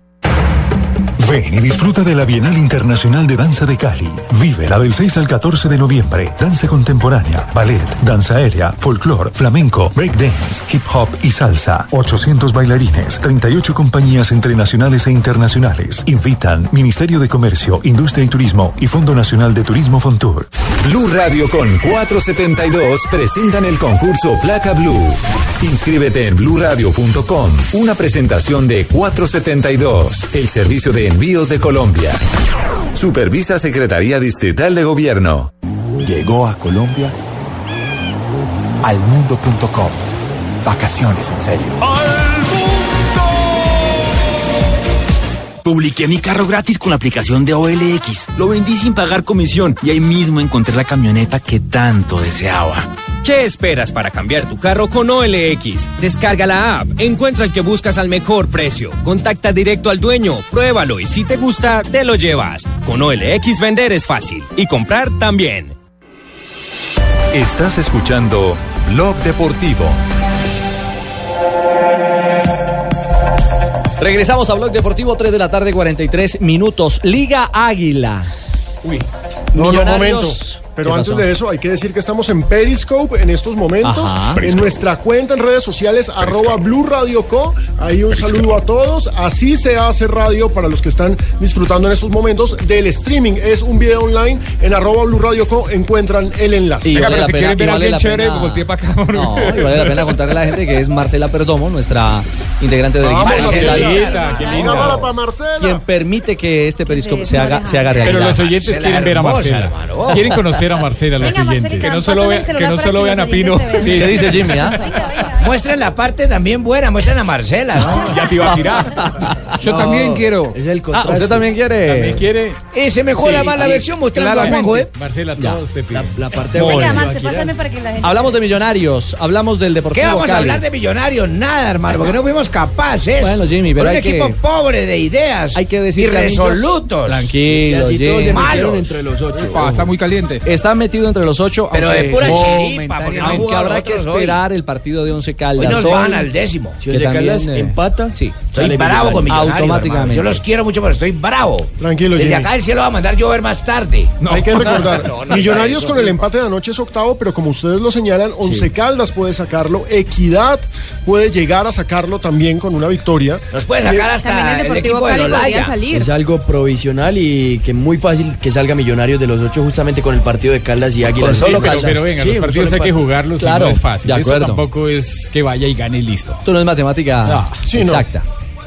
[SPEAKER 33] Ven y disfruta de la Bienal Internacional de Danza de Cali. Vive la del 6 al 14 de noviembre. Danza contemporánea, ballet, danza aérea, folclore, flamenco, breakdance, hip hop y salsa. 800 bailarines, 38 compañías entre nacionales e internacionales. Invitan Ministerio de Comercio, Industria y Turismo y Fondo Nacional de Turismo Fontur.
[SPEAKER 27] Blue Radio con 472 presentan el concurso Placa Blue. Inscríbete en bluradio.com. Una presentación de 472, el servicio de envíos de Colombia. Supervisa Secretaría Distrital de Gobierno.
[SPEAKER 3] Llegó a Colombia almundo.com. Vacaciones en serio.
[SPEAKER 27] ¡Al mundo!
[SPEAKER 32] Publiqué mi carro gratis con la aplicación de OLX. Lo vendí sin pagar comisión y ahí mismo encontré la camioneta que tanto deseaba.
[SPEAKER 34] ¿Qué esperas para cambiar tu carro con OLX? Descarga la app, encuentra el que buscas al mejor precio, contacta directo al dueño, pruébalo y si te gusta, te lo llevas. Con OLX vender es fácil y comprar también.
[SPEAKER 3] Estás escuchando Blog Deportivo.
[SPEAKER 9] Regresamos a Blog Deportivo, 3 de la tarde, 43 minutos. Liga Águila. Uy.
[SPEAKER 7] No, no, momento. Pero antes de eso hay que decir que estamos en Periscope en estos momentos,
[SPEAKER 9] Ajá.
[SPEAKER 7] en
[SPEAKER 9] Periscope.
[SPEAKER 7] nuestra cuenta en redes sociales, arroba Blue Radio Co. Ahí un saludo a todos. Así se hace radio para los que están disfrutando en estos momentos del streaming. Es un video online en arroba Blue Radio Co. Encuentran el enlace.
[SPEAKER 9] Y Venga, vale pero la si pena, quieren ver y a vale alguien la chévere, pues, pena. voltee
[SPEAKER 7] para acá.
[SPEAKER 9] No, y vale la pena contarle a la gente que es Marcela Perdomo, nuestra integrante
[SPEAKER 21] Ah,
[SPEAKER 9] del equipo.
[SPEAKER 7] Marcelita, qué linda. Cámara para Marcela.
[SPEAKER 9] Quien permite que este periscope se haga, se haga realidad.
[SPEAKER 21] Pero los oyentes quieren ver a Marcela. Quieren conocer a Marcela, los
[SPEAKER 9] Venga,
[SPEAKER 21] oyentes.
[SPEAKER 9] Marcelita,
[SPEAKER 21] que no solo,
[SPEAKER 9] pásame
[SPEAKER 21] vean-
[SPEAKER 9] el
[SPEAKER 21] que
[SPEAKER 9] celular
[SPEAKER 21] no
[SPEAKER 9] para
[SPEAKER 21] solo
[SPEAKER 9] que
[SPEAKER 21] vean
[SPEAKER 9] los
[SPEAKER 21] a Pino.
[SPEAKER 9] oyentes se vean. ¿Qué dice Jimmy, ah?
[SPEAKER 22] Muestren la parte también buena, muestren a Marcela, ¿no?
[SPEAKER 21] Ya te iba a tirar.
[SPEAKER 9] Yo también
[SPEAKER 22] quiero. Es el
[SPEAKER 9] Ah, usted también quiere.
[SPEAKER 21] También quiere.
[SPEAKER 22] Y se mejora
[SPEAKER 9] Sí,
[SPEAKER 22] más la
[SPEAKER 9] ahí,
[SPEAKER 22] versión mostrando a
[SPEAKER 9] claramente.
[SPEAKER 22] Juanjo, ¿eh?
[SPEAKER 21] Marcela, todos te piden.
[SPEAKER 22] La, parte
[SPEAKER 9] Muy buena. bien.
[SPEAKER 35] Marce, pásame para que la gente.
[SPEAKER 9] Hablamos de millonarios, hablamos del deportivo.
[SPEAKER 22] ¿Qué vamos a
[SPEAKER 9] Cali.
[SPEAKER 22] hablar de millonarios? Nada, hermano, porque no fuimos capaces.
[SPEAKER 9] Bueno, Jimmy, pero
[SPEAKER 22] Por un
[SPEAKER 9] hay
[SPEAKER 22] equipo
[SPEAKER 9] que-
[SPEAKER 22] pobre de ideas.
[SPEAKER 9] Hay que decir
[SPEAKER 22] Irresolutos.
[SPEAKER 9] Tranquilo, Jimmy.
[SPEAKER 22] los ocho.
[SPEAKER 9] está muy caliente. Está metido entre los ocho.
[SPEAKER 22] Pero de
[SPEAKER 9] aunque-
[SPEAKER 22] pura chiripa, porque no
[SPEAKER 9] Aunque
[SPEAKER 22] jugaron
[SPEAKER 9] habrá que
[SPEAKER 22] otros hoy.
[SPEAKER 9] esperar el partido de Once Caldas.
[SPEAKER 22] Hoy nos van al décimo.
[SPEAKER 9] que eh,
[SPEAKER 22] Si Once Caldas
[SPEAKER 9] empata, sí.
[SPEAKER 22] Estoy bravo con millonarios. hermano.
[SPEAKER 9] Automáticamente.
[SPEAKER 22] Yo los quiero mucho, pero estoy bravo.
[SPEAKER 7] Tranquilo,
[SPEAKER 22] Desde
[SPEAKER 7] Jimmy.
[SPEAKER 22] acá el cielo va a mandar llover más tarde.
[SPEAKER 7] Hay que recordar,
[SPEAKER 22] No, no,
[SPEAKER 7] Millonarios
[SPEAKER 22] no,
[SPEAKER 7] con el em- empate de anoche es octavo, pero como ustedes lo señalan, Once Caldas puede sacarlo, Equidad puede llegar a sacarlo también con una victoria.
[SPEAKER 22] Nos puede sacar hasta También
[SPEAKER 7] Ah,
[SPEAKER 22] el el Deportivo equipo de Cali podría Lolaya. salir.
[SPEAKER 19] Es algo provisional y que muy fácil que salga Millonarios de los ocho justamente con el partido de Caldas y Águilas.
[SPEAKER 21] Con solo
[SPEAKER 19] Caldas.
[SPEAKER 21] pero, pero venga,
[SPEAKER 19] Sí,
[SPEAKER 21] los
[SPEAKER 19] un
[SPEAKER 21] partidos
[SPEAKER 19] solo
[SPEAKER 21] hay que
[SPEAKER 19] empate.
[SPEAKER 21] jugarlos y no es fácil.
[SPEAKER 9] de
[SPEAKER 21] Eso
[SPEAKER 9] acuerdo.
[SPEAKER 21] tampoco es que vaya y gane y listo.
[SPEAKER 9] Esto no es matemática Ah,
[SPEAKER 21] sí, no.
[SPEAKER 9] exacta.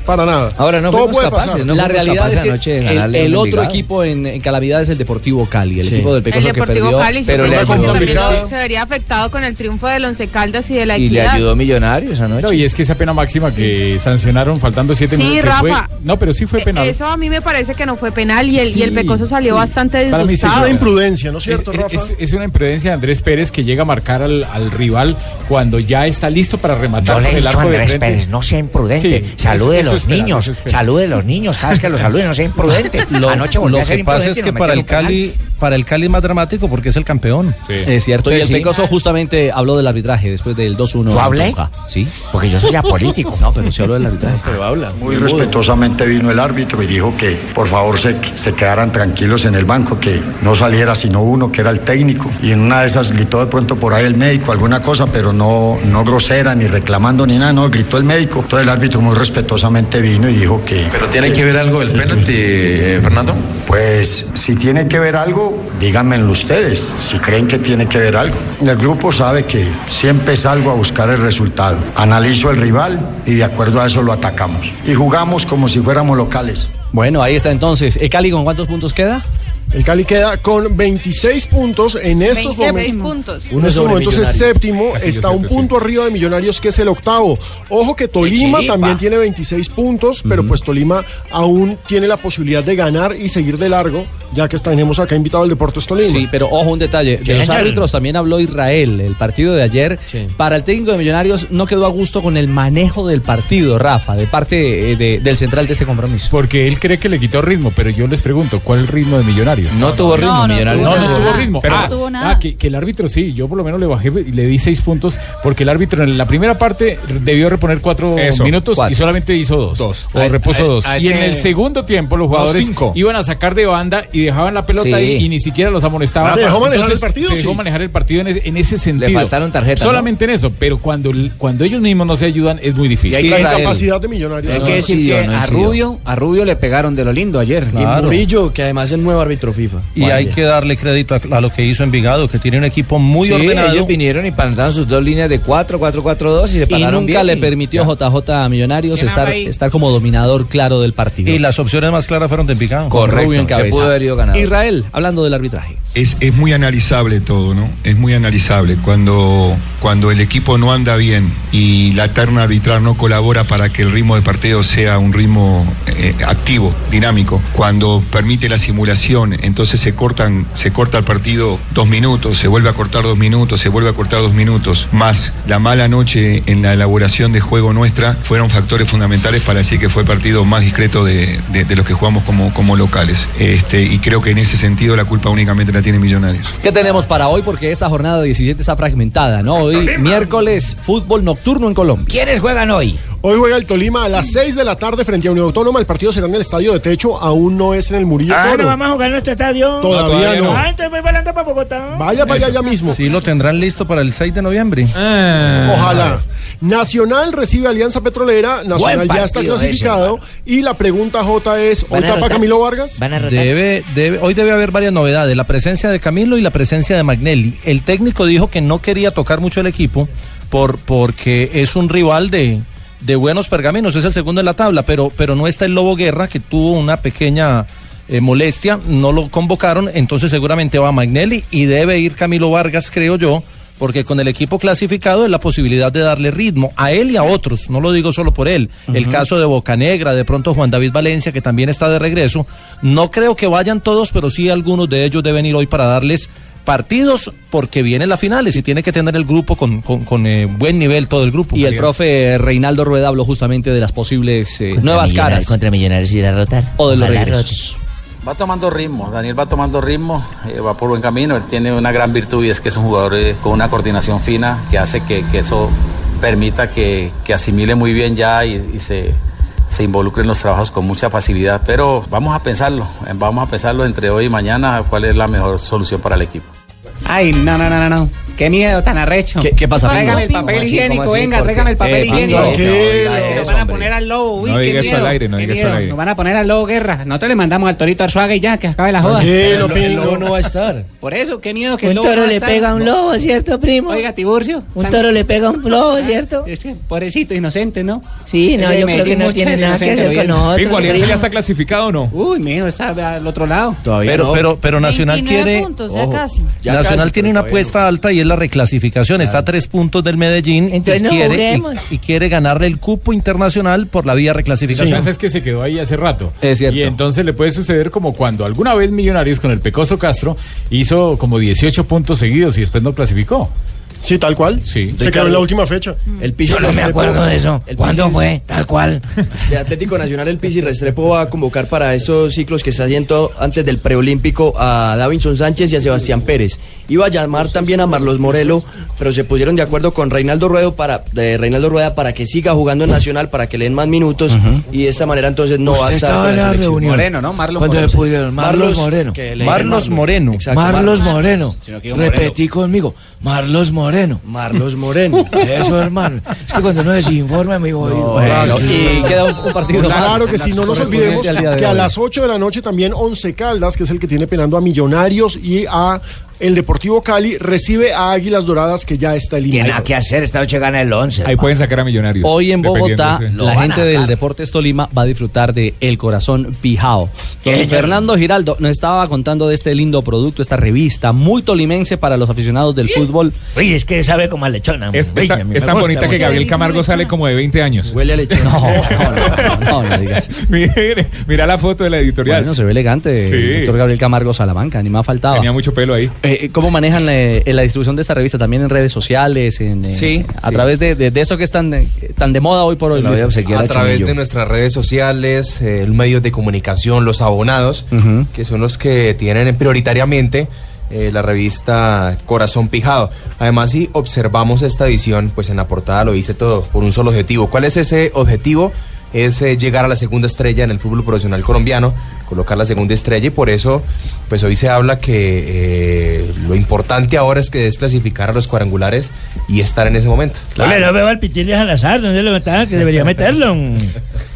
[SPEAKER 7] Para nada.
[SPEAKER 9] Ahora
[SPEAKER 21] no fuimos capaces, no
[SPEAKER 9] la
[SPEAKER 21] fuimos
[SPEAKER 9] realidad
[SPEAKER 21] capaces
[SPEAKER 9] es que
[SPEAKER 21] anoche de
[SPEAKER 9] el,
[SPEAKER 21] ganarle a
[SPEAKER 9] el
[SPEAKER 21] un
[SPEAKER 9] otro
[SPEAKER 21] Envigado.
[SPEAKER 9] equipo en, en Calamidad es el Deportivo Cali, el equipo del
[SPEAKER 35] El
[SPEAKER 9] Pecoso que
[SPEAKER 35] Deportivo
[SPEAKER 9] perdió.
[SPEAKER 35] Cali
[SPEAKER 9] pero le
[SPEAKER 35] seguramente
[SPEAKER 9] ayudó.
[SPEAKER 35] también se- se vería afectado con el triunfo del Once Caldas y de la Equidad. E-,
[SPEAKER 21] Millonarios anoche. No, y es que esa pena máxima que sancionaron faltando siete
[SPEAKER 35] Sí,
[SPEAKER 21] minutos. que fue-
[SPEAKER 35] Rafa. E-
[SPEAKER 21] no, pero sí fue penal.
[SPEAKER 35] Eso a mí me parece que no fue penal y el, y el
[SPEAKER 21] Sí,
[SPEAKER 35] Pecoso salió
[SPEAKER 21] sí.
[SPEAKER 35] bastante
[SPEAKER 21] Para mí sí
[SPEAKER 35] disgustado.
[SPEAKER 7] imprudencia, ¿no es
[SPEAKER 21] cierto, Rafa? Es, es una imprudencia de Andrés Pérez que llega a marcar al, al rival cuando ya está listo para rematar
[SPEAKER 22] Yo
[SPEAKER 21] con
[SPEAKER 22] le he
[SPEAKER 21] el
[SPEAKER 22] dicho
[SPEAKER 21] arco
[SPEAKER 22] a
[SPEAKER 21] de
[SPEAKER 22] Andrés
[SPEAKER 21] frente.
[SPEAKER 22] Pérez, no sea imprudente.
[SPEAKER 21] Sí,
[SPEAKER 22] salude a
[SPEAKER 21] eso- eso
[SPEAKER 22] los
[SPEAKER 21] espera,
[SPEAKER 22] niños,
[SPEAKER 21] eso espera.
[SPEAKER 22] salude a los niños, cada vez que los salude, no sea imprudente.
[SPEAKER 5] Lo,
[SPEAKER 22] Anoche volvió
[SPEAKER 5] lo
[SPEAKER 22] a ser
[SPEAKER 5] que pasa es
[SPEAKER 22] imprudente. y
[SPEAKER 5] que
[SPEAKER 22] nos
[SPEAKER 5] para el
[SPEAKER 22] metieron un penal.
[SPEAKER 5] Cali, para el Cali es más dramático porque es el campeón.
[SPEAKER 9] Es cierto, y el
[SPEAKER 5] Sí, sí.
[SPEAKER 9] Pecoso justamente habló del arbitraje después del 2-1.
[SPEAKER 5] ¿Yo hablé?
[SPEAKER 9] Toluca. Sí.
[SPEAKER 22] Porque yo soy apolítico.
[SPEAKER 9] No, pero se habló del arbitraje. Pero
[SPEAKER 19] habla.
[SPEAKER 13] Muy respetuosamente vino el árbitro y dijo que por favor se, se quedaran tranquilos en el banco, que no saliera sino uno, que era el técnico. Y en una de esas gritó de pronto por ahí el médico alguna cosa, pero no, no grosera, ni reclamando, ni nada, no, gritó el médico. Entonces el árbitro muy respetuosamente vino y dijo que...
[SPEAKER 36] Pero tiene que ver algo del penalti, eh, Fernando.
[SPEAKER 13] Pues si tiene que ver algo, díganmelo ustedes, si creen que tiene que ver algo. El grupo sabe que siempre salgo a buscar el resultado. Analizo el rival y de acuerdo a eso lo atacamos. Y jugamos como si fuéramos locales.
[SPEAKER 9] Bueno, ahí está entonces. ¿El Cali con cuántos puntos queda?
[SPEAKER 7] El Cali queda con 26 puntos en estos
[SPEAKER 35] 26
[SPEAKER 7] momentos.
[SPEAKER 35] puntos.
[SPEAKER 7] En estos
[SPEAKER 13] sobre
[SPEAKER 7] momentos es
[SPEAKER 13] Millonarios.
[SPEAKER 7] séptimo,
[SPEAKER 13] Casi
[SPEAKER 7] está un
[SPEAKER 13] 200,
[SPEAKER 7] punto arriba de Millonarios, que es el octavo. Ojo que Tolima
[SPEAKER 13] chiripa.
[SPEAKER 7] también tiene 26 puntos, pero pues Tolima aún tiene la posibilidad de ganar y seguir de largo, ya que tenemos acá invitado al Deportes Tolima.
[SPEAKER 9] Sí, pero ojo un detalle. De los
[SPEAKER 7] genial.
[SPEAKER 9] árbitros también habló Israel el partido de ayer. Para el técnico de Millonarios no quedó a gusto con el manejo del partido, Rafa, de parte eh, de- del central de este compromiso.
[SPEAKER 21] Porque él cree que le quitó ritmo, pero yo les pregunto, ¿cuál es el ritmo de Millonarios?
[SPEAKER 5] No tuvo ritmo,
[SPEAKER 21] no,
[SPEAKER 5] Millonarios.
[SPEAKER 21] No, no
[SPEAKER 5] nada.
[SPEAKER 21] tuvo ritmo.
[SPEAKER 5] Pero-
[SPEAKER 21] ah,
[SPEAKER 5] No tuvo
[SPEAKER 21] ah, que, que el árbitro sí, yo por lo menos le bajé y le di seis puntos, porque el árbitro en la primera parte debió reponer cuatro
[SPEAKER 5] Eso,
[SPEAKER 21] minutos
[SPEAKER 5] cuatro.
[SPEAKER 21] y solamente hizo dos. O
[SPEAKER 5] A-
[SPEAKER 21] repuso
[SPEAKER 5] a-
[SPEAKER 21] dos.
[SPEAKER 5] a
[SPEAKER 21] y
[SPEAKER 5] ese-
[SPEAKER 21] en el segundo tiempo los jugadores
[SPEAKER 5] cinco.
[SPEAKER 21] iban a sacar de banda y dejaban la pelota
[SPEAKER 5] Sí.
[SPEAKER 21] ahí y ni siquiera los amonestaban.
[SPEAKER 5] Ah, ¿Se dejó
[SPEAKER 7] manejar
[SPEAKER 21] Entonces,
[SPEAKER 7] el partido?
[SPEAKER 21] Se dejó
[SPEAKER 7] Sí.
[SPEAKER 21] manejar el partido en ese, en ese sentido.
[SPEAKER 5] faltaron tarjetas, ¿no?
[SPEAKER 21] Solamente en eso, pero cuando, cuando ellos mismos no se ayudan es muy difícil.
[SPEAKER 7] la incapacidad de Millonarios.
[SPEAKER 19] Hay que decir que a Rubio, a Rubio le pegaron de lo lindo ayer. Y
[SPEAKER 5] Claro.
[SPEAKER 19] Murillo, que además es nuevo árbitro FIFA.
[SPEAKER 5] Y hay que darle crédito a, a lo que hizo Envigado, que tiene un equipo muy
[SPEAKER 19] Sí,
[SPEAKER 5] ordenado.
[SPEAKER 19] ellos
[SPEAKER 5] vinieron y plantaron sus dos líneas de 4, 4, 4, 2
[SPEAKER 9] Y nunca le permitió JJ a Millonarios
[SPEAKER 5] ¿Quién
[SPEAKER 9] estar,
[SPEAKER 5] habla ahí?
[SPEAKER 9] estar como dominador claro del partido.
[SPEAKER 5] Y las opciones más claras fueron de Envigado.
[SPEAKER 9] Rubio en cabeza. Israel, hablando del arbitraje.
[SPEAKER 18] Es, es muy analizable todo, ¿no? Es muy analizable. Cuando, cuando el equipo no anda bien y la terna arbitral no colabora para que el ritmo de partido sea un ritmo eh, eh, activo, dinámico. Cuando permite la simulación, entonces se cortan, se corta el partido dos minutos, se vuelve a cortar dos minutos, se vuelve a cortar dos minutos. Más la mala noche en la elaboración de juego nuestra fueron factores fundamentales para decir que fue el partido más discreto de, de- de los que jugamos como, como locales. Este, y creo que en ese sentido la culpa únicamente la tiene Millonarios.
[SPEAKER 9] ¿Qué tenemos para hoy? Porque esta jornada 17 está fragmentada, ¿no? Hoy, miércoles, fútbol nocturno en Colombia.
[SPEAKER 11] ¿Quiénes juegan hoy?
[SPEAKER 7] Hoy juega el Tolima a las 6 de la tarde frente a Unión Autónoma. El partido será en el estadio de techo, aún no es en el Murillo
[SPEAKER 22] Ah,
[SPEAKER 7] Toro.
[SPEAKER 22] no vamos a jugar en nuestro estadio.
[SPEAKER 7] Todavía No, todavía no. no.
[SPEAKER 22] Ah, entonces voy volando para Bogotá.
[SPEAKER 7] Vaya para allá ya mismo.
[SPEAKER 5] Sí, lo tendrán listo para el 6 de noviembre.
[SPEAKER 9] Ah,
[SPEAKER 7] Ah. Ojalá. Nacional recibe a Alianza Petrolera, Nacional ya está
[SPEAKER 5] partido ese,
[SPEAKER 7] clasificado. y la pregunta J es, ¿hoy
[SPEAKER 5] ¿Van a
[SPEAKER 7] tapa
[SPEAKER 5] rotar?
[SPEAKER 7] Camilo Vargas?
[SPEAKER 5] Debe, debe, hoy debe haber varias novedades, la presencia de Camilo y la presencia de Magnelli. El técnico dijo que no quería tocar mucho el equipo por, porque es un rival de, de buenos pergaminos, es el segundo en la tabla, pero, pero no está el Lobo Guerra, que tuvo una pequeña eh, molestia, no lo convocaron, entonces seguramente va Magnelli y debe ir Camilo Vargas, creo yo. Porque con el equipo clasificado es la posibilidad de darle ritmo a él y a otros, no lo digo solo por él. El caso de Bocanegra, de pronto Juan David Valencia, que también está de regreso. No creo que vayan todos, pero sí algunos de ellos deben ir hoy para darles partidos porque vienen las finales y tiene que tener el grupo con, con- con, eh, buen nivel todo el grupo.
[SPEAKER 9] Y el profe Reinaldo Rueda habló justamente de las posibles eh, nuevas
[SPEAKER 11] Millonar-
[SPEAKER 9] caras.
[SPEAKER 11] Contra Millonarios irá a rotar.
[SPEAKER 9] O de los
[SPEAKER 11] Ojalá
[SPEAKER 9] regresos.
[SPEAKER 11] rote.
[SPEAKER 37] Va tomando ritmo, Daniel va tomando ritmo, eh, va por buen camino, él tiene una gran virtud y es que es un jugador eh, con una coordinación fina que hace que, que eso permita que, que asimile muy bien ya y, y se, se involucre en los trabajos con mucha facilidad. Pero vamos a pensarlo, eh, vamos a pensarlo entre hoy y mañana cuál es la mejor solución para el equipo.
[SPEAKER 8] Ay, no, no, no, no, no. Qué miedo tan arrecho. ¿Qué,
[SPEAKER 37] pasa, Pingo?
[SPEAKER 8] Tráigame el
[SPEAKER 37] ¿Cómo
[SPEAKER 8] papel
[SPEAKER 37] así?
[SPEAKER 8] higiénico,
[SPEAKER 37] ¿Cómo así?
[SPEAKER 8] venga,
[SPEAKER 37] ¿Por
[SPEAKER 8] tráigame
[SPEAKER 37] qué?
[SPEAKER 8] el papel
[SPEAKER 37] Eh, Pingo,
[SPEAKER 8] higiénico.
[SPEAKER 37] no, Tranquilo.
[SPEAKER 8] Ay,
[SPEAKER 37] no,
[SPEAKER 8] Nos van a
[SPEAKER 37] hombre.
[SPEAKER 8] poner al lobo, uy,
[SPEAKER 37] No
[SPEAKER 8] qué
[SPEAKER 37] diga eso
[SPEAKER 8] miedo,
[SPEAKER 37] al aire, no
[SPEAKER 8] qué
[SPEAKER 37] diga eso al
[SPEAKER 8] miedo.
[SPEAKER 37] aire.
[SPEAKER 8] Nos van a poner al lobo guerra. Nosotros le mandamos al torito Arzuaga y ya, que acabe la joda.
[SPEAKER 19] Tranquilo,
[SPEAKER 8] El- el-
[SPEAKER 19] Pingo, no va a estar.
[SPEAKER 8] Por eso, qué miedo que
[SPEAKER 19] Un
[SPEAKER 8] el lobo
[SPEAKER 19] toro
[SPEAKER 8] no va a
[SPEAKER 19] le
[SPEAKER 8] estar.
[SPEAKER 19] pega a un
[SPEAKER 8] No.
[SPEAKER 19] lobo, ¿cierto, primo?
[SPEAKER 8] Oiga, Tiburcio.
[SPEAKER 19] Un
[SPEAKER 8] tan-
[SPEAKER 19] toro le pega a un lobo,
[SPEAKER 8] Ah,
[SPEAKER 19] ¿cierto?
[SPEAKER 8] Es que pobrecito, inocente, ¿no?
[SPEAKER 19] Sí, no, yo creo que no tiene nada que hacer con nosotros,
[SPEAKER 21] Pingo, Alianza
[SPEAKER 8] primo.
[SPEAKER 21] ya está clasificado o no.
[SPEAKER 8] Uy, mío, está al otro lado.
[SPEAKER 5] pero, pero, pero Nacional
[SPEAKER 8] 29
[SPEAKER 5] tiene.
[SPEAKER 8] puntos, ya casi. Ya
[SPEAKER 5] Nacional
[SPEAKER 8] casi,
[SPEAKER 5] tiene
[SPEAKER 8] pero
[SPEAKER 5] una
[SPEAKER 8] todavía
[SPEAKER 5] apuesta alta y es la reclasificación. Está a tres puntos del Medellín
[SPEAKER 8] Entonces
[SPEAKER 5] y,
[SPEAKER 8] no
[SPEAKER 5] quiere,
[SPEAKER 8] juguemos.
[SPEAKER 5] y, y quiere ganarle el cupo internacional por la vía
[SPEAKER 21] Lo que
[SPEAKER 5] reclasificación.
[SPEAKER 21] pasa es que se quedó ahí hace rato. Es cierto. Y entonces le puede suceder como cuando alguna vez Millonarios con el Pecoso Castro hizo como 18 puntos seguidos y después no clasificó.
[SPEAKER 7] Sí, tal cual.
[SPEAKER 21] Sí.
[SPEAKER 7] Se quedó en la última fecha.
[SPEAKER 19] El
[SPEAKER 7] Yo no me acuerdo de eso. ¿Cuándo fue?
[SPEAKER 19] Tal cual. De Atlético Nacional, el Pisi Restrepo va a convocar para esos ciclos que está haciendo antes del preolímpico a Davinson Sánchez y a Sebastián Pérez. Iba a llamar también a Marlos Morelo, pero se pusieron de acuerdo con Reinaldo Rueda para, de Reinaldo Rueda para que siga jugando en Nacional, para que le den más minutos y de esta manera entonces no va a
[SPEAKER 8] Usted
[SPEAKER 19] estar.
[SPEAKER 8] estaba
[SPEAKER 19] con
[SPEAKER 8] en la
[SPEAKER 19] selección.
[SPEAKER 8] reunión. Moreno, ¿no? Marlos Cuando Moreno, le sí. pudieron, Marlos Moreno.
[SPEAKER 19] que le dicen
[SPEAKER 8] Marlos
[SPEAKER 5] Moreno.
[SPEAKER 19] Exacto,
[SPEAKER 8] Marlos
[SPEAKER 19] Moreno.
[SPEAKER 8] Sino que digo Moreno.
[SPEAKER 19] Repetí conmigo. Marlos Moreno. Marlos Moreno.
[SPEAKER 8] Eso,
[SPEAKER 19] hermano. Es que cuando uno desinforma me voy.
[SPEAKER 9] claro, y queda un- un partido más.
[SPEAKER 7] Claro que sí, no nos olvidemos
[SPEAKER 9] Correspondiente al día de
[SPEAKER 7] que a
[SPEAKER 9] hoy.
[SPEAKER 7] las 8 de la noche también Once Caldas, que es el que tiene penando a Millonarios y a el Deportivo Cali, recibe a Águilas Doradas, que ya está
[SPEAKER 11] Tiene
[SPEAKER 7] eliminado.
[SPEAKER 11] nada que hacer, esta noche gana el 11.
[SPEAKER 7] Ahí pueden sacar a Millonarios.
[SPEAKER 9] Hoy en Bogotá,
[SPEAKER 11] Dependiendo, sí.
[SPEAKER 9] la
[SPEAKER 11] Lo van
[SPEAKER 9] gente
[SPEAKER 11] a
[SPEAKER 9] del
[SPEAKER 11] sacar.
[SPEAKER 9] Deportes Tolima va a disfrutar de El Corazón Pijao. Don Fernando Giraldo nos estaba contando de este lindo producto, esta revista muy tolimense para los aficionados del fútbol.
[SPEAKER 38] Oye, es que sabe como a lechona.
[SPEAKER 9] Es,
[SPEAKER 38] Oye, a mí me gusta mucho.
[SPEAKER 21] sale como de 20 años.
[SPEAKER 19] Huele a lechón.
[SPEAKER 21] No,
[SPEAKER 9] no, no, no, digas.
[SPEAKER 21] mire, mira la foto de la editorial.
[SPEAKER 9] Bueno, se ve elegante,
[SPEAKER 21] Sí.
[SPEAKER 9] doctor Gabriel Camargo Salamanca, ni más faltaba.
[SPEAKER 21] Tenía mucho pelo ahí.
[SPEAKER 9] Eh, ¿Cómo manejan la, eh, la distribución de esta revista? ¿También en redes sociales? En, eh,
[SPEAKER 12] Sí,
[SPEAKER 9] A través de, de, de esto que es tan, de- tan de moda hoy por hoy. Luis?
[SPEAKER 12] a través de nuestras redes sociales, eh, medios de comunicación, los abonados, que son los que tienen prioritariamente eh, la revista Corazón Pijado. Además, si observamos esta edición, pues en la portada lo dice todo, por un solo objetivo. ¿Cuál es ese objetivo? Es eh, llegar a la segunda estrella en el fútbol profesional colombiano, colocar la segunda estrella y por eso, pues hoy se habla que eh, lo importante ahora es que desclasificar a los cuadrangulares y estar en ese momento.
[SPEAKER 38] Ole, no veo al pitillas al azar, ¿dónde lo metaron? Que debería meterlo.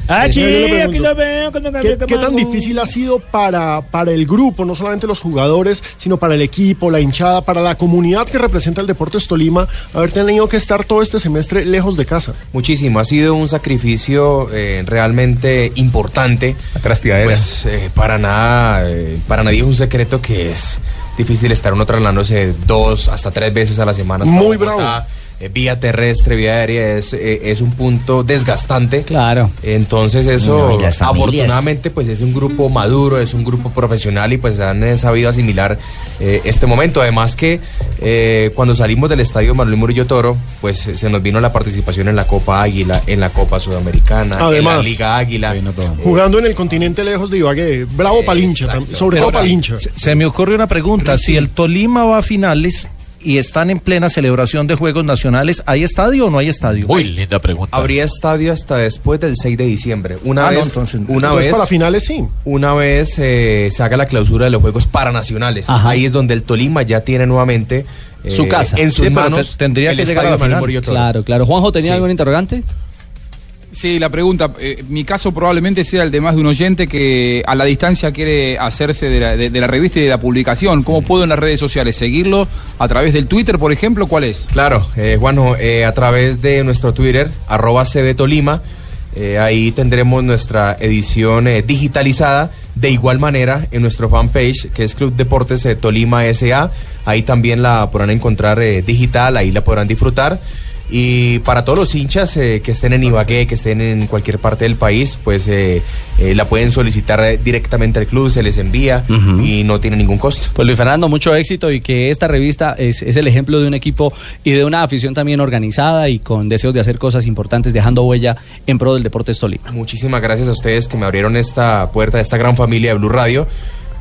[SPEAKER 38] Ah,
[SPEAKER 7] Sí, Este, yo le
[SPEAKER 38] sí,
[SPEAKER 7] pregunto.
[SPEAKER 38] aquí lo veo. Cuando
[SPEAKER 7] ¿Qué,
[SPEAKER 38] cambió
[SPEAKER 7] qué tan difícil ha sido para, para el grupo, no solamente los jugadores, sino para el equipo, la hinchada, para la comunidad que representa el Deportes Tolima, haber tenido que estar todo este semestre lejos de casa?
[SPEAKER 12] Muchísimo, ha sido un sacrificio eh, realmente importante. Pues eh, para nada, eh, para nadie es un secreto que es difícil estar uno trasladándose dos hasta tres veces a la semana. hasta
[SPEAKER 7] Muy
[SPEAKER 12] Bogotá,
[SPEAKER 7] bravo.
[SPEAKER 12] eh, vía terrestre, vía aérea, es, eh, es un punto desgastante. Claro. Entonces eso,
[SPEAKER 39] No, y las familias.
[SPEAKER 12] afortunadamente, pues es un grupo maduro, es un grupo profesional y pues han eh, sabido asimilar eh, este momento. Además que eh, cuando salimos del estadio Marlon Murillo Toro, pues eh, se nos vino la participación en la Copa Águila, en la Copa Sudamericana, en la
[SPEAKER 7] Además.
[SPEAKER 12] Liga Águila.
[SPEAKER 7] Jugando en el continente lejos de Ibagué. Bravo Palincha, tam- sobre todo
[SPEAKER 5] Ahora,
[SPEAKER 7] Palincha.
[SPEAKER 5] Se, se me ocurre una pregunta. Si el Tolima va a finales y están en plena celebración de Juegos Nacionales, ¿hay estadio o no hay estadio?
[SPEAKER 12] Muy
[SPEAKER 5] linda pregunta.
[SPEAKER 12] Habría estadio hasta después del 6 de diciembre. Una
[SPEAKER 5] Ah, no,
[SPEAKER 12] vez,
[SPEAKER 5] entonces,
[SPEAKER 12] una
[SPEAKER 5] entonces
[SPEAKER 12] vez
[SPEAKER 5] para
[SPEAKER 7] finales sí.
[SPEAKER 12] Una vez eh, se haga la clausura de los Juegos Paranacionales. Ahí es donde el Tolima ya tiene nuevamente eh,
[SPEAKER 9] Su casa.
[SPEAKER 12] En sus
[SPEAKER 9] Sí, pero
[SPEAKER 12] manos
[SPEAKER 9] te- tendría
[SPEAKER 12] el
[SPEAKER 9] que llegar
[SPEAKER 12] estadio
[SPEAKER 9] a la
[SPEAKER 12] Manuel
[SPEAKER 9] final.
[SPEAKER 12] Murillo Toro.
[SPEAKER 9] Claro, claro. Juanjo, ¿tenía
[SPEAKER 16] Sí.
[SPEAKER 9] algún interrogante?
[SPEAKER 16] Sí, la pregunta. eh, mi caso probablemente sea el de más de un oyente que a la distancia quiere hacerse de la, de- de la revista y de la publicación. ¿Cómo puedo en las redes sociales seguirlo? ¿A través del Twitter, por ejemplo? ¿Cuál es?
[SPEAKER 12] Claro, eh, Juanjo, eh, a través de nuestro Twitter, arroba CB Tolima, eh, ahí tendremos nuestra edición eh, digitalizada. De igual manera, en nuestro fanpage, que es Club Deportes eh, Tolima S.A., ahí también la podrán encontrar eh, digital, ahí la podrán disfrutar. Y para todos los hinchas eh, que estén en Ibagué, que estén en cualquier parte del país, pues eh, eh, la pueden solicitar eh, directamente al club, se les envía y no tiene ningún costo.
[SPEAKER 9] Pues Luis Fernando, mucho éxito y que esta revista es, es el ejemplo de un equipo y de una afición también organizada y con deseos de hacer cosas importantes, dejando huella en pro del Deportes Tolima.
[SPEAKER 12] Muchísimas gracias a ustedes que me abrieron esta puerta, esta gran familia de Blue Radio.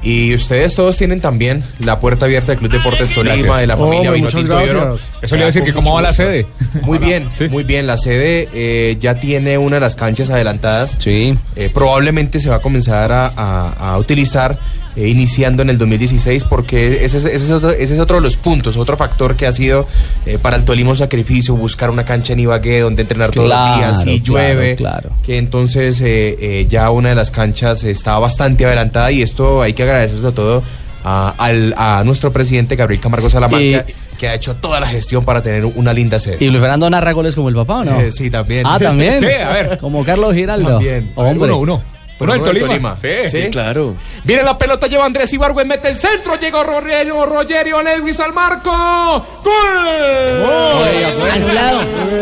[SPEAKER 12] Y ustedes todos tienen también la puerta abierta del Club Deportes Tolima,
[SPEAKER 15] Gracias.
[SPEAKER 12] de la familia
[SPEAKER 15] Hombre,
[SPEAKER 12] Vino
[SPEAKER 15] muchas
[SPEAKER 12] Tinto de Oro.
[SPEAKER 15] gracias. Eso le iba a decir
[SPEAKER 12] Con
[SPEAKER 15] que cómo
[SPEAKER 12] mucho
[SPEAKER 15] va la
[SPEAKER 12] gusto.
[SPEAKER 15] sede.
[SPEAKER 12] Muy bien, muy bien. La sede eh, ya tiene una de las canchas adelantadas. Eh,
[SPEAKER 9] Sí.
[SPEAKER 12] probablemente se va a comenzar a, a- a utilizar eh, iniciando en el 2016 porque ese es, ese, es otro, ese es otro de los puntos, otro factor que ha sido eh, para el Tolima un sacrificio, buscar una cancha en Ibagué donde entrenar todos los días, si
[SPEAKER 9] Claro, claro,
[SPEAKER 12] llueve,
[SPEAKER 9] claro.
[SPEAKER 12] que entonces eh, eh, ya una de las canchas estaba bastante adelantada y esto hay que agradecerlo todo a, al- a nuestro presidente Gabriel Camargo Salamanca, que ha hecho toda la gestión para tener una linda sede.
[SPEAKER 9] ¿Y Luis Fernando narra goles como el papá o no?
[SPEAKER 12] Eh, sí, también.
[SPEAKER 9] Ah, también.
[SPEAKER 12] Sí, a ver.
[SPEAKER 9] Como Carlos Giraldo.
[SPEAKER 12] También. A ver,
[SPEAKER 9] Hombre.
[SPEAKER 12] uno, uno.
[SPEAKER 9] Uno del Tolima. Sí,
[SPEAKER 12] claro. Viene la pelota, lleva Andrés Ibargüen, mete el centro, llegó Rogerio, Rogerio Lewis al marco. ¡Gol!
[SPEAKER 39] Anulado.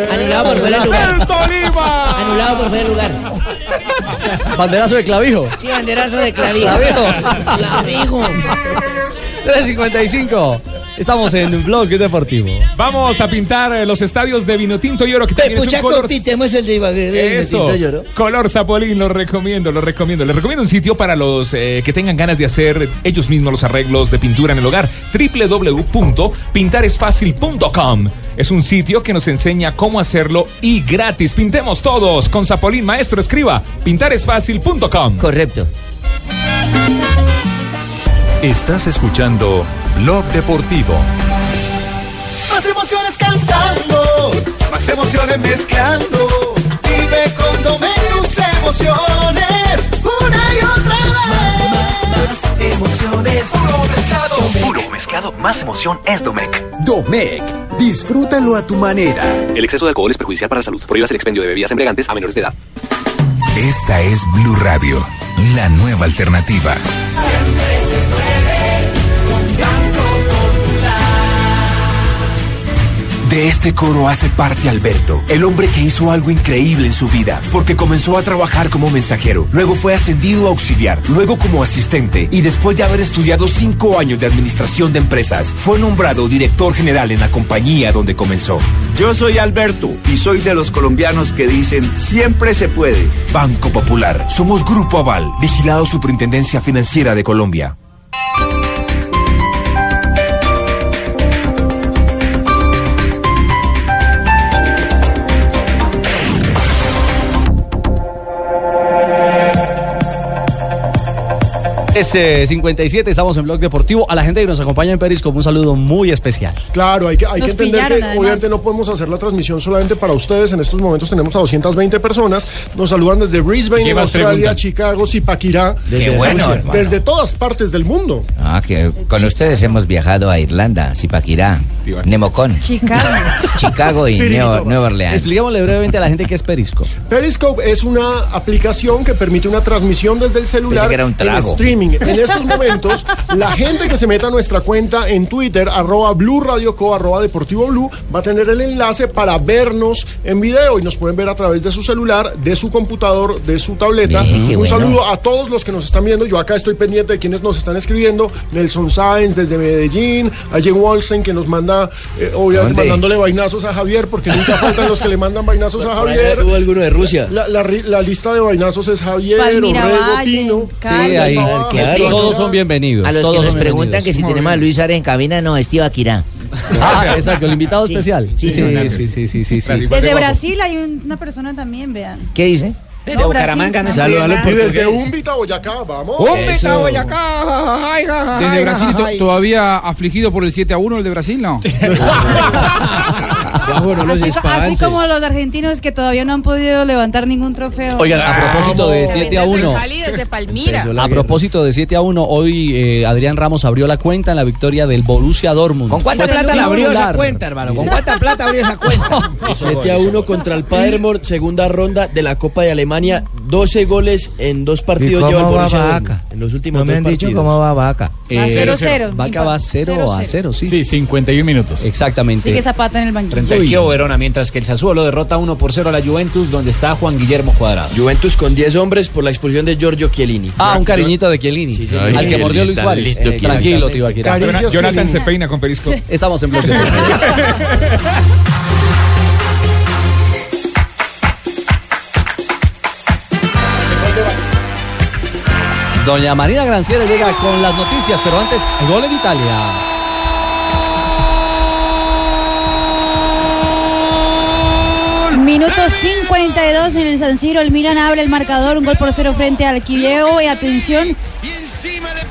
[SPEAKER 39] Anulado por fuera de lugar. Anulado por fuera de lugar.
[SPEAKER 9] Banderazo de clavijo.
[SPEAKER 39] Sí, banderazo de clavijo.
[SPEAKER 9] Clavijo. 3.55. Estamos en un blog deportivo.
[SPEAKER 15] Vamos a pintar eh, los estadios de Vinotinto y Oro que también es un color
[SPEAKER 39] pintemos el de Ibagué. de
[SPEAKER 15] Eso,
[SPEAKER 39] Tinto y Oro.
[SPEAKER 15] color sapolín, lo recomiendo, lo recomiendo. Les recomiendo un sitio para los eh, que tengan ganas de hacer ellos mismos los arreglos de pintura en el hogar. www.pintaresfacil.com Es un sitio que nos enseña cómo hacerlo y gratis. Pintemos todos con sapolín. Maestro, escriba pintaresfacil.com.
[SPEAKER 39] Correcto.
[SPEAKER 3] Estás escuchando Blog Deportivo.
[SPEAKER 4] Más emociones cantando, más emociones mezclando. Vive con Domenus emociones, una y otra vez. Más, más, emociones. Puro mezclado. Puro mezclado, más emoción es Domec.
[SPEAKER 32] Domec, disfrútalo a tu manera.
[SPEAKER 25] El exceso de alcohol es perjudicial para la salud. Prohíbas el expendio de bebidas embriagantes a menores de edad.
[SPEAKER 11] Esta es Blue Radio, la nueva alternativa.
[SPEAKER 32] De este coro hace parte Alberto, el hombre que hizo algo increíble en su vida, porque comenzó a trabajar como mensajero, luego fue ascendido a auxiliar, luego como asistente y después de haber estudiado cinco años de administración de empresas, fue nombrado director general en la compañía donde comenzó.
[SPEAKER 11] Yo soy Alberto y soy de los colombianos que dicen siempre se puede.
[SPEAKER 32] Banco Popular, somos Grupo Aval, vigilado Superintendencia Financiera de Colombia.
[SPEAKER 9] Es eh, 57, estamos en Blog Deportivo. A la gente que nos acompaña en Peris, como un saludo muy especial.
[SPEAKER 7] Claro, hay que, hay
[SPEAKER 9] Nos
[SPEAKER 7] que entender que
[SPEAKER 9] pillaron, además.
[SPEAKER 7] obviamente no podemos hacer la transmisión solamente para ustedes. En estos momentos tenemos a 220 personas. Nos saludan desde Brisbane,
[SPEAKER 11] ¿Qué
[SPEAKER 7] en
[SPEAKER 11] más
[SPEAKER 7] Australia,
[SPEAKER 11] preguntan?
[SPEAKER 7] Chicago, Zipaquirá.
[SPEAKER 11] Qué bueno, hermano.
[SPEAKER 7] desde todas partes del mundo.
[SPEAKER 11] Ah, que con ustedes hemos viajado a Irlanda, Zipaquirá, Nemocón,
[SPEAKER 40] Chicago.
[SPEAKER 11] Chicago y Neo- Nueva Orleans.
[SPEAKER 9] Expliquémosle brevemente a la gente qué es Periscope.
[SPEAKER 7] Periscope es una aplicación que permite una transmisión desde el celular
[SPEAKER 11] Pensé que era un
[SPEAKER 7] en
[SPEAKER 11] trago.
[SPEAKER 7] streaming. streaming. En estos momentos, la gente que se meta a nuestra cuenta en Twitter, arroba Blue Radio Co, arroba Deportivo Blue, va a tener el enlace para vernos en video y nos pueden ver a través de su celular, de su computador, de su tableta.
[SPEAKER 41] Bien, qué
[SPEAKER 7] Un
[SPEAKER 41] bueno.
[SPEAKER 7] saludo a todos los que nos están viendo. Yo acá estoy pendiente de quienes nos están escribiendo. Nelson Sáenz desde Medellín, a Jen Walsen que nos manda, eh,
[SPEAKER 19] ¿Dónde?
[SPEAKER 7] obviamente, mandándole vainazos a Javier, porque nunca faltan los que le mandan vainazos a
[SPEAKER 19] Por ahí
[SPEAKER 7] Javier.
[SPEAKER 19] hubo alguno de Rusia.
[SPEAKER 7] La, la ri- la lista de vainazos es Javier,
[SPEAKER 19] Palmira
[SPEAKER 7] Orrego,
[SPEAKER 19] Valle,
[SPEAKER 7] Tino.
[SPEAKER 9] Sí, ahí,
[SPEAKER 11] claro.
[SPEAKER 9] todos son bienvenidos.
[SPEAKER 11] A los
[SPEAKER 9] todos
[SPEAKER 11] que nos
[SPEAKER 9] son
[SPEAKER 11] preguntan
[SPEAKER 9] bienvenidos.
[SPEAKER 11] que si tenemos a Luis Ara en cabina, no, es tío Akira.
[SPEAKER 9] Ah, exacto, el invitado
[SPEAKER 11] Sí,
[SPEAKER 9] especial.
[SPEAKER 11] sí,
[SPEAKER 9] sí,
[SPEAKER 11] sí,
[SPEAKER 9] sí, sí, sí, sí, sí.
[SPEAKER 14] Desde Brasil hay un- una persona también, vean.
[SPEAKER 11] ¿Qué dice?
[SPEAKER 14] Desde No, Bucaramanga, Brasil. ¿no?
[SPEAKER 7] Saludalo en
[SPEAKER 14] Y desde
[SPEAKER 7] portugués. Úmbita, Boyacá, vamos.
[SPEAKER 14] Úmbita,
[SPEAKER 7] Eso.
[SPEAKER 16] Desde Brasil, to- ¿todavía afligido por el 7 a 1 el de Brasil? No.
[SPEAKER 14] así, así como los argentinos que todavía no han podido levantar ningún trofeo.
[SPEAKER 9] Oigan, a propósito de 7 a 1.
[SPEAKER 42] Cali, desde Palmira.
[SPEAKER 9] A propósito de 7 a 1, hoy eh, Adrián Ramos abrió la cuenta en la victoria del Borussia Dortmund. ¿Con
[SPEAKER 11] ¿Cuánta plata le abrió esa cuenta, hermano? ¿Con cuánta plata abrió esa cuenta?
[SPEAKER 19] 7 a 1 contra el Paderborn, segunda ronda de la Copa de Alemania. 12 goles en dos partidos
[SPEAKER 11] cómo
[SPEAKER 19] lleva el
[SPEAKER 11] va
[SPEAKER 19] Borussia
[SPEAKER 11] Vaca?
[SPEAKER 19] Dortmund, En los últimos
[SPEAKER 11] No me
[SPEAKER 19] dos
[SPEAKER 11] han dicho
[SPEAKER 19] partidos.
[SPEAKER 11] cómo va Vaca.
[SPEAKER 14] Va
[SPEAKER 9] Eh,
[SPEAKER 14] cero, cero.
[SPEAKER 9] Vaca va 0 a 0, sí.
[SPEAKER 8] Sí, 51 minutos.
[SPEAKER 9] Exactamente.
[SPEAKER 14] Sigue Zapata en el banquillo.
[SPEAKER 22] Sergio Verona, mientras que el Sassuolo derrota 1 por 0 a la Juventus, donde está Juan Guillermo Cuadrado.
[SPEAKER 19] Juventus con 10 hombres por la expulsión de Giorgio Chiellini.
[SPEAKER 22] Ah, un cariñito
[SPEAKER 9] de Chiellini.
[SPEAKER 19] Sí, señor.
[SPEAKER 22] Ay,
[SPEAKER 9] Al que mordió Luis
[SPEAKER 22] tan
[SPEAKER 9] Suárez.
[SPEAKER 22] lindo que-
[SPEAKER 9] Tranquilo, Tibaquirá.
[SPEAKER 19] Caricias
[SPEAKER 16] Jonathan
[SPEAKER 19] Chiellini.
[SPEAKER 16] se peina con Perisco.
[SPEAKER 9] Estamos en bloque. Doña Marina Granciera llega con las noticias, pero antes, el gol en Italia.
[SPEAKER 14] Minuto 52 en el San Siro, el Milan abre el marcador, un gol por cero frente al Quilleo y atención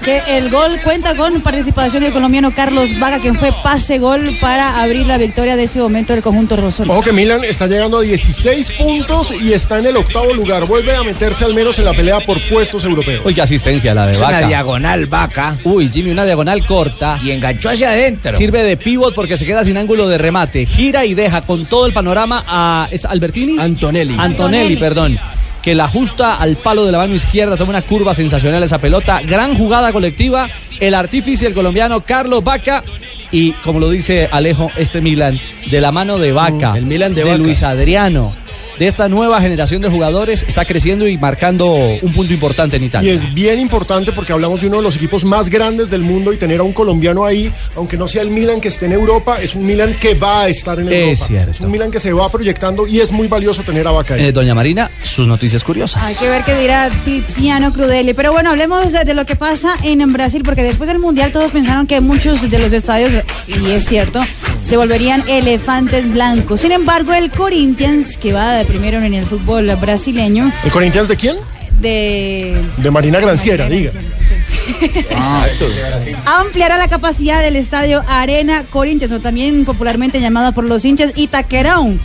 [SPEAKER 14] que el gol cuenta con participación del colombiano Carlos Vaca, quien fue pase gol para abrir la victoria de ese momento del conjunto rosol.
[SPEAKER 7] Ojo que Milan está llegando a 16 puntos y está en el octavo lugar. Vuelve a meterse al menos en la pelea por puestos europeos.
[SPEAKER 9] Uy, qué asistencia la de
[SPEAKER 7] Es una
[SPEAKER 9] Vaca.
[SPEAKER 7] diagonal,
[SPEAKER 9] Vaca. Uy, Jimmy, una diagonal corta. Y enganchó hacia adentro. Sirve de pivot porque se queda sin ángulo de remate. Gira y deja con todo el panorama a... ¿Es Albertini? Antonelli. Antonelli, perdón. Que la ajusta al palo de la mano izquierda. Toma una curva sensacional esa pelota. Gran jugada colectiva. El artífice, el colombiano Carlos Vaca. Y como lo dice Alejo, este Milan, de la mano de Vaca. El Milan de,
[SPEAKER 19] Vaca.
[SPEAKER 9] Luis Adriano. De esta nueva generación de jugadores está creciendo y marcando un punto importante en Italia.
[SPEAKER 7] Y es bien importante porque hablamos de uno de los equipos más grandes del mundo y tener a un colombiano ahí, aunque no sea el Milan que esté en Europa, es un Milan que va a estar en
[SPEAKER 9] Es
[SPEAKER 7] Europa.
[SPEAKER 9] cierto.
[SPEAKER 7] un Milan que se va proyectando y es muy valioso tener a Vaca ahí.
[SPEAKER 9] Eh, doña Marina, sus noticias curiosas.
[SPEAKER 14] Hay que ver qué dirá Tiziano Crudeli. Pero bueno, hablemos de lo que pasa en Brasil, porque después del Mundial todos pensaron que muchos de los estadios, y es cierto, se volverían elefantes blancos. Sin embargo, el Corinthians, que va de primero en el fútbol brasileño,
[SPEAKER 7] ¿El Corinthians de quién?
[SPEAKER 14] de
[SPEAKER 7] De Marina Granciera, diga. Ah,
[SPEAKER 14] ampliará la capacidad del estadio Arena Corinthians, o también popularmente llamada por los hinchas Itaquerão.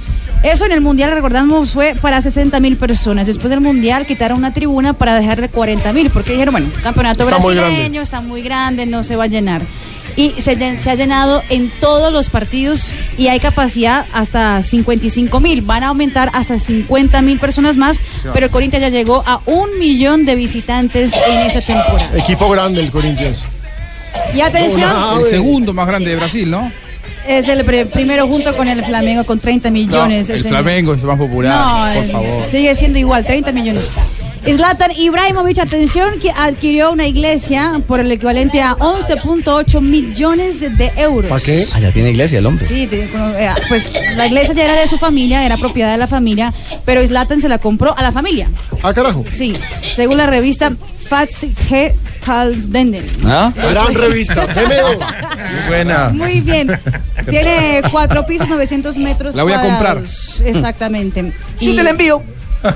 [SPEAKER 14] Eso en el Mundial, recordamos, fue para 60 mil personas. Después del Mundial quitaron una tribuna para dejarle 40 mil, porque dijeron, bueno, campeonato
[SPEAKER 28] Está muy
[SPEAKER 14] brasileño,
[SPEAKER 28] grande.
[SPEAKER 14] está muy grande, no se va a llenar. Y se, llen- se ha llenado en todos los partidos y hay capacidad hasta 55 mil. Van a aumentar hasta 50 mil personas más, pero el Corinthians ya llegó a un millón de visitantes en esta temporada.
[SPEAKER 7] Equipo grande el Corinthians.
[SPEAKER 14] Y atención,
[SPEAKER 16] El segundo más grande de Brasil, ¿no?
[SPEAKER 14] es el pre- primero junto con el Flamengo con 30 millones.
[SPEAKER 16] No, el
[SPEAKER 14] señor.
[SPEAKER 16] Flamengo es más popular,
[SPEAKER 14] No,
[SPEAKER 16] por
[SPEAKER 14] eh,
[SPEAKER 16] favor.
[SPEAKER 14] sigue siendo igual, 30 millones. Zlatan Ibrahimovic, atención, que adquirió una iglesia por el equivalente a 11.8 millones de euros.
[SPEAKER 9] Ah, ya tiene iglesia el hombre.
[SPEAKER 14] Sí, te- con- eh, pues la iglesia ya era de su familia, era propiedad de la familia, pero Zlatan se la compró a la familia.
[SPEAKER 7] Ah, carajo.
[SPEAKER 14] Sí, según la revista Fats G. Talsdenden.
[SPEAKER 9] ¿Ah?
[SPEAKER 7] Gran revista, deme dos.
[SPEAKER 5] Buena.
[SPEAKER 14] Muy bien. Tiene cuatro pisos, 900 metros.
[SPEAKER 5] La voy a
[SPEAKER 14] cuadrados. Exactamente.
[SPEAKER 11] Sí, te la
[SPEAKER 14] envío.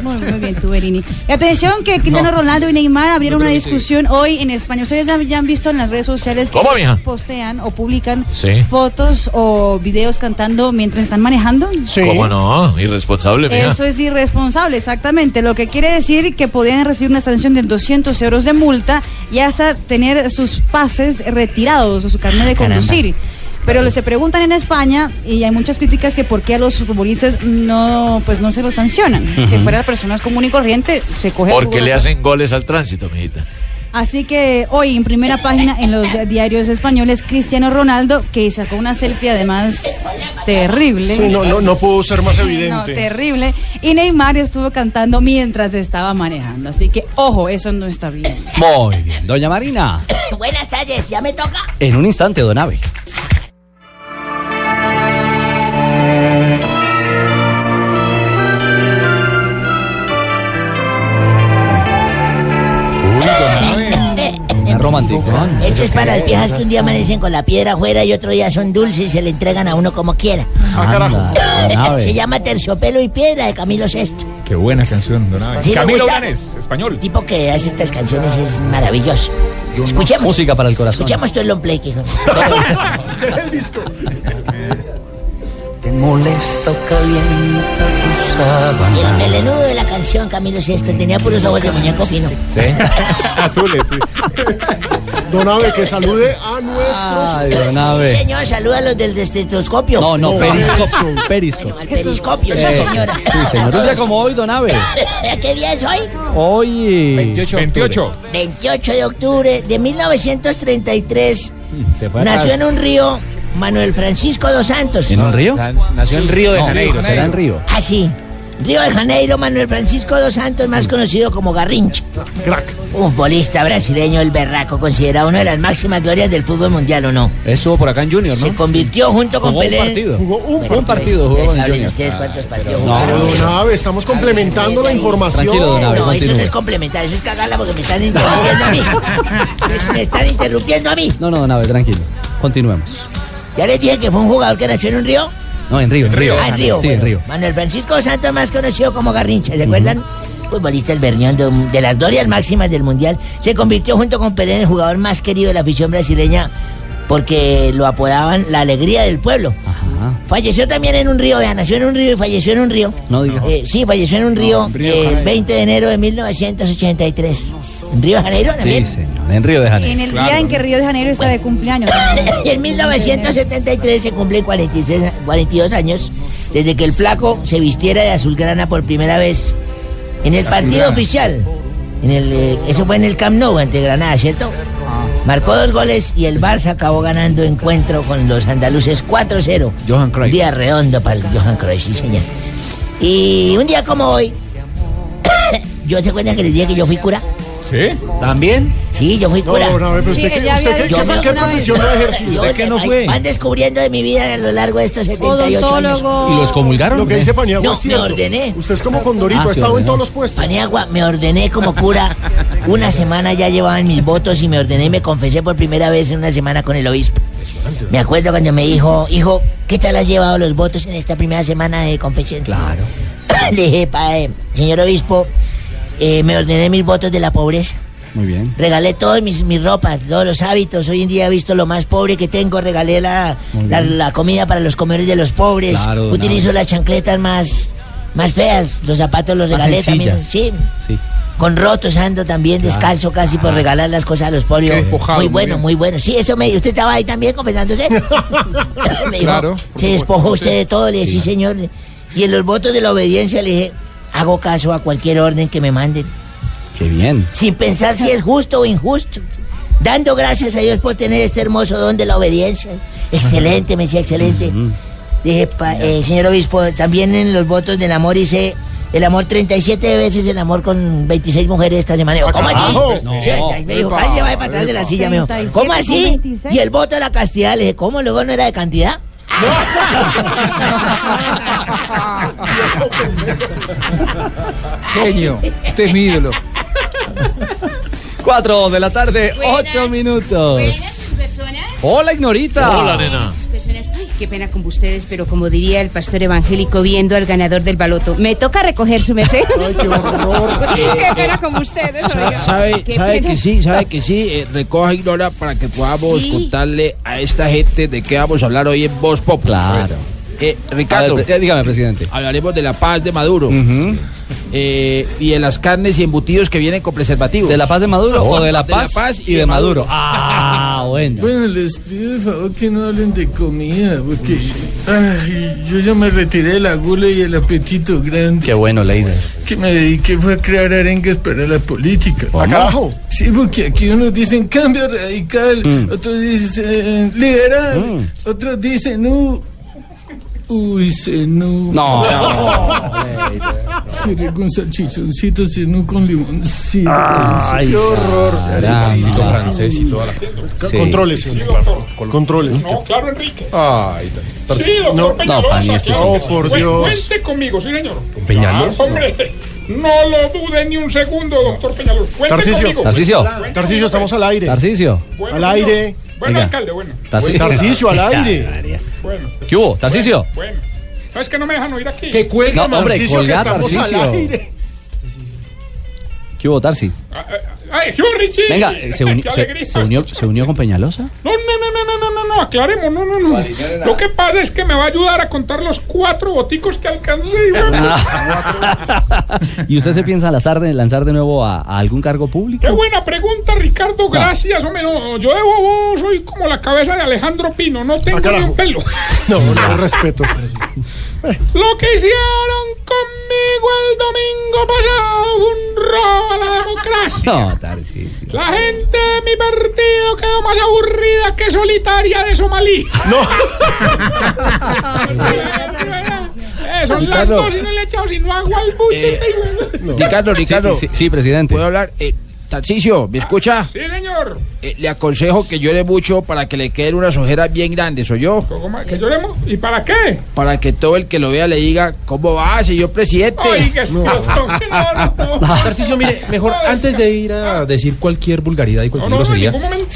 [SPEAKER 14] Muy, muy bien, Tuberini. Y atención que Cristiano
[SPEAKER 11] No.
[SPEAKER 14] Ronaldo y Neymar abrieron
[SPEAKER 11] No
[SPEAKER 14] una
[SPEAKER 11] creo que sí.
[SPEAKER 14] discusión hoy en España. Ustedes ya, ya han visto en las redes sociales que
[SPEAKER 11] ¿Cómo,
[SPEAKER 14] ellos
[SPEAKER 11] mija?
[SPEAKER 14] postean o publican
[SPEAKER 22] Sí.
[SPEAKER 14] fotos o videos cantando mientras están manejando.
[SPEAKER 22] ¿Cómo no? Irresponsable, mira.
[SPEAKER 14] Eso es irresponsable, exactamente. Lo que quiere decir que podían recibir una sanción de 200 euros de multa y hasta tener sus pases retirados o su
[SPEAKER 22] Ah,
[SPEAKER 14] carnet de
[SPEAKER 11] Caramba.
[SPEAKER 14] conducir. Pero les se preguntan en España y hay muchas críticas que por qué a los futbolistas no pues no se los sancionan.
[SPEAKER 22] Ujú.
[SPEAKER 14] Si fueran personas común y corriente, se coge el
[SPEAKER 22] Porque
[SPEAKER 14] jugo-
[SPEAKER 22] le hacen goles al tránsito, mijita.
[SPEAKER 14] Así que hoy en primera página en los diarios españoles, Cristiano Ronaldo, que sacó una selfie además terrible.
[SPEAKER 7] Sí, no, no, no pudo ser más
[SPEAKER 14] Sí, no,
[SPEAKER 7] evidente.
[SPEAKER 14] terrible. Y Neymar estuvo cantando mientras estaba manejando. Así que, ojo, eso no está bien.
[SPEAKER 9] Muy bien. Doña Marina,
[SPEAKER 38] Buenas tardes, ¿ya me toca?
[SPEAKER 9] en un instante, don Ave. Ah, romántica.
[SPEAKER 38] Esto es para las viejas que un día amanecen con la piedra afuera y otro día son dulces y se le entregan a uno como quiera.
[SPEAKER 15] Ah, carajo.
[SPEAKER 38] Se llama Terciopelo y Piedra de Camilo Sesto.
[SPEAKER 15] Qué buena canción, don Abe.
[SPEAKER 38] ¿Sí le
[SPEAKER 15] Pues Camilo
[SPEAKER 38] gusta?
[SPEAKER 15] Blanes, español.
[SPEAKER 38] tipo que hace estas canciones es maravilloso. Escuchemos.
[SPEAKER 9] Música para el corazón.
[SPEAKER 38] Escuchemos tu long play, hijo.
[SPEAKER 35] Te molesto, calienta tu sábana.
[SPEAKER 38] Y el melenudo de la canción, Camilo Sesto, tenía puros ojos de muñeco fino.
[SPEAKER 15] Sí. ¿eh? Azules, sí.
[SPEAKER 7] Don Abe, que salude a nuestros.
[SPEAKER 9] Ay, don Abe.
[SPEAKER 38] Sí, señor, saluda a los del estetoscopio.
[SPEAKER 9] No, no, periscopio. Periscopio.
[SPEAKER 38] Al periscopio, sí,
[SPEAKER 9] Eh,
[SPEAKER 38] señora.
[SPEAKER 9] Sí, señor. Un día como hoy, don Abe.
[SPEAKER 38] ¿Qué día es hoy?
[SPEAKER 9] Hoy. eh, 28.
[SPEAKER 38] 28. 28 de octubre de 1933
[SPEAKER 9] Se
[SPEAKER 38] nació en un río Manuel Francisco dos Santos.
[SPEAKER 9] ¿En un río?
[SPEAKER 38] nació en Río de Janeiro,
[SPEAKER 9] Será en Río.
[SPEAKER 38] Ah, sí. Río de Janeiro, Manuel Francisco dos Santos, más conocido como Garrincha. Crack. Un futbolista brasileño, el berraco, considerado una de las máximas glorias del fútbol mundial, ¿o no?
[SPEAKER 9] Estuvo por acá en Junior, ¿no?
[SPEAKER 38] Se convirtió junto con
[SPEAKER 9] Jugó un
[SPEAKER 38] Pelé.
[SPEAKER 9] partido. Jugó
[SPEAKER 38] un,
[SPEAKER 9] partido, jugó en Junior.
[SPEAKER 38] ustedes cuántos partidos
[SPEAKER 9] No,
[SPEAKER 38] jugaron.
[SPEAKER 7] Pero, Don Abe, estamos complementando la información.
[SPEAKER 38] No, no, eso no es complementar, eso es cagarla porque me están interrumpiendo a mí. Es- me están interrumpiendo a mí.
[SPEAKER 9] No, no, don Abe, tranquilo. Continuemos.
[SPEAKER 38] Ya les dije que fue un jugador que nació en un río.
[SPEAKER 9] No, en Río.
[SPEAKER 38] Ah, en Río.
[SPEAKER 9] Sí, en
[SPEAKER 38] bueno.
[SPEAKER 9] Río.
[SPEAKER 38] Manuel Francisco Santos, más conocido como Garrincha, ¿se acuerdan? Futbolista el Bernión de, de las glorias máximas del Mundial, se convirtió junto con Pelé en el jugador más querido de la afición brasileña porque lo apodaban la alegría del pueblo. Falleció también en un río, vea, nació en un río y falleció en un río.
[SPEAKER 9] No diga.
[SPEAKER 38] Eh, sí, falleció en un río,
[SPEAKER 9] en
[SPEAKER 38] eh,
[SPEAKER 9] Río de
[SPEAKER 38] el
[SPEAKER 9] Janeiro.
[SPEAKER 38] 20 de enero de 1983. ¿En Río de Janeiro
[SPEAKER 9] Sí,
[SPEAKER 38] también?
[SPEAKER 9] señor. En Río de Janeiro.
[SPEAKER 38] En el
[SPEAKER 14] El día en que Río de Janeiro está de cumpleaños.
[SPEAKER 38] Y en 1973 se cumplen 46, 42 años desde que el flaco se vistiera de azulgrana por primera vez en el partido Azulgrana. oficial. En el, eh, eso fue en el Camp Nou ante Granada, ¿cierto? Marcó dos goles y el Barça acabó ganando encuentro con los andaluces 4-0.
[SPEAKER 43] Johan
[SPEAKER 38] Un día redondo para el Johan Cruyff, sí señor. Y un día como hoy, yo se cuenta que les dije que yo fui cura.
[SPEAKER 15] ¿Sí?
[SPEAKER 38] ¿También? Sí, yo fui
[SPEAKER 7] No,
[SPEAKER 38] cura.
[SPEAKER 7] don Abe, pero Sí, usted qué- ella había usted qué- dicho usted qué alguna profesión vez. no ejerció.
[SPEAKER 38] Yo
[SPEAKER 7] ¿Usted qué
[SPEAKER 38] le-
[SPEAKER 7] no
[SPEAKER 38] ahí
[SPEAKER 7] fue?
[SPEAKER 38] Van descubriendo de mi vida a lo largo de estos 78 años.
[SPEAKER 7] Odontólogo. ¿Y lo excomulgaron? Lo que dice Paniagua
[SPEAKER 38] No,
[SPEAKER 7] es cierto.
[SPEAKER 38] me ordené.
[SPEAKER 7] Usted es como Condorito, Ah, ha se estado en ordenó. todos los puestos.
[SPEAKER 38] Paniagua, me ordené como cura. Una semana ya llevaban mis votos y me ordené y me confesé por primera vez en una semana con el obispo. Me acuerdo cuando me dijo, hijo, ¿qué tal has llevado los votos en esta primera semana de confesión? Claro. Le dije, "Padre, señor obispo, eh, me ordené mis votos de la pobreza.
[SPEAKER 9] Muy bien.
[SPEAKER 38] Regalé todas mis, mis ropas, todos los hábitos. Hoy en día he visto lo más pobre que tengo. Regalé la,
[SPEAKER 9] Muy
[SPEAKER 38] la,
[SPEAKER 9] bien.
[SPEAKER 38] la comida para los comedores de los pobres.
[SPEAKER 9] Claro, don
[SPEAKER 38] Utilizo
[SPEAKER 9] Abel.
[SPEAKER 38] las chancletas más, más feas. Los zapatos los
[SPEAKER 9] Más
[SPEAKER 38] regalé también. Sí.
[SPEAKER 9] sencillas. Sí.
[SPEAKER 38] Con rotos ando también,
[SPEAKER 9] Claro.
[SPEAKER 38] descalzo casi por regalar las cosas a los pobres.
[SPEAKER 9] Qué despojado,
[SPEAKER 38] muy
[SPEAKER 9] muy
[SPEAKER 38] bueno,
[SPEAKER 9] bien.
[SPEAKER 38] muy bueno. Sí, eso me ¿Usted estaba ahí también confesándose? me dijo,
[SPEAKER 9] Claro, por
[SPEAKER 38] se despojó
[SPEAKER 9] supuesto,
[SPEAKER 38] usted
[SPEAKER 9] sí.
[SPEAKER 38] de todo. Le dije, sí, señor. Y en los votos de la obediencia le dije, hago caso a cualquier orden que me manden
[SPEAKER 9] Qué bien.
[SPEAKER 38] sin pensar si es justo o injusto. Dando gracias a Dios por tener este hermoso don de la obediencia. Excelente, me decía, excelente. Dije, pa- eh, señor obispo, también en los votos del amor hice el amor 37 veces, el amor con 26 mujeres esta semana. Digo, ¿Cómo
[SPEAKER 11] carajo!
[SPEAKER 38] así?
[SPEAKER 11] No.
[SPEAKER 38] Sí, me dijo,
[SPEAKER 11] Epa,
[SPEAKER 38] "Ay, se va para atrás de la
[SPEAKER 11] epa.
[SPEAKER 38] silla, me dijo,
[SPEAKER 11] 37
[SPEAKER 38] ¿Cómo
[SPEAKER 11] con
[SPEAKER 38] así?
[SPEAKER 11] 26.
[SPEAKER 38] Y el voto de la castidad, le dije, ¿cómo? Luego no era de cantidad.
[SPEAKER 39] Genio, usted es mi ídolo.
[SPEAKER 9] Cuatro de la tarde, ocho minutos. Hola, Ignorita.
[SPEAKER 35] personas, ay, qué pena con ustedes, pero como diría el pastor evangélico viendo al ganador del baloto, me toca recoger su merced. qué pena con ustedes, oiga.
[SPEAKER 22] Sabe,
[SPEAKER 35] Qué
[SPEAKER 22] sabe
[SPEAKER 35] pena.
[SPEAKER 22] que sí, sabe que sí, eh, recoja ignora para que podamos
[SPEAKER 35] Sí.
[SPEAKER 22] contarle a esta gente de qué vamos a hablar hoy en Voz Pop. Claro. Ricardo.
[SPEAKER 9] A ver, pre- dígame, presidente.
[SPEAKER 22] Hablaremos de la paz de Maduro. Eh, y de las carnes y embutidos que vienen con preservativos.
[SPEAKER 9] ¿De la paz de Maduro o de la paz y de Maduro?
[SPEAKER 22] Ah,
[SPEAKER 9] bueno.
[SPEAKER 44] Bueno, les pido de favor que no hablen de comida, porque Ay, yo ya me retiré de la gula y el apetito grande.
[SPEAKER 9] Qué bueno, Leida.
[SPEAKER 44] Que me dediqué fue a crear arengas para la política.
[SPEAKER 9] ¿Ah, carajo?
[SPEAKER 44] Sí, porque aquí unos dicen cambio radical,
[SPEAKER 9] Mm.
[SPEAKER 44] otros dicen eh, liberal, otros dicen uh, uy, senú.
[SPEAKER 4] No.
[SPEAKER 44] Seré con salchichoncito, senú con limoncito.
[SPEAKER 4] Ay,
[SPEAKER 44] qué horror.
[SPEAKER 4] caramba.
[SPEAKER 44] Sí,
[SPEAKER 4] Limoncito
[SPEAKER 44] francés y toda la...
[SPEAKER 7] Sí, Controles, sí, sí. Controles.
[SPEAKER 39] No, claro, Enrique.
[SPEAKER 44] Ay,
[SPEAKER 39] Sí, doctor
[SPEAKER 7] No,
[SPEAKER 39] Peñalosa,
[SPEAKER 7] no, Pani, este
[SPEAKER 39] claro
[SPEAKER 7] sí.
[SPEAKER 39] que
[SPEAKER 7] Oh, por
[SPEAKER 39] Cuen-
[SPEAKER 7] Dios.
[SPEAKER 39] Cuente conmigo, sí, señor.
[SPEAKER 7] ¿Peñalosa?
[SPEAKER 39] Claro, Ah, hombre, no lo dude ni un segundo, doctor Peñalosa. Cuente
[SPEAKER 7] Tarcicio.
[SPEAKER 39] conmigo. Cuente
[SPEAKER 7] Tarcicio, estamos al aire.
[SPEAKER 9] Tarcicio.
[SPEAKER 39] Bueno,
[SPEAKER 7] Al
[SPEAKER 39] señor.
[SPEAKER 7] aire.
[SPEAKER 39] Bueno,
[SPEAKER 9] Venga.
[SPEAKER 39] alcalde, bueno.
[SPEAKER 9] Tarcicio.
[SPEAKER 7] Tarcicio, al aire.
[SPEAKER 39] Bueno,
[SPEAKER 9] ¿Qué hubo? ¿Tarcicio?
[SPEAKER 39] bueno. No, es que no me dejan oír aquí.
[SPEAKER 9] Que cuelgue, No, hombre, Tarcicio, que colgá, estamos al Tarcicio. aire. ¿Qué hubo, Tarsi?
[SPEAKER 39] Ah, eh, Ay, ¿qué hubo, Richie?
[SPEAKER 9] Venga, eh, se, uni-
[SPEAKER 39] Qué
[SPEAKER 9] se-
[SPEAKER 39] alegría.
[SPEAKER 9] se unió, se unió con Peñalosa.
[SPEAKER 39] No, no, no, no, no, no, no, no, aclaremos, no, no, no. Lo que pasa es que me va a ayudar a contar los cuatro boticos que alcancé. y bueno. Ah,
[SPEAKER 9] ¿Y usted se piensa lanzar de, lanzar de nuevo a, a algún cargo público?
[SPEAKER 39] Qué buena pregunta,
[SPEAKER 7] Ah.
[SPEAKER 39] Ricardo, gracias, hombre. no, yo de bobo soy como la cabeza de Alejandro Pino, no tengo ni un pelo.
[SPEAKER 7] Ah, No, no, respeto. Eh.
[SPEAKER 39] Lo que hicieron conmigo el domingo pasado fue un robo a la democracia.
[SPEAKER 9] No, Tarcicio.
[SPEAKER 39] La gente de mi partido quedó más aburrida que solitaria de Somalí. No. son las
[SPEAKER 22] Ricardo.
[SPEAKER 39] dos y no le he echado sino agua al buche.
[SPEAKER 22] Eh,
[SPEAKER 39] este hijo de-
[SPEAKER 22] Ricardo, Ricardo.
[SPEAKER 9] Sí, sí, sí, presidente.
[SPEAKER 22] ¿Puedo hablar? Eh, Tarcicio, ¿me escucha?
[SPEAKER 39] Sí, señor.
[SPEAKER 22] Eh, le aconsejo que llore mucho para que le queden unas ojeras bien grandes, ¿o yo?
[SPEAKER 39] ¿Cómo es ¿Que lloremos? ¿Y para qué?
[SPEAKER 22] Para que todo el que lo vea le diga, ¿cómo va, señor presidente?
[SPEAKER 39] Oiga, este otro,
[SPEAKER 32] Tarcisio, mire, mejor antes de ir a decir cualquier vulgaridad y cualquier grosería,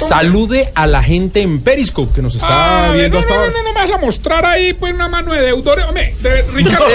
[SPEAKER 32] salude a la gente en Periscope que nos está
[SPEAKER 39] Ah,
[SPEAKER 32] viendo
[SPEAKER 39] no,
[SPEAKER 32] hasta
[SPEAKER 39] no,
[SPEAKER 32] ahora.
[SPEAKER 39] no, no, no me vas a mostrar ahí pues una mano de deudores. Hombre, de Ricardo.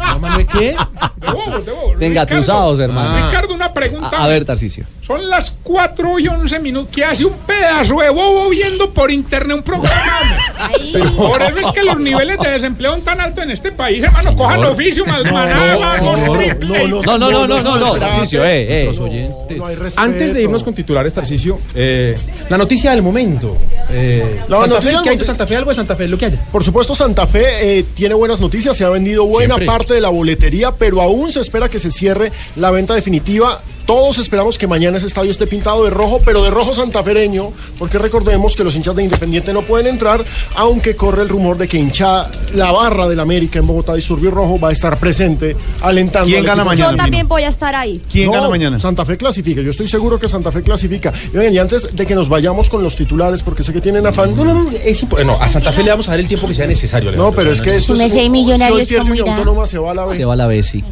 [SPEAKER 32] ¿Una mano de qué?
[SPEAKER 39] De bobos, de bobos.
[SPEAKER 9] Venga,
[SPEAKER 39] Ricardo,
[SPEAKER 9] atusados, hermano.
[SPEAKER 39] Ricardo, una pregunta.
[SPEAKER 9] A, a ver, Tarcicio.
[SPEAKER 39] Son las 4 y 11 minutos. que hace un pedazo de bobo viendo por internet un programa? hombre? Por eso es que los niveles de desempleo son tan altos en este país, hermano. Cojan oficio, mal maná, vagos, triple.
[SPEAKER 9] No, no, no, no, no, no, Tarcicio, eh, eh.
[SPEAKER 32] Nuestros oyentes. Antes de irnos con titulares, Tarcicio, eh, la noticia del momento. Eh,
[SPEAKER 7] La
[SPEAKER 32] Santa
[SPEAKER 7] noticia
[SPEAKER 32] Fe,
[SPEAKER 7] del
[SPEAKER 32] ¿qué hay
[SPEAKER 7] momento.
[SPEAKER 32] de Santa Fe? Algo de Santa Fe, lo que haya.
[SPEAKER 7] Por supuesto, Santa Fe eh, tiene buenas noticias, se ha vendido buena
[SPEAKER 32] Siempre.
[SPEAKER 7] parte de la boletería, pero aún se espera que se cierre la venta definitiva. Todos esperamos que mañana ese estadio esté pintado de rojo, pero de rojo santafereño, porque recordemos que los hinchas de Independiente no pueden entrar, aunque corre el rumor de que hincha la barra del América en Bogotá, Disturbio Rojo, va a estar presente alentando.
[SPEAKER 14] ¿Quién
[SPEAKER 7] al
[SPEAKER 14] gana
[SPEAKER 7] equipo.
[SPEAKER 14] mañana? Yo también voy a estar ahí.
[SPEAKER 7] No, Santa Fe clasifica, yo estoy seguro que Santa Fe clasifica. Y, oigan, y antes de que nos vayamos con los titulares, porque sé que tienen afán. No, no, no,
[SPEAKER 32] es impo- No, a Santa Fe le vamos a dar el tiempo que sea necesario.
[SPEAKER 7] No, pero es que esto es- Si me sé millonarios,
[SPEAKER 32] si hoy pierde
[SPEAKER 7] ¿cómo
[SPEAKER 32] una
[SPEAKER 7] irá?
[SPEAKER 32] autónoma,
[SPEAKER 7] se va a la
[SPEAKER 9] Se va la B, sí.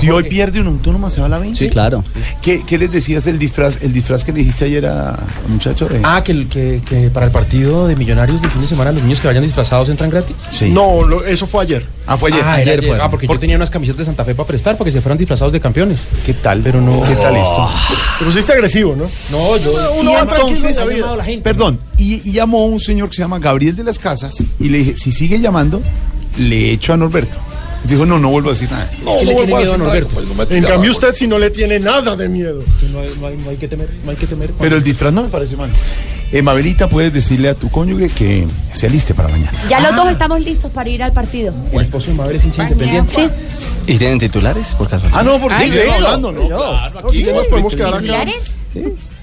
[SPEAKER 24] si hoy pierde un autónoma, se va a la 20.
[SPEAKER 9] Sí, claro.
[SPEAKER 24] ¿Qué, qué les decías el disfraz, el disfraz que le dijiste ayer a, al muchacho? Eh, de-
[SPEAKER 32] Ah, que, el- que, que para el partido de Millonarios del fin de semana los niños que vayan disfrazados entran gratis.
[SPEAKER 24] Sí.
[SPEAKER 7] No, lo- eso fue ayer.
[SPEAKER 32] Ah,
[SPEAKER 24] fue ayer.
[SPEAKER 32] Ah,
[SPEAKER 24] Ayer fue.
[SPEAKER 32] porque yo tenía unas camisetas de Santa Fe para prestar porque se fueron disfrazados de campeones. ¿Qué tal? Pero no.
[SPEAKER 24] ¿Qué tal
[SPEAKER 9] Oh.
[SPEAKER 24] esto?
[SPEAKER 7] Te pusiste agresivo, ¿no?
[SPEAKER 32] No, yo.
[SPEAKER 24] Y entonces,
[SPEAKER 32] ha llamado la gente.
[SPEAKER 24] perdón, y, y llamó a un señor que se llama Gabriel de las Casas y le dije, si sigue llamando, le echo a Norberto. Dijo, no, no vuelvo a decir nada.
[SPEAKER 7] No, no vuelvo a decir nada.
[SPEAKER 32] Pues,
[SPEAKER 7] En cambio, usted si no le tiene nada de miedo.
[SPEAKER 32] No hay, no hay- no hay que temer, no hay que temer.
[SPEAKER 24] Pero el disfraz no me parece mal. Eh, Mabelita, puedes decirle a tu cónyuge que se aliste para mañana.
[SPEAKER 14] Ya los dos estamos listos para ir al partido.
[SPEAKER 32] El esposo de Mabel es hincha independiente.
[SPEAKER 14] Sí.
[SPEAKER 9] ¿Y tienen titulares? Por
[SPEAKER 24] Ah, no, porque
[SPEAKER 14] Ay,
[SPEAKER 24] yo
[SPEAKER 14] sí.
[SPEAKER 24] hablando, ¿no?
[SPEAKER 14] No,
[SPEAKER 24] Claro, aquí no nos podemos quedar acá.
[SPEAKER 14] ¿Titulares?